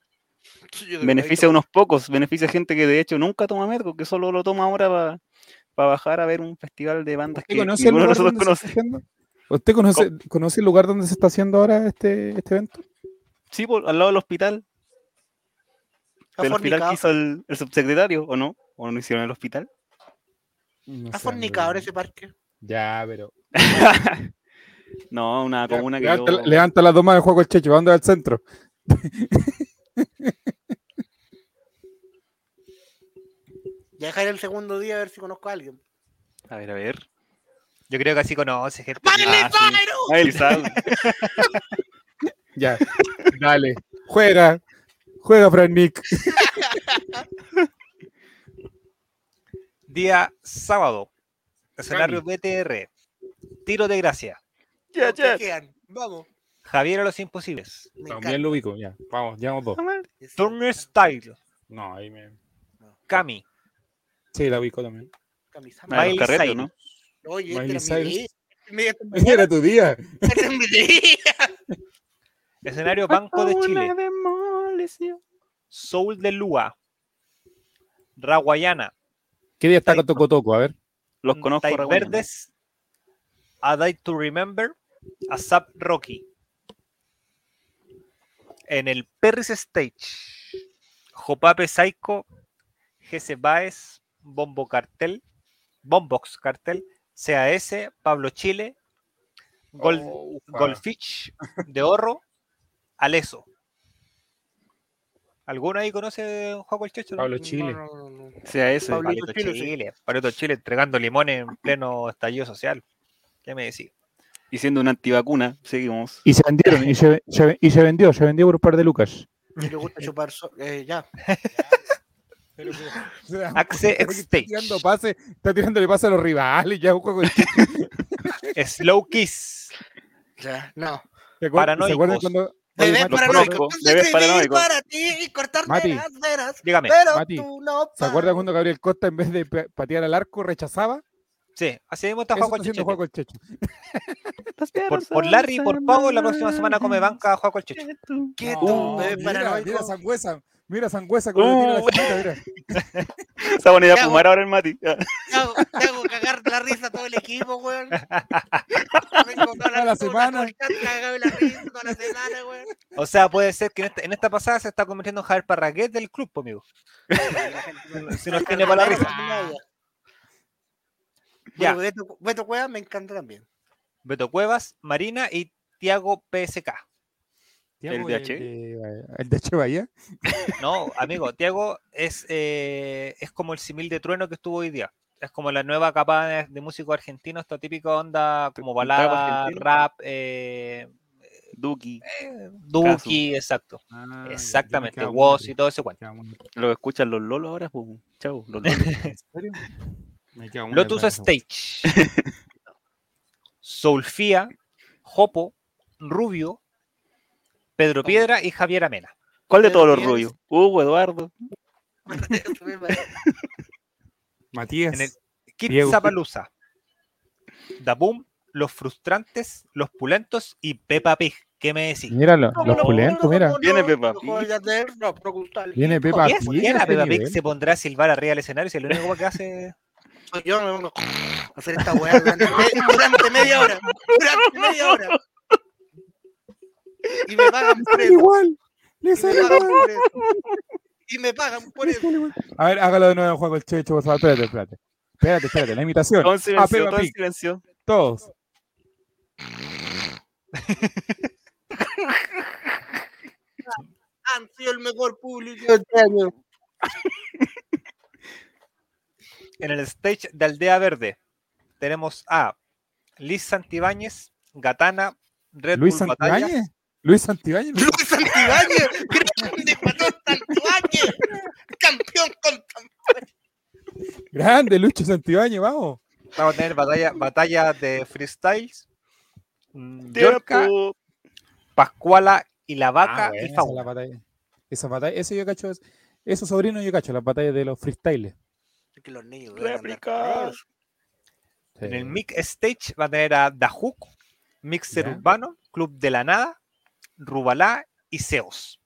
Speaker 4: Beneficia a unos pocos, beneficia a gente que de hecho nunca toma Metro, que solo lo toma ahora para bajar a ver un festival de bandas que
Speaker 2: ¿Usted conoce el
Speaker 4: ninguno de
Speaker 2: lugar
Speaker 4: nosotros
Speaker 2: donde se está
Speaker 4: conoce.
Speaker 2: haciendo? ¿Usted conoce, conoce el lugar donde se está haciendo ahora este, este evento?
Speaker 4: Sí, por, al lado del hospital.
Speaker 1: Ha
Speaker 4: del hospital
Speaker 1: fornicado.
Speaker 4: que hizo el, el subsecretario, ¿o no? ¿O no hicieron el hospital?
Speaker 2: No
Speaker 1: Ha
Speaker 2: sé,
Speaker 1: fornicado en
Speaker 2: Andrés.
Speaker 1: ese parque.
Speaker 2: Ya, pero.
Speaker 4: no, una comuna que
Speaker 2: levanta,
Speaker 4: yo-
Speaker 2: levanta la toma del juego el Checho, anda al centro.
Speaker 1: Ya dejaré el segundo día a ver si conozco a alguien.
Speaker 4: A ver, a ver.
Speaker 6: Yo creo que así conoce gente.
Speaker 1: ¡Vale,
Speaker 4: Ah, sí. Ay, el sábado.
Speaker 2: Ya, <laughs> dale. Juega, juega, Frank Nick.
Speaker 6: Día sábado. Escenario BTR. Tiro de gracia.
Speaker 4: Ya, ya.
Speaker 1: quedan? Vamos.
Speaker 6: Javier a los imposibles.
Speaker 1: Me
Speaker 5: También lo ubico, ya. Vamos, llevamos dos.
Speaker 1: encanta.
Speaker 6: Turner Style.
Speaker 5: No, ahí me.
Speaker 6: Cami.
Speaker 2: Sí, la ubico
Speaker 6: <laughs>
Speaker 2: también.
Speaker 1: Camisa-
Speaker 4: Ah, los
Speaker 6: Miley
Speaker 4: carretes,
Speaker 6: Cyrus.
Speaker 4: ¿no?
Speaker 1: Oye,
Speaker 2: Miley
Speaker 1: este era mi
Speaker 2: Cyrus.
Speaker 1: día. Este
Speaker 2: Era tu día.
Speaker 1: era mi día. <laughs>
Speaker 6: Escenario Banco de Chile. Soul de Lua. Raguayana.
Speaker 2: ¿Qué día está con Toco Toco? A ver.
Speaker 4: Los
Speaker 1: Mm,
Speaker 4: conozco.
Speaker 6: Tai
Speaker 4: Raguayana.
Speaker 6: Mm, Verdes. A Day to Remember. Asap Rocky. En el Perris Stage. Jopape Psycho. GC Baez. Bombo Cartel. Bombox Cartel. CAS. Pablo Chile. Gol-
Speaker 5: Ufa.
Speaker 6: Golfich. De Horro. Aleso. ¿Alguno ahí conoce a Juan el Checho? no?
Speaker 5: Pablo Chile.
Speaker 1: No, no, no, no.
Speaker 4: Sea ese.
Speaker 1: Pablo-
Speaker 6: Pablito
Speaker 1: Pablito
Speaker 6: Chile,
Speaker 1: Chile, sí.
Speaker 6: Pablito Chile entregando limones en pleno estallido social. ¿Qué me decís?
Speaker 4: Y siendo una antivacuna,
Speaker 1: <laughs>
Speaker 4: seguimos.
Speaker 2: Y se vendieron, y se, se- y se vendió, se vendió por un par de lucas.
Speaker 1: Le gusta chupar. so- eh, ya.
Speaker 2: <laughs>
Speaker 6: Axe
Speaker 2: Está
Speaker 6: Stage.
Speaker 2: tirando pase, está tirándole pase a los rivales. Ya un juego de
Speaker 6: Slow Kiss.
Speaker 1: Ya. No.
Speaker 2: ¿Se acuerdan, ¿se acuerdan
Speaker 6: Paranoicos.
Speaker 2: cuando.? oye,
Speaker 1: Bebés
Speaker 2: Mati,
Speaker 1: paranoico.
Speaker 4: conozco,
Speaker 1: Ponte
Speaker 4: bebés
Speaker 1: a escribir
Speaker 4: paranoico.
Speaker 1: Para ti y cortarme
Speaker 2: Mati.
Speaker 1: las venas.
Speaker 6: Dígame.
Speaker 1: Pero
Speaker 2: Mati,
Speaker 1: tú no
Speaker 2: ¿Se acuerdan
Speaker 1: paras.
Speaker 2: cuando Gabriel Costa en vez de pa- patear al arco rechazaba?
Speaker 6: Sí, así mismo está
Speaker 2: Eso está
Speaker 6: Juaco el
Speaker 2: haciendo
Speaker 6: Checho.
Speaker 2: juego el Checho.
Speaker 6: Por, por Larry y por Pavo, la próxima semana come banca Juaco el Checho.
Speaker 1: Quieto,
Speaker 2: No,
Speaker 6: Eh,
Speaker 1: bebé
Speaker 2: mira,
Speaker 1: paranoico.
Speaker 2: mira Sangüesa, mira Sangüesa con le tira la
Speaker 4: Uh.
Speaker 2: chilena, mira.
Speaker 4: Se va a poner
Speaker 1: Ya,
Speaker 4: a fumar ahora el Mati.
Speaker 1: Te hago, te hago cagar la risa a todo el
Speaker 2: <laughs>
Speaker 1: equipo, weón. Vengo
Speaker 2: Toda la semana.
Speaker 1: Cagado la risa toda la semana, weón.
Speaker 6: O sea, puede ser que en esta, en esta pasada se está convirtiendo en Javier Parraguet del club, pues, amigo. Si nos tiene para la risa.
Speaker 2: <laughs>
Speaker 6: Ya.
Speaker 1: Ya. Beto, Beto Cueva me encanta también.
Speaker 6: Beto Cuevas, Marina y Tiago PSK.
Speaker 4: ¿El
Speaker 2: Tiago,
Speaker 4: de H?
Speaker 2: de- El de H
Speaker 6: Ah,
Speaker 2: Bahía.
Speaker 6: No, amigo, Tiago es, eh, es como el simil de trueno que estuvo hoy día. Es como la nueva capa de, de músicos argentinos, esta típica onda como
Speaker 4: trap
Speaker 6: balada,
Speaker 4: argentino?
Speaker 6: rap, eh,
Speaker 4: Duki.
Speaker 6: eh, Duki, exacto.
Speaker 4: Ah,
Speaker 6: Exactamente, Woz y todo ese cuento.
Speaker 4: Lo que escuchan los lolos ahora, pues. Chau,
Speaker 1: <laughs>
Speaker 4: los lolos.
Speaker 6: Lotus Stage, Solfía, Jopo, Rubio,
Speaker 4: Oh.
Speaker 6: Pedro Piedra y Javier Amena.
Speaker 4: ¿Cuál de todos los
Speaker 1: Pero
Speaker 4: rubios?
Speaker 1: <laughs>
Speaker 4: Hugo, Eduardo.
Speaker 5: Matías.
Speaker 6: En el Kid
Speaker 2: Diego.
Speaker 6: Zapalooza, Daboom, Los Frustrantes, Los Pulentos y Peppa Pig. ¿Qué me decís?
Speaker 2: Míralo, los pulentos, mira.
Speaker 4: Viene Peppa Pig.
Speaker 2: Viene Peppa
Speaker 6: ¿Quién,
Speaker 2: Pig,
Speaker 6: quién a
Speaker 2: ese
Speaker 6: Peppa Pig
Speaker 2: nivel.
Speaker 6: se pondrá a silbar arriba del escenario si es lo único que hace?
Speaker 1: Yo me vengo <laughs> a hacer esta weá durante, me- durante media hora. Durante media hora. Y me pagan por eso.
Speaker 2: Igual. le
Speaker 1: Y me
Speaker 2: sale
Speaker 1: pagan
Speaker 2: igual.
Speaker 1: por eso. Y me pagan por eso.
Speaker 2: A ver, hágalo de nuevo el juego el Checho, por favor. Espérate, espérate. Espérate, espérate, la
Speaker 1: Ah,
Speaker 2: imitación.
Speaker 4: Todo en
Speaker 2: A
Speaker 4: silencio,
Speaker 2: Peppa
Speaker 4: todo en
Speaker 2: Pig,
Speaker 4: silencio.
Speaker 2: todos.
Speaker 1: Han sido Ah, el mejor público de este año.
Speaker 6: En el stage de Aldea Verde tenemos a Liz Santibáñez, Gatana, Red
Speaker 2: Luis
Speaker 6: Bull Batalla,
Speaker 2: Santibáñez. Luis Santibáñez.
Speaker 1: Luis Santibáñez, grande patón Santibáñez, campeón con
Speaker 2: Grande, Lucho Santibáñez, vamos.
Speaker 6: Vamos a tener batalla, batalla de freestyles. mm, Yorka,
Speaker 4: Tiempo.
Speaker 6: Pascuala y la vaca y
Speaker 2: esa, es la
Speaker 6: Fauna.
Speaker 2: batalla. Esa batalla, eso yo cacho, es- eso sobrino yo cacho, las batallas de los freestyles.
Speaker 1: Que los niños.
Speaker 4: Réplica.
Speaker 6: En el Mix Stage va a tener a Dajuk, Mixer
Speaker 2: Ya.
Speaker 6: Urbano, Club de la Nada, Rubalá y Zeus.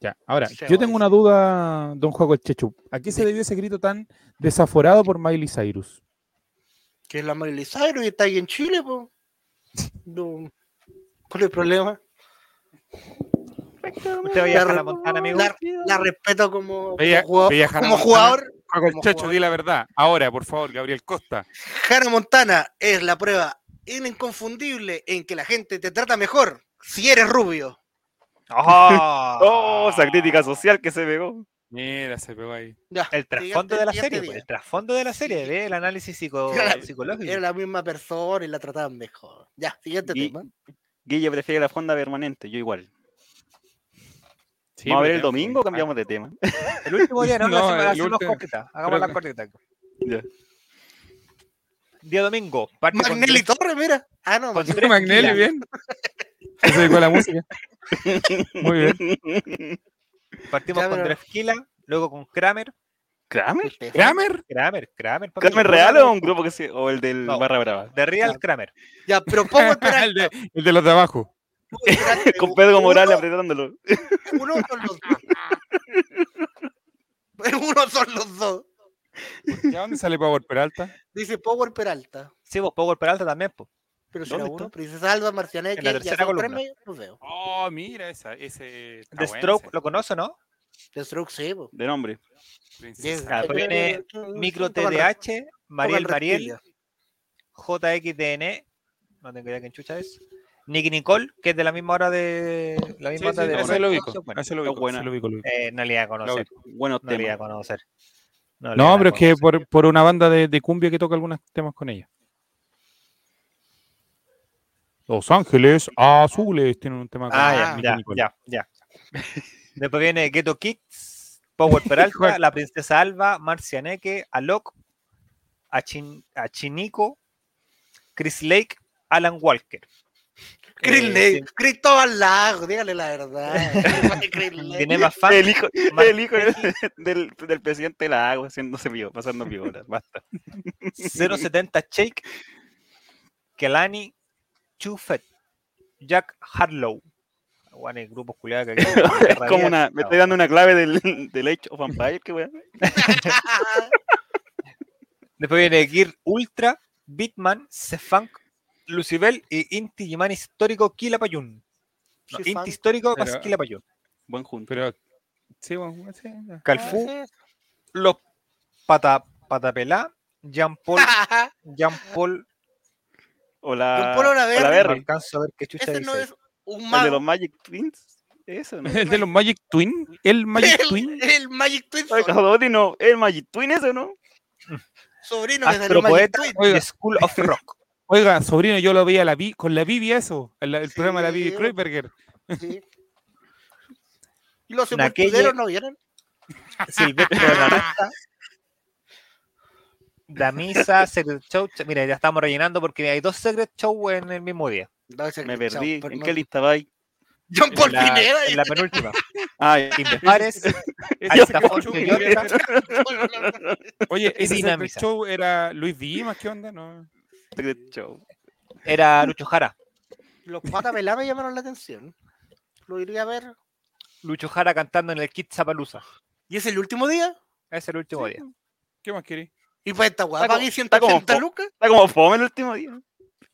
Speaker 7: Ya, ahora,
Speaker 6: Se
Speaker 7: yo
Speaker 6: va,
Speaker 7: tengo
Speaker 6: dice.
Speaker 7: una duda, don Juaco el Chechu. ¿A qué se debió ese grito tan desaforado por Miley Cyrus?
Speaker 1: Que es la Miley Cyrus y está ahí en Chile, po. No. ¿Cuál es el problema?
Speaker 6: Usted vaya a la Montana, amigo.
Speaker 1: La, la respeto como, como
Speaker 2: Veía-
Speaker 1: jugador.
Speaker 2: veía Hannah
Speaker 1: como
Speaker 2: Montana.
Speaker 1: jugador
Speaker 2: Juaco el
Speaker 1: Como
Speaker 2: Checho,
Speaker 1: jugador.
Speaker 2: di la verdad. Ahora, por favor, Gabriel Costa.
Speaker 1: Hannah Montana es la prueba inconfundible en que la gente te trata mejor si eres rubio.
Speaker 6: ¡Ah!
Speaker 4: ¡Oh! Esa crítica social que se pegó.
Speaker 2: Mira, se pegó ahí.
Speaker 1: Ya,
Speaker 6: El
Speaker 1: siguiente-
Speaker 6: trasfondo de la
Speaker 1: siguiente
Speaker 6: serie, Mm.
Speaker 1: día.
Speaker 6: pues, el trasfondo de la serie, ve el análisis
Speaker 2: <laughs>
Speaker 6: psico-
Speaker 1: Claro,
Speaker 6: psicológico.
Speaker 1: Era la misma persona y la trataban mejor. Ya, siguiente
Speaker 4: Y-
Speaker 1: tema.
Speaker 4: Guille prefiere la fonda permanente, yo igual.
Speaker 2: Sí, Ah.
Speaker 4: Vamos
Speaker 2: pero
Speaker 4: a ver el
Speaker 2: tenemos que
Speaker 4: domingo o
Speaker 2: comentar.
Speaker 4: cambiamos de tema. <laughs>
Speaker 6: El último día,
Speaker 2: <laughs>
Speaker 6: no,
Speaker 2: No,
Speaker 6: no,
Speaker 2: el
Speaker 6: hacemos
Speaker 2: último.
Speaker 6: cortitas, hagamos
Speaker 2: Creo
Speaker 6: las
Speaker 2: que-
Speaker 6: cortitas.
Speaker 4: Ya.
Speaker 6: Día domingo, parte con
Speaker 1: Magnelli
Speaker 6: tres-
Speaker 1: Torres, mira. Ah, no,
Speaker 6: con
Speaker 1: Magnelli-
Speaker 6: tres
Speaker 2: Magnelli,
Speaker 6: tequilas,
Speaker 2: bien. Se dedicó a la música.
Speaker 4: <laughs>
Speaker 2: Muy bien.
Speaker 6: Partimos
Speaker 1: Ya,
Speaker 6: con
Speaker 1: pero-
Speaker 6: Drefkila, luego con Kramer.
Speaker 4: ¿Kramer?
Speaker 1: Ustedes-
Speaker 2: ¿Kramer?
Speaker 6: Kramer, Kramer. papi,
Speaker 4: ¿Kramer
Speaker 6: el
Speaker 4: real
Speaker 6: Kramer,
Speaker 4: o un grupo que se... o el del
Speaker 6: No.
Speaker 4: Barra Brava?
Speaker 6: De Real Kramer.
Speaker 1: Ya, pero Power Peralta.
Speaker 6: <laughs>
Speaker 2: el, de, el de los de abajo.
Speaker 1: Power Peralta,
Speaker 4: Con Pedro
Speaker 1: uno-
Speaker 4: Morales apretándolo.
Speaker 1: Uno son los
Speaker 6: <laughs>
Speaker 1: dos. Uno son los dos.
Speaker 2: ¿Y a dónde sale Power Peralta?
Speaker 1: Dice Power Peralta.
Speaker 6: Sí, pues Power Peralta también, pues.
Speaker 1: Pero si era
Speaker 4: ¿Dónde
Speaker 1: uno,
Speaker 4: está?
Speaker 1: Princesa Alba, Marcianet,
Speaker 6: En la
Speaker 1: ya- ya
Speaker 6: tercera
Speaker 1: son tres
Speaker 6: columna.
Speaker 1: medios, no veo.
Speaker 2: Oh, mira, esa, ese. está
Speaker 6: The
Speaker 2: bueno
Speaker 6: Stroke,
Speaker 2: ese.
Speaker 6: ¿lo conoce o no?
Speaker 1: The Strokes, sí, pues. po.
Speaker 4: De nombre.
Speaker 2: Princesa.
Speaker 6: Ah, pues viene Micro TDH, Mariel Mariel, JXDN, no tengo idea quién chucha es. Nicky Nicole, que es de la misma hora de. La
Speaker 2: Sí,
Speaker 6: misma hora
Speaker 2: sí,
Speaker 6: de.
Speaker 2: ese lo ubico.
Speaker 6: Bueno,
Speaker 2: ese lo
Speaker 4: está
Speaker 2: ubico,
Speaker 4: buena.
Speaker 2: ese lo ubico, lo ubico.
Speaker 6: eh, no le iba a conocer.
Speaker 4: Buenos
Speaker 6: No le iba a
Speaker 4: temas.
Speaker 6: conocer. le iba
Speaker 7: No,
Speaker 6: a
Speaker 7: pero es que
Speaker 6: conocer.
Speaker 7: por, por una banda de, de cumbia que toca algunos temas con ella. Los Ángeles Azules tienen un tema con
Speaker 6: Ah,
Speaker 1: Ah,
Speaker 7: Nicki
Speaker 6: ya,
Speaker 7: Nicole.
Speaker 6: ya, ya, ya. <laughs> Después viene Ghetto Kids,
Speaker 4: <laughs>
Speaker 6: Power Peralta, La Princesa Alba, Marcianeque, Alok, Achin- Achinico, Chris Lake, Alan Walker.
Speaker 1: Chris
Speaker 6: Eh,
Speaker 1: Lake, Cristóbal Lago, dígale la verdad. Chris
Speaker 6: Din-
Speaker 1: Lake.
Speaker 6: Dinema Fan,
Speaker 4: El hijo,
Speaker 6: Mar-
Speaker 4: el hijo del- <laughs> del, del presidente la hago haciéndose vivo, pasando viola.
Speaker 6: <laughs>
Speaker 4: Basta.
Speaker 6: 070 Shake, Kelani, Chufet, Jack Harlow. Bueno, el grupo
Speaker 4: <laughs>
Speaker 6: culiado que
Speaker 4: Es como una. Me estoy dando una clave del, del Age of Empire, que weá.
Speaker 1: <laughs>
Speaker 6: Después viene Gear Ultra, Bitman, Cefunk, Lucibel y Inti Yimán Histórico Quilapayún. No,
Speaker 1: Sí, fan.
Speaker 6: Inti Histórico más
Speaker 2: Pero-
Speaker 6: Quilapayún.
Speaker 4: Buen junto.
Speaker 2: Pero. Sí, bueno, Ah, sí, ya.
Speaker 6: Calfú, Los Pata, Patapelá, Jean
Speaker 1: <laughs>
Speaker 6: Paul, Jean Paul,
Speaker 4: O la.
Speaker 1: Don Polo
Speaker 4: o la
Speaker 1: Olaverri.
Speaker 6: no
Speaker 4: Berry.
Speaker 6: alcanzo a ver qué chucha
Speaker 1: Ese no
Speaker 6: dice.
Speaker 1: es un
Speaker 4: El de
Speaker 1: mago.
Speaker 4: los Magic Twins. Eso,
Speaker 7: <laughs>
Speaker 4: ¿no?
Speaker 7: ¿Es <laughs> de los Magic Twin? ¿El Magic Twin?
Speaker 1: <laughs> El, el Magic Twin,
Speaker 4: Ay,
Speaker 1: so-
Speaker 4: Cajodori, no. El Magic Twin, eso, ¿no?
Speaker 1: sobrino de Daniel Magic
Speaker 6: Astropoeta
Speaker 1: Twin.
Speaker 7: Oiga.
Speaker 6: de School of Rock. <laughs>
Speaker 7: Oiga, sobrino, yo lo veía la Vi- con la Bibi eso, el, el programa de la Bibi
Speaker 1: Sí.
Speaker 7: Kreuzberger.
Speaker 1: Sí. ¿Y los
Speaker 6: Naquelle.
Speaker 1: sepultureros no vieron?
Speaker 6: Silvestre de la Rasta. La misa, Secret Show. ch- Mira, ya estamos rellenando porque hay dos Secret Show en el mismo día.
Speaker 1: No, ese-
Speaker 4: <laughs> Me
Speaker 1: chao,
Speaker 4: perdí.
Speaker 1: por-
Speaker 4: ¿En
Speaker 1: no.
Speaker 4: qué lista vais?
Speaker 1: <laughs> John Paul
Speaker 6: En la,
Speaker 1: Pineda.
Speaker 6: en la penúltima.
Speaker 4: Ay,
Speaker 6: Indepares,
Speaker 2: Ese es el
Speaker 6: Altafón
Speaker 2: show
Speaker 6: de
Speaker 2: que
Speaker 6: York.
Speaker 2: quería- Oye,
Speaker 6: Es
Speaker 7: ese Secret
Speaker 6: dinamita.
Speaker 7: show era Luis Dimas, ¿qué onda? No.
Speaker 4: <laughs> Secret Show.
Speaker 6: era Lucho Jara.
Speaker 1: Los patapelá me llamaron la atención. Lo iría a ver.
Speaker 6: Lucho Jara cantando en el Kit Zapalooza.
Speaker 1: ¿Y es el último día?
Speaker 6: Es el último día.
Speaker 2: ¿Qué más querí?
Speaker 1: Y pues esta
Speaker 4: Está
Speaker 1: guapa
Speaker 4: como-
Speaker 1: aquí
Speaker 4: está como
Speaker 1: 180
Speaker 4: po-
Speaker 1: lucas.
Speaker 4: Está como fome el último día.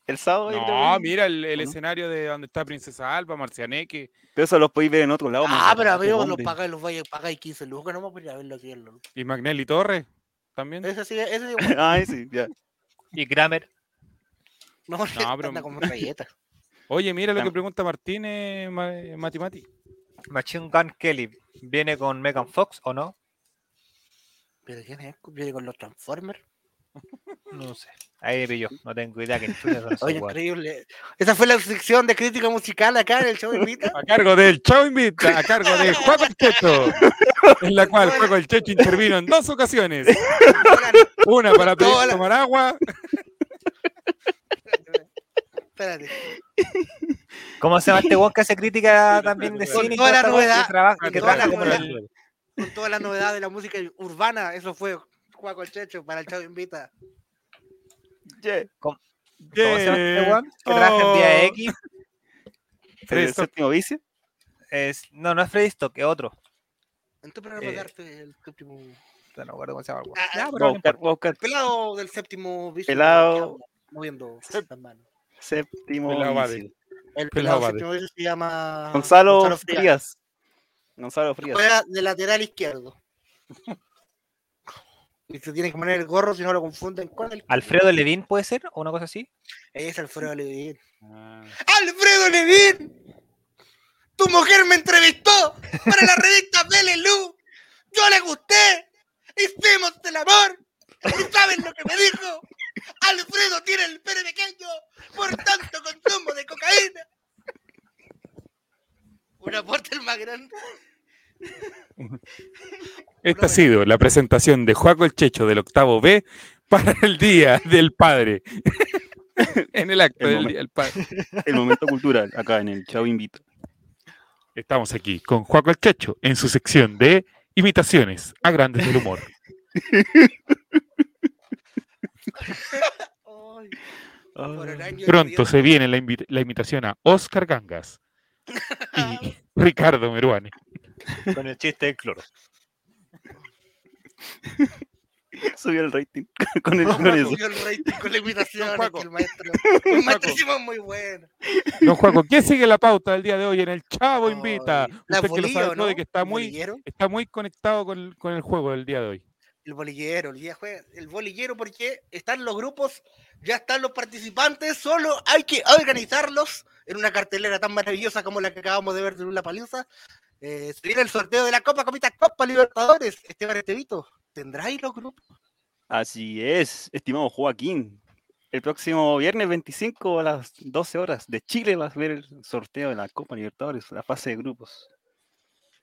Speaker 4: El sábado. yo creo
Speaker 2: No,
Speaker 4: que-
Speaker 2: mira el, el
Speaker 4: ¿O no?
Speaker 2: escenario de donde está Princesa Alba, Marcianeque.
Speaker 4: Pero eso los podéis ver en otro lado.
Speaker 1: Ah, pero
Speaker 4: amigo,
Speaker 1: amigos, los pagáis, los vaya- pagáis 15 lucas, no vamos a ir a verlo aquí. en LOL.
Speaker 2: Y Magnelli Torres también.
Speaker 1: Ese sí, ese sí.
Speaker 4: <laughs> Ay, sí,
Speaker 1: <laughs>
Speaker 4: ya.
Speaker 6: Y Kramer.
Speaker 1: <coughs> No, no
Speaker 2: pero-
Speaker 1: <laughs> anda como rayeta.
Speaker 2: Oye, mira lo que
Speaker 4: Tam-
Speaker 2: pregunta Martínez eh, Matimati.
Speaker 6: Machine Gun Kelly. ¿Viene con Megan Fox o no?
Speaker 1: Pero ¿quién es? Viene con los Transformers.
Speaker 6: No sé. Ahí me pilló. No tengo idea que son esos
Speaker 1: Oye,
Speaker 6: weones.
Speaker 1: increíble. Esa fue la sección de crítica musical acá en el show de Vita.
Speaker 2: A cargo del Chao Invita, a cargo de Juaco el Checho, <laughs> en la cual Juaco el Checho intervino en dos ocasiones. Una para pedir
Speaker 1: Toda la-
Speaker 2: tomar agua.
Speaker 1: Espérate.
Speaker 6: ¿Cómo se llama este weón que
Speaker 1: <laughs>
Speaker 6: hace crítica también de
Speaker 2: Con
Speaker 6: cine? y
Speaker 1: toda la
Speaker 6: esta weá?
Speaker 1: novedad,
Speaker 6: Que trabaja-
Speaker 1: con
Speaker 6: que
Speaker 1: toda la
Speaker 6: trabaja como
Speaker 1: novedad.
Speaker 6: el-
Speaker 1: Con toda la novedad de la música urbana, eso fue Juaco Checho para el show de Invita.
Speaker 4: Yeah.
Speaker 6: ¿Cómo se llama este
Speaker 2: Yeah.
Speaker 6: weón? Que trabaja en Vía
Speaker 2: Oh.
Speaker 6: X.
Speaker 4: ¿El
Speaker 2: Fresto.
Speaker 4: séptimo vicio?
Speaker 6: Es- no, no es Freddy Stock, es otro.
Speaker 1: En tu programa de
Speaker 3: Eh,
Speaker 1: arte, el séptimo.
Speaker 3: No me acuerdo cómo se llama el weón.
Speaker 1: Ah,
Speaker 3: Ya,
Speaker 4: Voy a
Speaker 3: pero no
Speaker 4: buscar, voy a buscar
Speaker 1: el pelado del séptimo vicio.
Speaker 4: Pelado.
Speaker 1: que anda Moviendo las manos.
Speaker 4: séptimo.
Speaker 2: Pelao Abade.
Speaker 4: vicio.
Speaker 2: Pelado
Speaker 1: El pelado
Speaker 2: Abade.
Speaker 1: del séptimo vicio se llama.
Speaker 4: Gonzalo,
Speaker 1: Frías.
Speaker 4: Frías. Gonzalo Frías.
Speaker 1: Juega de lateral izquierdo. <laughs> Y se tiene que poner el gorro si no lo confunden con el.
Speaker 3: ¿Alfredo Levin puede ser? ¿O una cosa así?
Speaker 1: Es Alfredo Levin.
Speaker 5: Ah,
Speaker 1: ¡Alfredo Levin! ¡Tu mujer me entrevistó para la revista Belelú! ¡Yo le gusté! ¡Hicimos el amor! ¿Y saben lo que me dijo? ¡Alfredo tiene el pene pequeño por tanto consumo de cocaína! Un aporte el más grande.
Speaker 2: Esta ha sido la presentación de Juaco el Checho del octavo B para el Día del Padre. <laughs> en el acto
Speaker 4: El
Speaker 2: del
Speaker 4: momento.
Speaker 2: Día del Padre.
Speaker 4: El momento cultural, acá en el Chavo Invito.
Speaker 2: Estamos aquí con Juaco el Checho en su sección de imitaciones a grandes del <laughs> humor. Pronto se viene la, invi- la invitación a Oscar Gangas <laughs> y Ricardo Meruane.
Speaker 3: Con el chiste del cloro.
Speaker 4: Ah, Subió el rating <laughs>
Speaker 1: <laughs>
Speaker 4: con, el, con eso.
Speaker 1: Subió el rating con la imitación,
Speaker 2: Don
Speaker 1: es
Speaker 2: Juaco.
Speaker 1: que el maestro, el maestrísimo es muy bueno.
Speaker 2: Don Juaco, ¿quién sigue la pauta del día de hoy en el Chavo Ah, Invita?
Speaker 1: Ay, la
Speaker 2: Usted que lo
Speaker 1: bolillo,
Speaker 2: sabe todo y
Speaker 1: ¿no?
Speaker 2: que está
Speaker 1: ¿El
Speaker 2: muy,
Speaker 1: bolillero?
Speaker 2: está muy conectado con, el- con el juego del día de hoy.
Speaker 1: El bolillero, el día jueves, el bolillero porque están los grupos, ya están los participantes, solo hay que organizarlos en una cartelera tan maravillosa como la que acabamos de ver de La Paliza. Eh, se viene el sorteo de la Copa Copita Copa Libertadores. Esteban Estevito, ¿tendrá ahí los grupos?
Speaker 4: Así es, estimado Joaquín. El próximo viernes 25 a las 12 horas de Chile vas a ver el sorteo de la Copa Libertadores, la fase de grupos.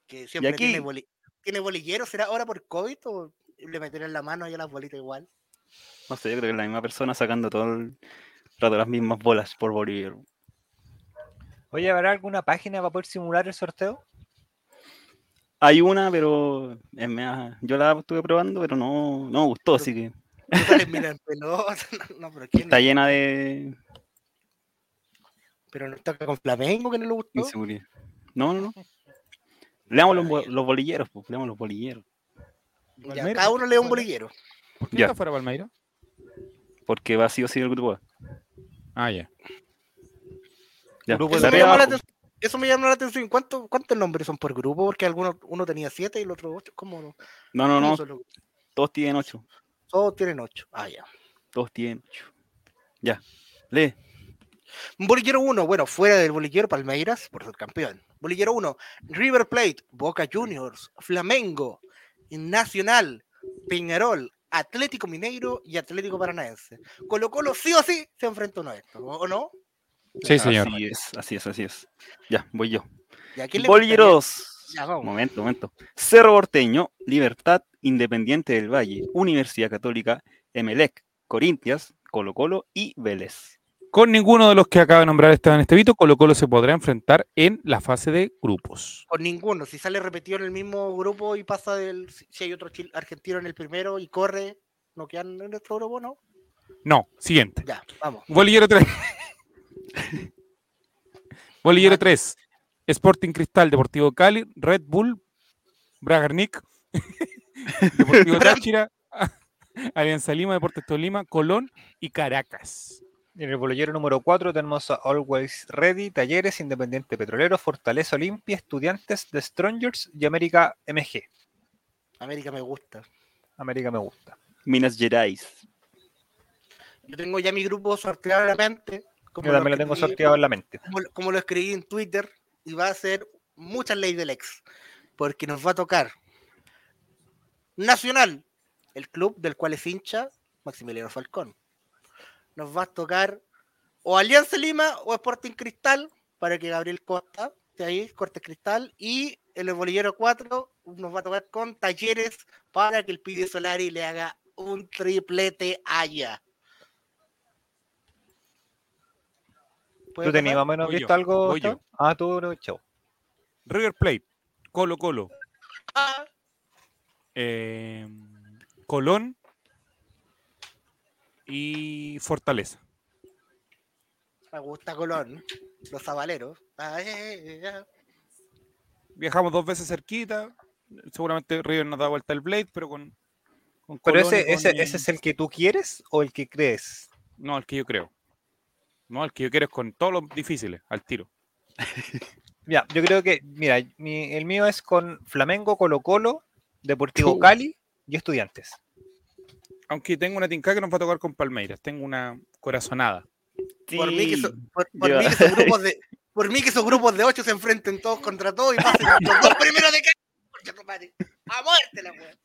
Speaker 1: Que siempre
Speaker 4: aquí-
Speaker 1: tiene, boli- tiene bolillero, ¿será ahora por COVID o le meterán la mano ahí a las bolitas igual?
Speaker 4: No sé, yo creo que la misma persona sacando todo el rato las mismas bolas por Bolívar.
Speaker 3: Oye, ¿habrá alguna página para poder simular el sorteo?
Speaker 4: Hay una, pero es mea- yo la estuve probando, pero no, no me gustó, así que
Speaker 1: No salen mirar pelota, <laughs> no, pero ¿quién?
Speaker 4: está llena de
Speaker 1: Pero nos toca con Flamengo que no le gustó.
Speaker 4: inseguridad. No, <laughs> no, no. Leamos los, bo- los bolilleros, pues, leamos los bolilleros.
Speaker 1: Ya, cada uno lee un bolillero.
Speaker 2: ¿Por qué
Speaker 4: Ya.
Speaker 2: está fuera Palmeira?
Speaker 4: Porque va sí o sí el grupo A.
Speaker 2: Ah, ya.
Speaker 4: Ya,
Speaker 3: Grupo
Speaker 1: Eso
Speaker 3: de
Speaker 4: tarea
Speaker 1: me, llamó la
Speaker 4: abajo.
Speaker 1: aten- eso me llamó la atención. ¿Cuánto- ¿Cuántos nombres son por grupo? Porque algunos, uno tenía siete y el otro ocho. ¿Cómo no?
Speaker 4: no, no,
Speaker 1: ¿Cómo
Speaker 4: no,
Speaker 1: son los-
Speaker 4: todos tienen ocho.
Speaker 1: Todos tienen ocho. Ah, ya.
Speaker 4: Todos tienen ocho. Ya, lee.
Speaker 1: Bolillero 1, bueno, fuera del bolillero Palmeiras, por ser campeón. Bolillero 1, River Plate, Boca Juniors, Flamengo, Nacional, Peñarol, Atlético Mineiro y Atlético Paranaense. Colo Colo sí o sí se enfrenta uno a esto, ¿o o no?
Speaker 2: Sí, señor.
Speaker 4: Así es, así es, así es. Ya, voy yo.
Speaker 1: ¿Y a quién le
Speaker 4: Bolillero
Speaker 1: gustaría-
Speaker 4: 2.
Speaker 1: Ya, vamos.
Speaker 4: Momento, momento. Cerro Porteño, Libertad, Independiente del Valle, Universidad Católica, Emelec, Corintias, Colo Colo y Vélez.
Speaker 2: Con ninguno de los que acaba de nombrar Esteban Estevito, Colo Colo se podrá enfrentar en la fase de grupos.
Speaker 1: Con ninguno. Si sale repetido en el mismo grupo y pasa del. Si si hay otro chil- argentino en el primero y corre, no quedan en nuestro grupo, ¿no?
Speaker 2: No, siguiente.
Speaker 1: Ya, vamos.
Speaker 2: Bolillero <laughs> 3. Bolillero
Speaker 1: Mal.
Speaker 2: 3. Sporting Cristal, Deportivo Cali, Red Bull, Bragarnik, <laughs> Deportivo Táchira, <laughs> Alianza Lima, Deportes Tolima, Colón y Caracas.
Speaker 3: En el bolillero número 4 tenemos a Always Ready, Talleres, Independiente Petrolero, Fortaleza Olimpia, Estudiantes, The Strongers y América MG.
Speaker 1: América me gusta.
Speaker 3: América me gusta.
Speaker 4: Minas Gerais.
Speaker 1: Yo tengo ya mi grupo sorteado en la mente. Como
Speaker 3: Yo también lo tengo
Speaker 1: escribí-
Speaker 3: sorteado en la mente.
Speaker 1: Como, lo- como lo escribí en Twitter, y va a ser muchas leyes del ex. Porque nos va a tocar Nacional, el club del cual es hincha Maximiliano Falcón. Nos va a tocar o Alianza Lima o Sporting Cristal para que Gabriel Costa esté ahí, corte cristal. Y en el bolillero 4 nos va a tocar con Talleres para que el Pide Solari le haga un triplete allá.
Speaker 3: ¿Tú tenías más o menos
Speaker 2: Voy
Speaker 3: visto
Speaker 2: yo,
Speaker 3: algo?
Speaker 2: voy yo.
Speaker 3: Gustavo? Ah, tú no, chao.
Speaker 2: River Plate, Colo Colo, eh, Colón y Fortaleza.
Speaker 1: Me gusta Colón, Ah, eh, los zabaleros. Ay, ay, ay, ay.
Speaker 2: Viajamos dos veces cerquita, Seguramente River nos da vuelta el Blade, pero con. con
Speaker 3: Pero
Speaker 2: Colón y
Speaker 3: ese,
Speaker 2: con-
Speaker 3: ese, ese es el que tú quieres o el que crees.
Speaker 2: No, el que yo creo. No, el que yo quiero es con todos los difíciles, al tiro.
Speaker 3: Mira, yo creo que, mira, mi- el mío es con Flamengo, Colo Colo, Deportivo Cali y Estudiantes.
Speaker 2: Aunque tengo una tinca que nos va a tocar con Palmeiras. Tengo una corazonada.
Speaker 1: Por mí que so- por- por
Speaker 4: Yo- <laughs>
Speaker 1: mí que esos grupos de. Por mí que esos grupos de ocho se enfrenten todos contra todos y pasen los
Speaker 4: <laughs>
Speaker 1: dos primeros de cada. concha tu madre. A muerte la wea.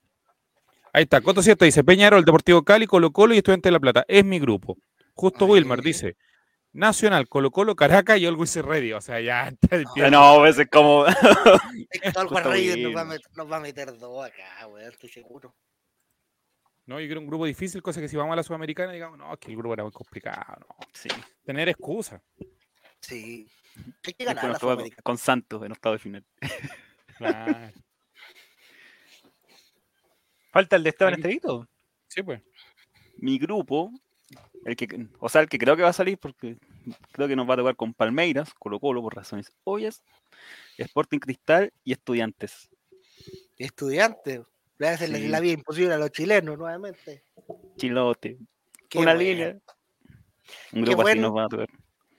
Speaker 2: Ahí está, Coto Cierto dice Peñarol, Deportivo Cali, Colo Colo y Estudiantes de La Plata. Es mi grupo. Justo
Speaker 1: Ay.
Speaker 2: Wilmar dice Nacional, Colo Colo, Caracas y Olgo Ready. O sea, ya <laughs> está el pie.
Speaker 4: Ah, No, a veces como. <laughs>
Speaker 1: Es que todo el
Speaker 4: Puta
Speaker 1: Juan Reyes nos
Speaker 4: Wilma.
Speaker 1: va, a meter, nos va a meter dos acá, weón, estoy seguro.
Speaker 2: No, yo quiero un grupo difícil, cosa que si vamos a la Sudamericana, digamos, no, es que el grupo era muy complicado. no.
Speaker 4: Sí,
Speaker 2: Tener excusa.
Speaker 1: Sí. Hay que
Speaker 4: es que
Speaker 1: ganar la
Speaker 4: nos toca con,
Speaker 1: Sudamérica.
Speaker 4: con Santos en octavo de final.
Speaker 3: <laughs>
Speaker 2: Claro.
Speaker 3: Falta el de Esteban
Speaker 2: Ahí.
Speaker 3: Estevito.
Speaker 2: Sí, pues.
Speaker 4: Mi grupo, el que, o sea, el que creo que va a salir, porque creo que nos va a tocar con Palmeiras, Colo Colo por razones obvias, Sporting Cristal y Estudiantes.
Speaker 1: Estudiante. Le hacen la-
Speaker 4: Sí.
Speaker 1: la vida imposible a los chilenos nuevamente.
Speaker 4: Chilote,
Speaker 1: Qué
Speaker 4: una
Speaker 1: bueno.
Speaker 4: línea. Un grupo así
Speaker 1: bueno.
Speaker 4: nos va a tocar.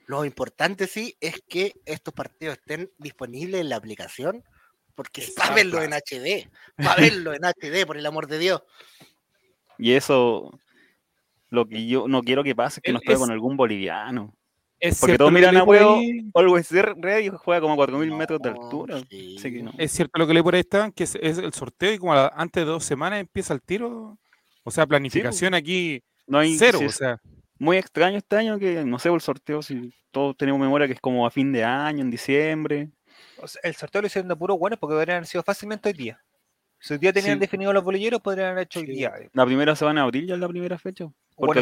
Speaker 1: Lo importante sí es que estos partidos estén disponibles en la aplicación, porque es para verlo en HD,
Speaker 4: <laughs>
Speaker 1: para verlo en HD, por el amor de Dios.
Speaker 4: Y eso, lo que yo no quiero que pase es que
Speaker 2: Es-
Speaker 4: nos toque
Speaker 2: es-
Speaker 4: con algún boliviano.
Speaker 2: Es
Speaker 4: Porque
Speaker 2: cierto
Speaker 4: todos
Speaker 2: lo que
Speaker 4: miran
Speaker 2: leí
Speaker 4: a
Speaker 2: por
Speaker 4: huevo.
Speaker 2: ahí.
Speaker 4: Always Ready juega como a 4.000 metros de
Speaker 1: No,
Speaker 4: altura.
Speaker 1: sí.
Speaker 4: Así que no.
Speaker 2: Es cierto lo que leí por ahí, Esteban, que es, es el sorteo y como a la- antes de dos semanas empieza el tiro. O sea, planificación aquí
Speaker 4: No hay
Speaker 2: cero.
Speaker 4: sí,
Speaker 2: o sea,
Speaker 4: muy extraño este año que no sé por el sorteo si todos tenemos memoria que es como a fin de año, en diciembre.
Speaker 3: O sea, el sorteo lo hicieron de puro buenos porque podrían haber sido fácilmente hoy día. Si hoy día tenían
Speaker 4: Sí.
Speaker 3: definido los bolilleros, podrían haber hecho hoy
Speaker 1: Sí.
Speaker 3: día.
Speaker 4: La primera semana de abril ya es la primera fecha. Porque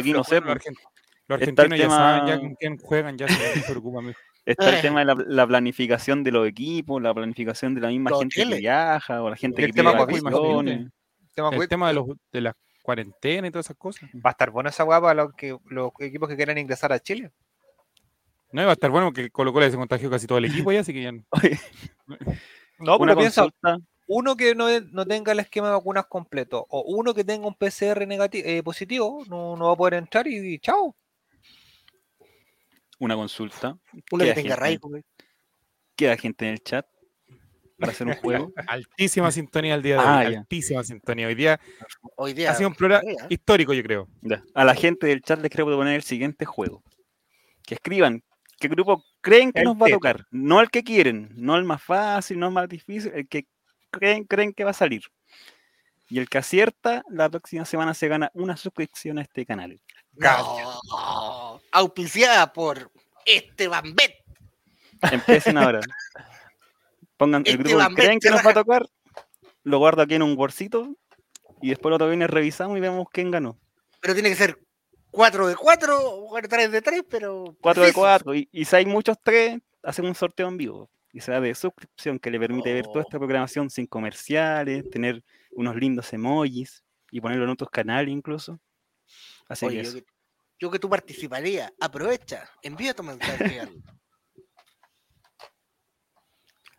Speaker 3: Bueno,
Speaker 4: aquí no sé,
Speaker 2: los
Speaker 4: pues,
Speaker 2: argent- los
Speaker 4: está el
Speaker 2: argentinos ya saben ya
Speaker 4: tema-
Speaker 2: con quién juegan, ya se preocupan.
Speaker 4: está
Speaker 1: Eh.
Speaker 4: el tema de la, la planificación de los equipos, la planificación de la misma
Speaker 1: Los
Speaker 4: gente
Speaker 1: hoteles.
Speaker 4: que viaja o la gente
Speaker 3: Y
Speaker 4: que
Speaker 3: el tema
Speaker 4: pide
Speaker 3: COVID,
Speaker 4: vacaciones.
Speaker 3: Tema
Speaker 2: El
Speaker 3: COVID,
Speaker 2: tema de, los, de las cuarentenas y todas esas cosas.
Speaker 3: Va a estar bueno esa guapa para los, que, los equipos que quieran ingresar a Chile.
Speaker 2: No iba a estar bueno que Colo Colo se contagió casi todo el equipo ya, así que ya no.
Speaker 3: No,
Speaker 4: Una
Speaker 3: pero piensa,
Speaker 4: consulta,
Speaker 3: uno que no, no tenga el esquema de vacunas completo o uno que tenga un PCR negativo, eh, positivo, no, no va a poder entrar y, y chao.
Speaker 4: una consulta.
Speaker 1: Uno
Speaker 4: Qué
Speaker 1: que tenga
Speaker 4: agente.
Speaker 1: arraigo, güey.
Speaker 4: Queda gente en el chat para hacer un juego.
Speaker 2: Altísima sintonía el día de hoy.
Speaker 4: Ah, ya.
Speaker 2: altísima sintonía. Hoy día
Speaker 1: Hoy día.
Speaker 2: ha sido un programa
Speaker 1: hoy día.
Speaker 2: histórico, yo creo.
Speaker 4: Ya, A la gente del chat les quiero poner el siguiente juego. Que escriban qué grupo creen que
Speaker 3: El
Speaker 4: nos va a
Speaker 3: teto.
Speaker 4: tocar. No el que quieren, no el más fácil, no el más difícil, el que creen, creen que va a salir. Y el que acierta, la próxima semana se gana una suscripción a este canal.
Speaker 1: No, auspiciada por este Esteban Bet.
Speaker 4: Empiecen ahora. Pongan el
Speaker 1: Este
Speaker 4: grupo que
Speaker 1: Bambet
Speaker 4: creen que
Speaker 1: se
Speaker 4: nos va a tocar, lo guardo aquí en un bolsito y después lo otro viene revisamos y vemos quién ganó.
Speaker 1: Pero tiene que ser 4 de 4, 3 de 3, pero.
Speaker 4: 4 de
Speaker 1: precisos.
Speaker 4: 4. Y, y si hay muchos 3, hacen un sorteo en vivo. Y será de suscripción que le permite ver toda
Speaker 1: Oh.
Speaker 4: esta programación sin comerciales, tener unos lindos emojis y ponerlo en otros canales incluso. Así
Speaker 1: Oye,
Speaker 4: que
Speaker 1: yo,
Speaker 4: eso.
Speaker 1: que, yo que tú participarías, aprovecha, envía tu mensaje. al-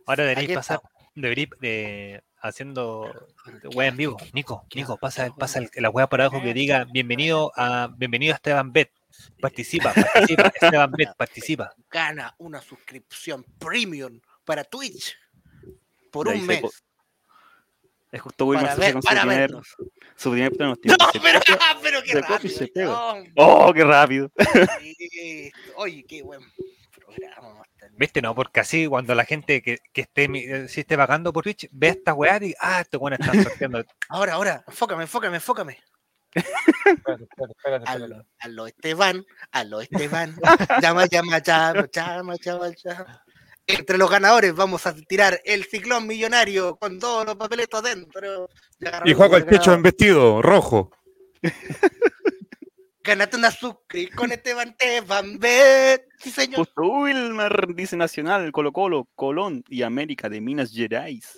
Speaker 3: Ahora
Speaker 1: Aquí
Speaker 3: deberéis
Speaker 1: está.
Speaker 3: pasar, deberéis eh, haciendo web en vivo. Nico, Nico, pasa, pasa el- la web por abajo que diga bienvenido a bienvenido a Esteban Bet. Participa, participa, Esteban Bet, participa.
Speaker 1: Gana una suscripción premium para Twitch por
Speaker 4: Ya
Speaker 1: un
Speaker 4: hice
Speaker 1: mes. <laughs>
Speaker 4: po- Es justo
Speaker 1: Para,
Speaker 4: Wilmar
Speaker 1: ver-
Speaker 4: Sosa con su
Speaker 1: para
Speaker 4: primer,
Speaker 1: vernos.
Speaker 4: su primer plano. tío,
Speaker 1: No,
Speaker 4: se
Speaker 1: pero, ah,
Speaker 4: copia.
Speaker 1: pero qué
Speaker 4: se copia y se
Speaker 1: rápido.
Speaker 4: pega.
Speaker 1: no,
Speaker 4: ¡Oh,
Speaker 1: <laughs>
Speaker 4: qué rápido!
Speaker 1: listo. Oye, qué buen programa. vamos a tener.
Speaker 3: ¿Viste? No, porque así cuando la gente que, que esté, mi- eh, si esté vagando por Twitch ve esta weá y ah, estos weones están <laughs> sorteando.
Speaker 1: Ahora, ahora, enfócame, enfócame, enfócame. A lo, a lo Esteban, a lo
Speaker 4: <laughs>
Speaker 1: Esteban. Llama, llama, llama, llama, llama, llama. Entre los ganadores vamos a tirar el ciclón millonario con todos los papeletos dentro.
Speaker 2: Y juega con el pecho en vestido rojo.
Speaker 1: Ganate una Sucre con Esteban Esteban Bet. Sí, señor.
Speaker 4: Justo Wilmar dice Nacional, Colo Colo, Colón y América de Minas Gerais.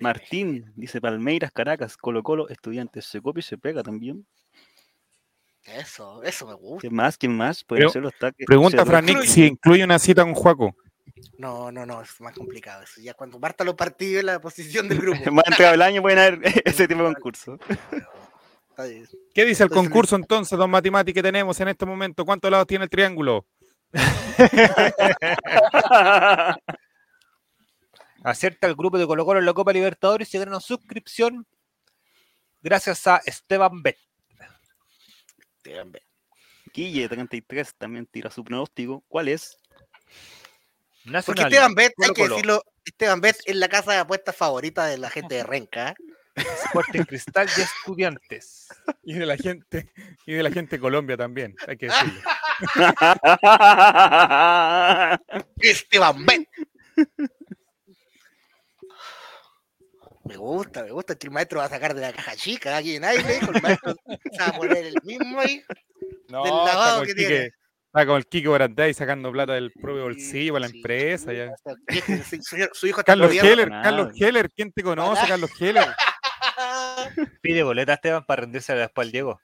Speaker 4: Martín dice Palmeiras, Caracas, Colo Colo, Estudiantes. Se copia y se pega también.
Speaker 1: Eso, eso me gusta.
Speaker 4: ¿Qué más? ¿Qué más? Pueden
Speaker 2: Pero-
Speaker 4: ser los taques.
Speaker 2: Pregunta
Speaker 4: se
Speaker 2: Frank Nick
Speaker 4: reconstruyen.
Speaker 2: si incluye una cita con Juaco.
Speaker 1: No, no, no, es más complicado eso. Ya cuando partan los partidos, la posición del grupo.
Speaker 4: <laughs> Más entregado el año pueden haber <laughs> ese tipo de concursos.
Speaker 1: Está bien.
Speaker 2: ¿Qué dice el
Speaker 1: Entonces,
Speaker 2: concurso entonces, don Matimati, que tenemos en este momento? ¿Cuántos lados tiene el triángulo?
Speaker 6: Acierta el grupo de Colo Colo en la Copa Libertadores y se gana una suscripción gracias a Esteban Bet.
Speaker 1: Esteban B.
Speaker 4: Guille 33 también tira su pronóstico. ¿Cuál <laughs> es?
Speaker 1: Porque
Speaker 6: Nacional.
Speaker 1: Esteban Bet, hay que
Speaker 6: Colo-Colo.
Speaker 1: decirlo, Esteban Bet es la casa de apuestas favorita de la gente de Renca. ¿eh?
Speaker 6: Sporting Cristal de <laughs> Estudiantes.
Speaker 2: <laughs> Y de la gente, y de la gente de Colombia también, hay <laughs> que decirlo.
Speaker 1: Esteban Ben.
Speaker 4: <laughs>
Speaker 1: Me gusta, me gusta que el maestro va a sacar de la caja chica ¿eh? aquí en aire. con El maestro se va a poner el mismo ahí.
Speaker 2: No,
Speaker 1: Del lavado
Speaker 2: el
Speaker 1: que
Speaker 2: Quique-
Speaker 1: tiene.
Speaker 2: está como el Kike Barantay sacando plata del propio bolsillo para la
Speaker 1: Sí,
Speaker 2: empresa. ya.
Speaker 1: o sea, que su- su- Su hijo está
Speaker 2: Carlos
Speaker 1: estudiando.
Speaker 2: Heller,
Speaker 4: nada.
Speaker 2: Carlos Heller, ¿quién te conoce,
Speaker 1: Para-
Speaker 2: Carlos Heller?
Speaker 1: <laughs>
Speaker 6: Pide boleta Esteban para rendirse después al Diego.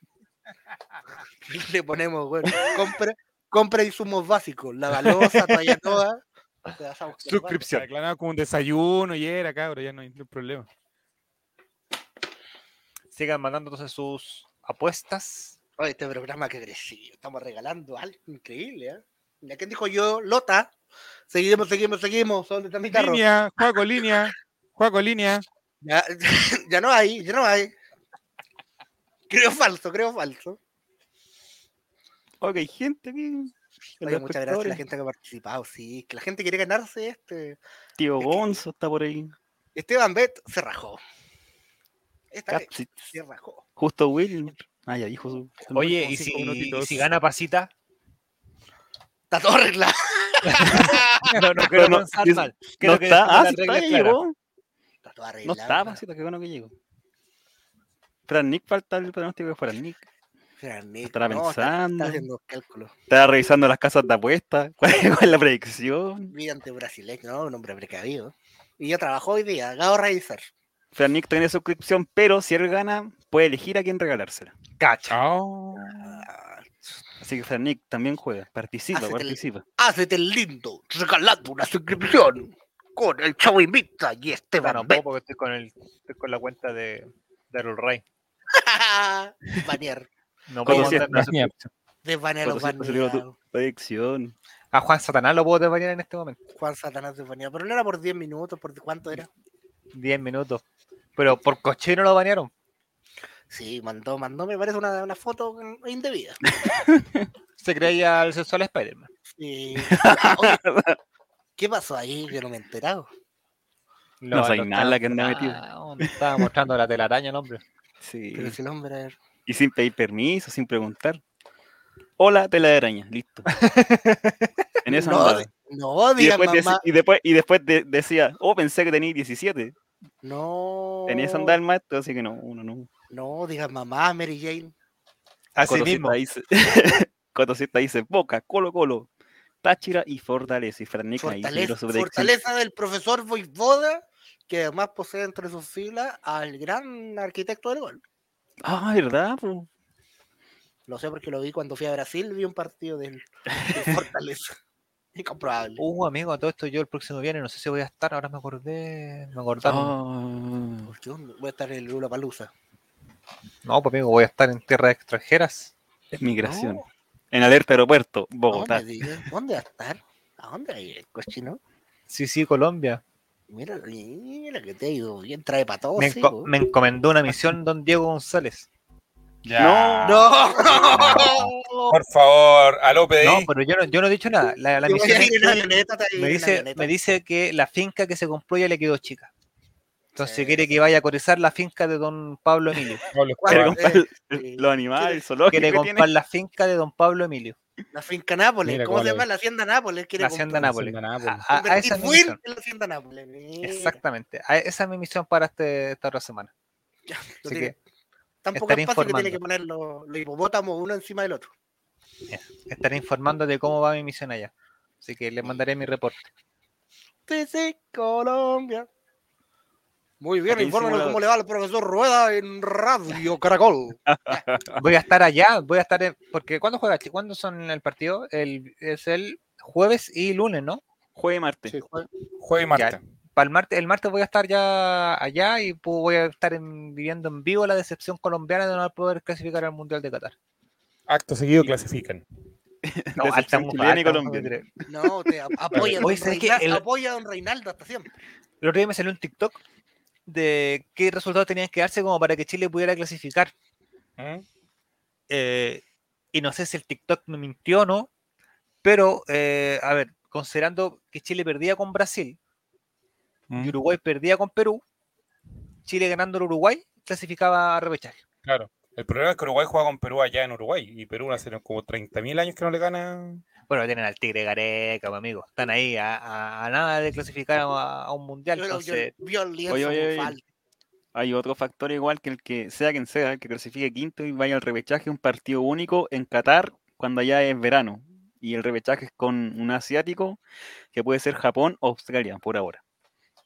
Speaker 1: Le ponemos, bueno, compra, compra insumos básicos, lavalosa, toalla toda. te vas a buscar,
Speaker 2: Se aclaraba como un desayuno y era, cabrón, ya no hay ningún problema.
Speaker 6: Sigan mandando entonces sus apuestas.
Speaker 1: vale. Oye, este programa que creció, estamos regalando algo increíble, ¿eh? Mira, ¿quién dijo yo? Lota. Seguimos, seguimos, seguimos. ¿Dónde está mi tarro?
Speaker 2: Línea, Juaco, línea, Juaco, línea.
Speaker 1: Ya, <laughs> ya no hay, ya no hay. Creo falso, creo falso.
Speaker 4: ok, gente. aquí en los
Speaker 1: Oye, muchas gracias a la
Speaker 4: espectadores.
Speaker 1: gente que ha participado, sí, que la gente quiere ganarse este.
Speaker 4: Tío
Speaker 1: Es que-
Speaker 4: Gonzo está por ahí.
Speaker 1: Esteban Bet se rajó. Esta vez
Speaker 4: Capsit,
Speaker 1: se rajó.
Speaker 4: Justo Will. Ah, ya dijo su. su nombre.
Speaker 6: Oye,
Speaker 2: como
Speaker 6: y si,
Speaker 2: cinco minutitos.
Speaker 6: y si gana pasita,
Speaker 1: Está todo arreglado.
Speaker 6: <laughs> no,
Speaker 4: <laughs>
Speaker 6: no quiero
Speaker 4: no,
Speaker 6: pensar
Speaker 4: dice-
Speaker 6: mal.
Speaker 4: No
Speaker 6: Quiero que
Speaker 4: está.
Speaker 6: dejemos
Speaker 4: Ah,
Speaker 6: la
Speaker 4: sí está,
Speaker 6: regla
Speaker 4: ya
Speaker 6: clara.
Speaker 4: llegó.
Speaker 1: Está todo
Speaker 4: No
Speaker 1: arreglado.
Speaker 4: está, pasita, qué bueno que llegó. Fran Nick falta el pronóstico de Fran Nick.
Speaker 1: Fran Nick,
Speaker 4: Estará
Speaker 1: no, está-
Speaker 4: pensando.
Speaker 1: Está haciendo cálculos.
Speaker 4: Estaba revisando las casas de apuestas. <laughs> ¿Cuál cuál es la predicción?
Speaker 1: Vida ante brasileño, no, un hombre precavido. Y ya trabajó hoy día, acabo de revisar.
Speaker 4: Fran Nick tiene suscripción, pero si él gana, puede elegir a quién regalársela.
Speaker 6: Cacha.
Speaker 2: Chao.
Speaker 1: Ah,
Speaker 4: Así que Fran Nick también juega. Participa,
Speaker 1: Hacete el-
Speaker 4: participa.
Speaker 1: Hácete el lindo, regalando una suscripción con el chavo invita y
Speaker 6: No,
Speaker 1: Esteban
Speaker 6: no puedo
Speaker 1: Bet.
Speaker 6: porque estoy con, el, estoy con la cuenta de Darul Rey.
Speaker 1: <laughs> Banear,
Speaker 6: No
Speaker 4: Cuando
Speaker 6: puedo
Speaker 4: sea-
Speaker 6: mandar una suscripción.
Speaker 1: desbaneado,
Speaker 4: Cuatrocientos libros tú.
Speaker 1: baneado.
Speaker 4: Predicción.
Speaker 6: A Juan Satanás lo puedo desbañar en este momento.
Speaker 1: Juan Satanás desbaneado. Pero no era por 10 minutos, ¿por cuánto era?
Speaker 6: 10 minutos. Pero por cochino lo banearon.
Speaker 1: Sí, mandó, mandó, me parece una, una foto indebida.
Speaker 6: Se creía el sexual Spider-Man.
Speaker 4: <laughs>
Speaker 1: Sí. Oye, ¿Qué pasó ahí? Yo no me he enterado.
Speaker 4: No soy nada la que anda metido.
Speaker 6: metido. Ah,
Speaker 4: <laughs>
Speaker 6: Estaba mostrando la telaraña el hombre.
Speaker 4: Sí.
Speaker 1: Pero si el hombre.
Speaker 4: Y sin pedir permiso, sin preguntar. Hola, tela de araña. Listo. en esa
Speaker 1: No,
Speaker 4: andaba.
Speaker 1: de- no
Speaker 4: Y
Speaker 1: digan
Speaker 4: después, deci-
Speaker 1: mamá.
Speaker 4: y después, y después de- decía, oh, pensé que tenía 17.
Speaker 1: No.
Speaker 4: En esa
Speaker 1: Oh.
Speaker 4: andaba el maestro, así que no, uno no.
Speaker 1: No digan mamá, Mary Jane.
Speaker 6: Así
Speaker 4: Cotosita
Speaker 6: mismo.
Speaker 4: dice, <laughs> Cotosita dice Boca, Colo Colo, Táchira y Fortaleza. Y Fran Nick ahí
Speaker 1: Fortaleza,
Speaker 4: tiró su predicción.
Speaker 1: fortaleza del profesor Voivoda, que además posee entre sus filas al gran arquitecto del gol.
Speaker 4: Ah, ¿verdad? po?
Speaker 1: Lo sé porque lo vi cuando fui a Brasil, vi un partido del, del
Speaker 6: <laughs>
Speaker 1: Fortaleza. Incomprobable.
Speaker 6: Uh, amigo, a todo esto yo el próximo viernes no sé si voy a estar, ahora me acordé, me acordaron.
Speaker 4: Ah,
Speaker 1: ¿Por qué dónde? Voy a estar en Lula Palusa.
Speaker 6: No, pues amigo, voy a estar en tierras extranjeras.
Speaker 4: es migración. En alerta aeropuerto, Bogotá.
Speaker 1: ¿Dónde, dije? ¿Dónde va a estar? ¿A dónde va a ir el cochino?
Speaker 6: Sí, sí, Colombia.
Speaker 1: Mira, mira que te ha ido bien, trae para
Speaker 4: Oh,
Speaker 1: todos.
Speaker 6: me,
Speaker 1: sí,
Speaker 6: enco-
Speaker 4: pues.
Speaker 1: po.
Speaker 6: me encomendó una misión don Diego González.
Speaker 2: Ya.
Speaker 1: ¡No!
Speaker 8: Por favor, al OPDI.
Speaker 6: No, pero yo no, yo no he dicho nada. La, la
Speaker 1: Yo <laughs> voy
Speaker 6: misión
Speaker 1: a
Speaker 6: es
Speaker 1: ir en
Speaker 6: que
Speaker 1: avioneta, te voy a ir
Speaker 6: me,
Speaker 1: en
Speaker 6: dice,
Speaker 1: avioneta.
Speaker 6: me dice que la finca que se compró ya le quedó chica. Entonces
Speaker 1: Sí.
Speaker 6: quiere que vaya a corizar la finca de don
Speaker 1: <laughs>
Speaker 6: Pablo Emilio.
Speaker 2: Pablo
Speaker 4: Quiere
Speaker 2: Escobar.
Speaker 1: Bueno,
Speaker 4: <laughs> comprar
Speaker 1: eh,
Speaker 4: el-
Speaker 1: sí.
Speaker 4: los animales, el zoológico
Speaker 6: Quiere
Speaker 4: que
Speaker 6: comprar
Speaker 4: tiene.
Speaker 6: la finca de don Pablo Emilio.
Speaker 1: La finca Nápoles,
Speaker 2: Mira
Speaker 1: ¿cómo
Speaker 2: cómo le
Speaker 1: se llama? La hacienda Nápoles. quiere
Speaker 6: La
Speaker 1: comprar.
Speaker 6: hacienda Nápoles.
Speaker 2: Hacienda
Speaker 6: A,
Speaker 2: Nápoles.
Speaker 1: pues.
Speaker 6: a- a esa
Speaker 1: Invertir
Speaker 6: es mi
Speaker 1: full
Speaker 6: misión.
Speaker 1: en la hacienda Nápoles. mira.
Speaker 6: Exactamente. A- esa es mi misión para este, esta otra semana.
Speaker 1: Ya, no
Speaker 6: Así
Speaker 1: tiene-
Speaker 6: que
Speaker 1: Tampoco
Speaker 6: estaré
Speaker 1: es fácil que tiene
Speaker 6: informando.
Speaker 1: que poner los, los hipopótamos uno encima del otro.
Speaker 6: estaré informando de cómo va mi misión allá. Así que les mandaré
Speaker 1: <laughs>
Speaker 6: mi reporte.
Speaker 1: Desde Colombia. Muy bien,
Speaker 4: Aquí
Speaker 1: infórmanos
Speaker 4: hicimos la-
Speaker 1: cómo le va al profesor Rueda en Radio Caracol. Ah.
Speaker 6: Voy a estar allá, voy a estar en- porque ¿cuándo juega Chile? ¿Cuándo son el partido? El, es el jueves y lunes, ¿no?
Speaker 4: Jueves y martes.
Speaker 1: Sí, Juan.
Speaker 2: Jueves y martes.
Speaker 6: Para el martes, el martes voy a estar ya allá y pu- voy a estar en- viviendo en vivo la decepción colombiana de no poder clasificar al Mundial
Speaker 4: <laughs>
Speaker 6: de Qatar.
Speaker 2: Acto seguido clasifican.
Speaker 6: No,
Speaker 4: Decepción
Speaker 6: estamos-
Speaker 4: chilena y
Speaker 6: estamos-
Speaker 4: colombiana.
Speaker 1: No, te ap- apoya, a don
Speaker 6: Oye, ¿sabes qué?
Speaker 1: Reinal-
Speaker 6: El-
Speaker 1: apoya a don Reinaldo hasta siempre.
Speaker 6: El otro día me salió un TikTok de qué resultados tenían que darse como para que Chile pudiera clasificar.
Speaker 2: ¿Mm?
Speaker 6: eh, y no sé si el TikTok me mintió o no, pero eh, a ver, considerando que Chile perdía con Brasil y Uruguay perdía con Perú, Chile ganando el Uruguay clasificaba a repechaje.
Speaker 2: Claro. El problema es que Uruguay juega con Perú allá en Uruguay y Perú hace como 30.000 años que no le gana.
Speaker 6: Bueno, tienen al Tigre Gareca, mi amigo. Están ahí a, a- a nada de clasificar a, a un mundial.
Speaker 1: Yo lo- yo-
Speaker 6: entonces,
Speaker 1: vio el lienzo
Speaker 4: Oye, oye,
Speaker 1: con
Speaker 4: oye.
Speaker 1: falta.
Speaker 4: Hay otro factor igual que el que sea quien sea, el que clasifique quinto y vaya al repechaje, un partido único en Qatar cuando allá es verano. Y el repechaje es con un asiático que puede ser Japón o Australia por ahora.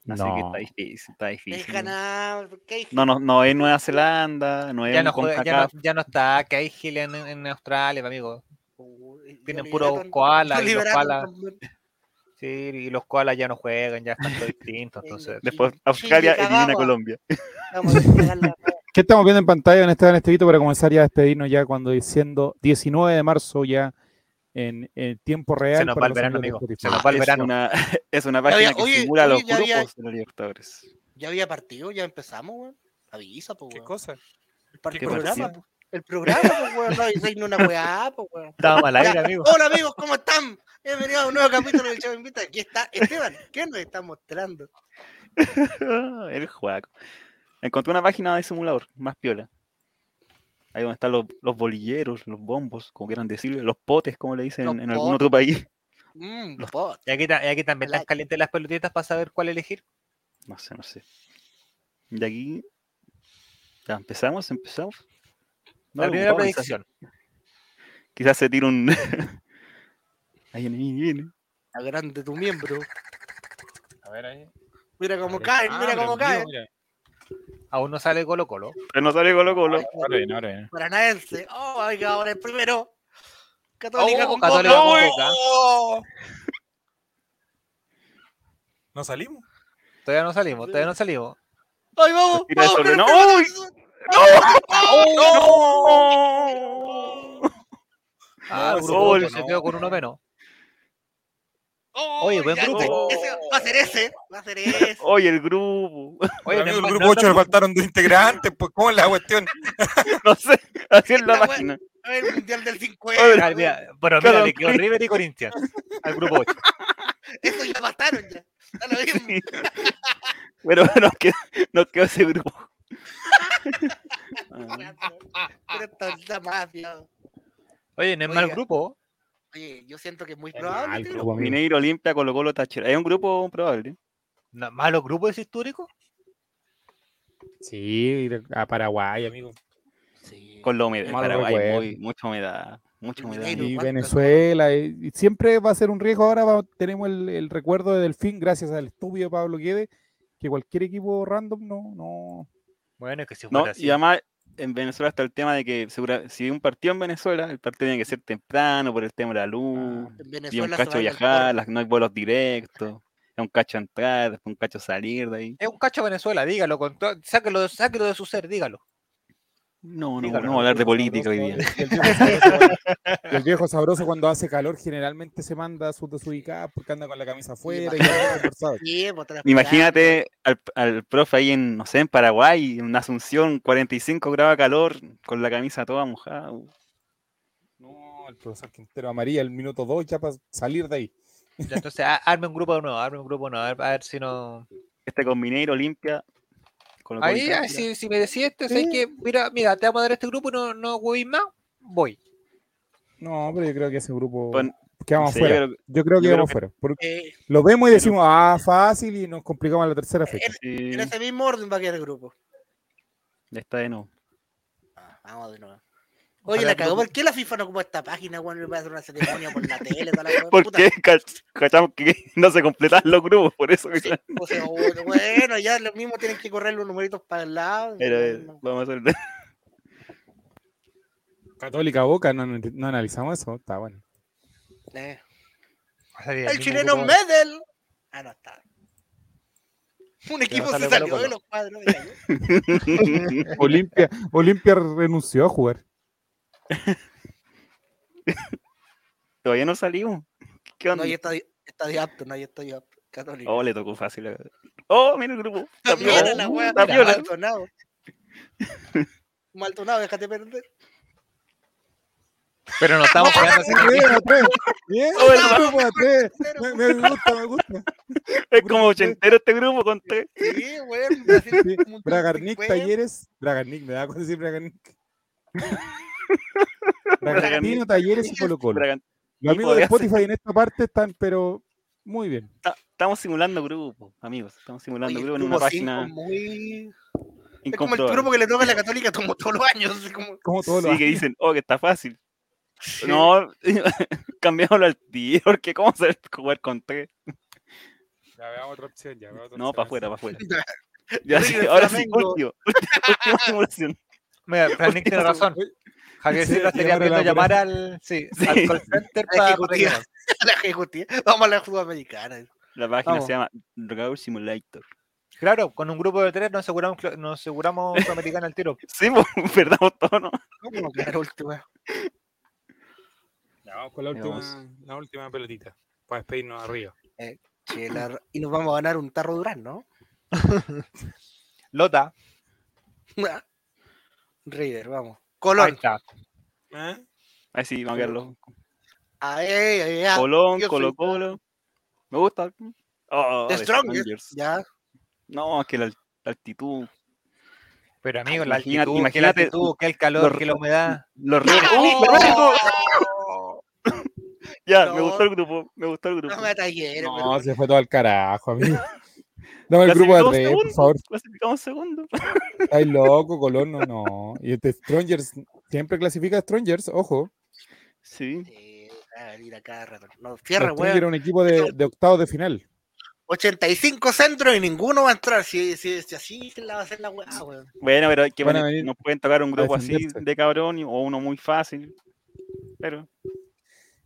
Speaker 4: Así que está difícil, está
Speaker 1: Es
Speaker 4: difícil.
Speaker 1: ganar. ¿qué?
Speaker 4: No, no, no es Nueva Zelanda, no es
Speaker 6: ya,
Speaker 4: un
Speaker 6: no juega- ya, no,
Speaker 4: CONCACAF.
Speaker 6: ya no está, que hay Chile en, en Australia, mi amigo.
Speaker 1: Uy, lo
Speaker 6: Tienen
Speaker 1: liberaron-
Speaker 6: puro
Speaker 1: lo <laughs>
Speaker 6: koala y los
Speaker 1: liberaron
Speaker 6: koalas
Speaker 1: también.
Speaker 6: sí, y los koalas ya no juegan, ya están todos distintos. Entonces,
Speaker 4: Después
Speaker 1: Chile
Speaker 4: Australia elimina a
Speaker 1: cagaba.
Speaker 4: Colombia.
Speaker 1: Vamos a pegar la-
Speaker 2: ¿Qué estamos viendo en pantalla en este en este video para comenzar ya a despedirnos ya cuando diciendo 19 de marzo ya en, en tiempo real?
Speaker 6: nos
Speaker 2: para
Speaker 6: va el
Speaker 2: los
Speaker 6: verano,
Speaker 2: amigos de
Speaker 6: amigo.
Speaker 2: Spotify?
Speaker 6: Se nos va el
Speaker 4: Ah, es
Speaker 6: verano.
Speaker 4: Una, <laughs> es una
Speaker 1: <laughs> Ya había-
Speaker 4: página que
Speaker 1: oye,
Speaker 4: simula
Speaker 1: oye,
Speaker 4: los
Speaker 1: ya
Speaker 4: grupos
Speaker 1: había-
Speaker 4: de los Libertadores.
Speaker 1: Ya había partido, ya empezamos, weón. Avisa, pues,
Speaker 2: ¿Qué
Speaker 1: weón.
Speaker 2: cosa?
Speaker 1: El partido-
Speaker 2: ¿Qué
Speaker 1: programa,
Speaker 4: partido?
Speaker 1: po. El programa, pues, weón. No avisáis ni una weá, pues, weón.
Speaker 6: Estaba mal aire,
Speaker 1: Ya. <laughs>
Speaker 6: amigo.
Speaker 1: Hola, amigos, ¿cómo están? Bienvenidos a un nuevo capítulo del Chavo Invita. Aquí está Esteban. ¿Qué nos está mostrando?
Speaker 4: <laughs> El juego. Encontré una página de simulador, más piola. Ahí donde están los, los bolilleros, los bombos, como quieran decirle, los potes, como le dicen
Speaker 1: Los
Speaker 4: en algún otro país. <laughs>
Speaker 1: Mmm, los bots.
Speaker 6: Y aquí, ta- y aquí también
Speaker 1: Hola.
Speaker 6: están calientes las pelotitas para saber cuál elegir.
Speaker 4: No sé, no sé. Y aquí. Ya empezamos, empezamos. No
Speaker 6: La
Speaker 4: lo
Speaker 6: primera
Speaker 4: ocupaba, quizás-
Speaker 6: predicción.
Speaker 4: Quizás, se tira un. <laughs> ahí viene, viene, viene.
Speaker 1: Agrande tu miembro.
Speaker 2: A ver ahí.
Speaker 1: Mira cómo caen, mira cómo caen.
Speaker 6: Aún no sale Colo Colo.
Speaker 4: Pero no sale Colo Colo.
Speaker 2: Ahora viene, ahora viene.
Speaker 1: Paranaense. Oh, oiga, ahora el primero. Católica
Speaker 2: Oh,
Speaker 1: con
Speaker 6: Católica
Speaker 1: Boca.
Speaker 6: con Boca.
Speaker 2: ¿No salimos?
Speaker 6: Todavía no salimos, todavía no salimos.
Speaker 1: ¡Ay, vamos!
Speaker 4: Tira
Speaker 1: vamos
Speaker 4: eso,
Speaker 1: oh, pero
Speaker 4: no.
Speaker 1: espérate,
Speaker 4: ¡Uy!
Speaker 1: espérate.
Speaker 6: Ah,
Speaker 2: No,
Speaker 6: Grupo
Speaker 4: Sol.
Speaker 6: Ocho se quedó con uno menos.
Speaker 1: Oh,
Speaker 6: Oye, buen
Speaker 1: ya,
Speaker 6: grupo.
Speaker 1: ese- va a ser ese. Va a ser
Speaker 2: <laughs>
Speaker 1: ese.
Speaker 4: Oye, el grupo. <laughs>
Speaker 6: Oye,
Speaker 2: Amigo,
Speaker 6: no
Speaker 2: el
Speaker 6: empa-
Speaker 2: grupo
Speaker 6: no
Speaker 2: 8 le
Speaker 6: andamos-
Speaker 2: faltaron dos integrantes, pues ¿cómo es la cuestión?
Speaker 4: no sé. Así es la
Speaker 1: Esta wea-
Speaker 4: página.
Speaker 1: A ver, el mundial del 50.
Speaker 4: Oye,
Speaker 6: Ah, mira, Pero mira,
Speaker 4: Cada
Speaker 6: le quedó
Speaker 4: uno.
Speaker 6: River y Corinthians al grupo 8.
Speaker 1: Eso ya bastaron ya. Da lo mismo.
Speaker 4: Sí. Pero <laughs> nos quedó, nos quedó ese <laughs> grupo. Ah,
Speaker 1: Pero esto está mafia.
Speaker 6: Oye, no es mal
Speaker 1: Oiga.
Speaker 6: grupo.
Speaker 1: Oye, yo siento que es muy probable. este grupo.
Speaker 4: Mineiro, Olimpia, Colo Colo, Táchira. Es un grupo probable. ¿eh?
Speaker 6: No, ¿Malo grupo es histórico?
Speaker 2: Sí, a Paraguay, amigo.
Speaker 1: Sí.
Speaker 4: Con la humedad.
Speaker 2: Malo
Speaker 4: Paraguay,
Speaker 2: recuerdo.
Speaker 4: muy- mucha humedad. Mucha humedad.
Speaker 1: Mineiro.
Speaker 2: Y
Speaker 1: ¿cuántas?
Speaker 2: Venezuela, y, y siempre va a ser un riesgo. Ahora va- tenemos el, el recuerdo de Delfín, gracias al estudio de Pablo Guedes, que cualquier equipo random no, no.
Speaker 6: Bueno, es que si fuera
Speaker 4: No,
Speaker 6: así.
Speaker 4: y además en Venezuela está el tema de que segura- si hay un partido en Venezuela, el partido tiene que ser temprano por el tema de la luz.
Speaker 1: En
Speaker 4: y un
Speaker 1: Venezuela se
Speaker 4: cacho
Speaker 1: baila el
Speaker 4: viajar, las- no hay vuelos directos. Es un cacho entrar, después un cacho salir de ahí.
Speaker 6: Es un cacho Venezuela, dígalo. Con to- sáquelo, sáquelo de su ser, dígalo.
Speaker 4: No, no,
Speaker 6: Dígalo,
Speaker 4: no voy a hablar de política hoy día.
Speaker 2: Y El viejo, sabroso, y
Speaker 4: <laughs>
Speaker 2: el viejo sabroso cuando hace calor generalmente se manda a sus desubicadas porque anda con la camisa afuera y anda conversado.
Speaker 1: porro. Sí, pues, te la
Speaker 4: Imagínate al, al profe ahí en, no sé, en Paraguay, en Asunción, 45 grados de calor, con la camisa toda mojada. uh.
Speaker 2: No, el profesor Quintero Amarilla, el minuto 2 ya para salir de ahí.
Speaker 4: <laughs>
Speaker 6: Ya, Entonces, a- arme un grupo nuevo, arme un grupo nuevo, a ver, a ver si no.
Speaker 4: Este con Mineiro limpia. Con lo
Speaker 6: Ahí, ah, si, si me decís esto, ¿sabes qué? Mira, mira, te vamos a dar este grupo y no, no voy más, voy.
Speaker 2: No, pero yo creo que ese grupo.
Speaker 4: Pon-
Speaker 2: quedamos
Speaker 4: Sí,
Speaker 2: afuera.
Speaker 4: yo creo que-
Speaker 2: Yo creo que
Speaker 4: yo creo
Speaker 2: vamos
Speaker 4: que-
Speaker 2: afuera. Porque
Speaker 1: Eh,
Speaker 2: lo vemos y
Speaker 4: pero-
Speaker 2: decimos, ah, fácil, y nos complicamos la
Speaker 4: Eh,
Speaker 2: tercera fecha.
Speaker 4: sí,
Speaker 1: en ese mismo orden va a quedar el grupo.
Speaker 4: ya está de nuevo.
Speaker 1: Ah, vamos de nuevo. Oye,
Speaker 6: Ojalá
Speaker 1: la
Speaker 6: el
Speaker 1: cagó.
Speaker 6: grupo-
Speaker 1: ¿Por qué la FIFA no ocupa esta página, weón? Le va a hacer una ceremonia por la tele, toda la weá.
Speaker 4: ¿Por
Speaker 1: Puta,
Speaker 4: qué cach- cachamos que <laughs> no se completaban los grupos? Por eso. que-
Speaker 1: pues, o sea, bueno, bueno, ya lo mismo tienen que correr los numeritos para el lado.
Speaker 4: <laughs> Pero, eh,
Speaker 1: no.
Speaker 4: vamos a hacer.
Speaker 2: Católica Boca, no, no analizamos eso. Está bueno.
Speaker 1: Eh,
Speaker 6: a salir
Speaker 1: El
Speaker 6: mismo
Speaker 1: chileno
Speaker 6: grupo.
Speaker 1: Medel. Ah, no está. Un equipo
Speaker 6: sale
Speaker 1: se salió
Speaker 6: Colo
Speaker 1: de
Speaker 6: Colo.
Speaker 1: los cuadros. mira, yo.
Speaker 9: Olimpia, Olimpia renunció a jugar.
Speaker 4: <laughs> Todavía no salimos. ¿Qué
Speaker 1: No
Speaker 4: onda?
Speaker 1: hay estadio, estadio apto, no hay estadio apto. Católico.
Speaker 4: Oh, le tocó fácil. a- Oh, mira el
Speaker 1: <laughs>
Speaker 4: grupo.
Speaker 1: También
Speaker 4: Tapiola.
Speaker 1: la wea.
Speaker 4: Tapiola.
Speaker 1: Maltonado. Maltonado, déjate perder.
Speaker 6: Pero no <laughs> estamos jugando así.
Speaker 4: <laughs>
Speaker 2: Tres a tres. Bien,
Speaker 4: Oh, el
Speaker 2: grupo a tres.
Speaker 1: Pero,
Speaker 2: Me, me gusta, me
Speaker 4: <laughs>
Speaker 2: gusta.
Speaker 4: Es como ochentero este grupo con tres.
Speaker 1: Sí, weón. Brasil
Speaker 2: Sí,
Speaker 1: como un top
Speaker 2: Bragarnik
Speaker 1: 50.
Speaker 2: Talleres. Bragarnik, me da con decir
Speaker 4: <laughs>
Speaker 2: Bragarnik.
Speaker 4: Bragarnik.
Speaker 2: Bragantino, Talleres y Colo Colo.
Speaker 4: Bragan-
Speaker 2: Los amigos de
Speaker 4: podría ser.
Speaker 2: Spotify en esta parte están, pero muy bien.
Speaker 4: ta- Estamos simulando grupo, amigos. Estamos simulando
Speaker 1: Oye,
Speaker 4: grupo en
Speaker 1: tuvo
Speaker 4: una
Speaker 1: cinco
Speaker 4: página
Speaker 1: muy- Es como el
Speaker 4: incomprobable.
Speaker 1: grupo que le toca a la Católica como todos los años. así como-
Speaker 2: Como todos los
Speaker 4: Sí, que dicen, oh, que está fácil. No, <laughs> cambiémoslo al tío, porque ¿cómo se va a jugar con tres?
Speaker 10: Ya veamos otra opción, ya veamos otra
Speaker 4: No,
Speaker 10: opción,
Speaker 4: para
Speaker 10: así.
Speaker 4: afuera, para afuera. Ya, sí,
Speaker 1: River
Speaker 4: ahora sí,
Speaker 1: Flamengo.
Speaker 4: último. <laughs> Última simulación.
Speaker 6: Mira, Fran Nick tiene razón. Javier
Speaker 2: Sí,
Speaker 6: Silva estaría
Speaker 2: llamar a la
Speaker 6: viendo llamar al, sí,
Speaker 4: Sí.
Speaker 6: al call
Speaker 4: <laughs>
Speaker 6: center
Speaker 1: Hay que
Speaker 6: para
Speaker 1: cotizar. la ejecutiva. Vamos a la Sudamericana.
Speaker 4: La página
Speaker 6: Vamos.
Speaker 4: se llama Dragon Simulator.
Speaker 6: Claro, con un grupo de tres nos aseguramos, cl- nos aseguramos Sudamericana al tiro.
Speaker 4: Sí,
Speaker 1: <laughs>
Speaker 4: pues, perdamos todo, ¿no?
Speaker 1: Vamos a la última.
Speaker 10: Ya, vamos con la
Speaker 4: Veamos.
Speaker 10: última, la última pelotita. Para despedirnos arriba.
Speaker 1: Chela- Y nos vamos a ganar un tarro Durán, ¿no? <laughs>
Speaker 6: Lota,
Speaker 1: River, vamos.
Speaker 6: ahí
Speaker 1: Colón.
Speaker 6: está.
Speaker 10: ¿Eh?
Speaker 4: Ahí sí, vamos a verlo.
Speaker 1: Ay, ay, ay, ay.
Speaker 4: Colón,
Speaker 1: Ah, yo soy-
Speaker 4: Colo Colo. Me gusta. Oh,
Speaker 1: The
Speaker 4: The
Speaker 1: Strongest,
Speaker 4: Strongers.
Speaker 1: Ya.
Speaker 4: No, es que la, al- la altitud.
Speaker 6: Pero amigo, la
Speaker 4: Imagínate-
Speaker 6: altitud, que la
Speaker 4: imagínate
Speaker 6: altitud, que el calor,
Speaker 4: los-
Speaker 6: que la humedad.
Speaker 1: <laughs>
Speaker 4: Los ríos.
Speaker 1: ¡No!
Speaker 4: <laughs> Ya, me
Speaker 1: ¡Oh! No.
Speaker 4: gustó el grupo. Me gustó el grupo.
Speaker 1: No me ataques,
Speaker 2: No,
Speaker 1: perdón.
Speaker 2: se fue todo al carajo, amigo. Dame el grupo de
Speaker 4: Clasificamos
Speaker 2: tres, por
Speaker 4: segundo.
Speaker 2: favor.
Speaker 4: Clasificamos segundo.
Speaker 2: Estáis loco, Colón, no, no. Y este Strongers, siempre clasifica a Strongers, ojo.
Speaker 4: Sí.
Speaker 1: pues. Sí, a venir a cada rato. No,
Speaker 2: Los
Speaker 1: cierra,
Speaker 2: Strongers era
Speaker 1: weón.
Speaker 2: un equipo de, de octavos de final.
Speaker 1: 85 centros y ninguno va a entrar. Si, si, si así se la va a hacer la weá, weón.
Speaker 4: Bueno, pero que
Speaker 2: Van a
Speaker 4: van-
Speaker 2: venir
Speaker 4: nos pueden tocar un
Speaker 2: a
Speaker 4: grupo así
Speaker 2: defenderse.
Speaker 4: de cabrón y- o uno muy fácil. Pero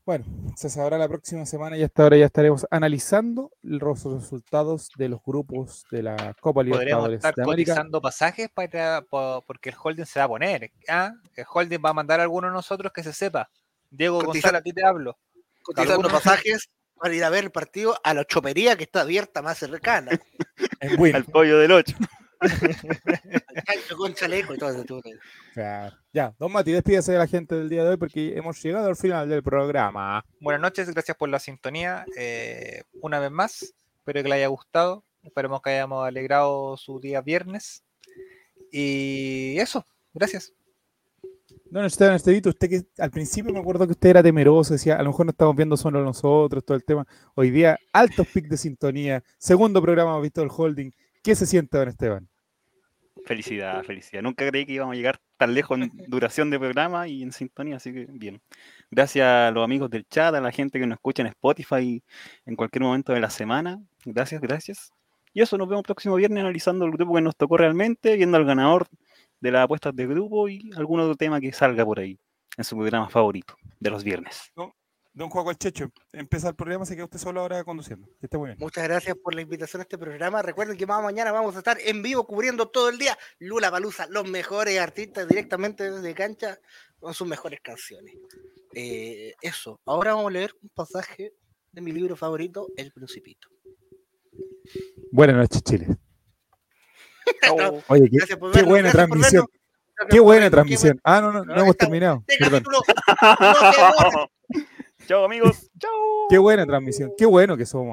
Speaker 2: Bueno, se sabrá la próxima semana y hasta ahora ya estaremos analizando los resultados de los grupos de la Copa
Speaker 6: Podríamos
Speaker 2: Libertadores
Speaker 6: estar
Speaker 2: de América.
Speaker 6: cotizando pasajes para, po- porque el holding se va a poner. ¿ah? El holding va a mandar a alguno de nosotros que se sepa. Diego
Speaker 1: Cotiza-
Speaker 6: González, a ti te hablo.
Speaker 1: Cotizando
Speaker 6: Algunos-
Speaker 1: pasajes para ir a ver el partido a la chopería que está abierta más <laughs> cercana.
Speaker 2: En Win.
Speaker 4: al pollo
Speaker 2: <laughs>
Speaker 4: del 8.
Speaker 1: Al chancho con chaleco y todo eso.
Speaker 2: Claro. Ya, don Mati, despídese de la gente del día de hoy porque hemos llegado al final del programa.
Speaker 6: Buenas noches, gracias por la sintonía. eh, una vez más, espero que le haya gustado. Esperemos que hayamos alegrado su día viernes. Y eso, gracias.
Speaker 2: Don Esteban Estevito, usted que al principio me acuerdo que usted era temeroso, decía, a lo mejor no estamos viendo solo nosotros, todo el tema. Hoy día, altos pics de sintonía, segundo programa visto del holding. ¿Qué se siente, don Esteban?
Speaker 4: Felicidad, felicidad. Nunca creí que íbamos a llegar tan lejos en duración de programa y en sintonía, así que bien. Gracias a los amigos del chat, a la gente que nos escucha en Spotify en cualquier momento de la semana. Gracias, gracias. Y eso, nos vemos el próximo viernes analizando el grupo que nos tocó realmente, viendo al ganador de las apuestas de grupo y algún otro tema que salga por ahí en su programa favorito de los viernes.
Speaker 10: Don Juan el Checho, empieza el programa, se queda usted solo ahora conduciendo. Que esté muy bien.
Speaker 1: Muchas gracias por la invitación a este programa. Recuerden que más mañana vamos a estar en vivo cubriendo todo el día Lula Palusa, los mejores artistas directamente desde cancha con sus mejores canciones. Eh, eso, ahora vamos a leer un pasaje de mi libro favorito, El Principito.
Speaker 2: Buenas noches,
Speaker 1: <laughs>
Speaker 2: Chile.
Speaker 10: Oh.
Speaker 1: No,
Speaker 2: Oye, qué,
Speaker 1: gracias por
Speaker 2: qué
Speaker 1: vernos,
Speaker 2: buena
Speaker 1: gracias por
Speaker 2: transmisión.
Speaker 1: vernos. Gracias
Speaker 2: Qué
Speaker 1: por
Speaker 2: buena
Speaker 1: vernos,
Speaker 2: transmisión. Ah, no, no, no
Speaker 1: No,
Speaker 2: hemos
Speaker 1: está-
Speaker 2: terminado.
Speaker 1: Este
Speaker 2: Perdón.
Speaker 1: capítulo no se borra.
Speaker 4: Chao amigos. Chao.
Speaker 2: Qué buena transmisión. Qué bueno que somos.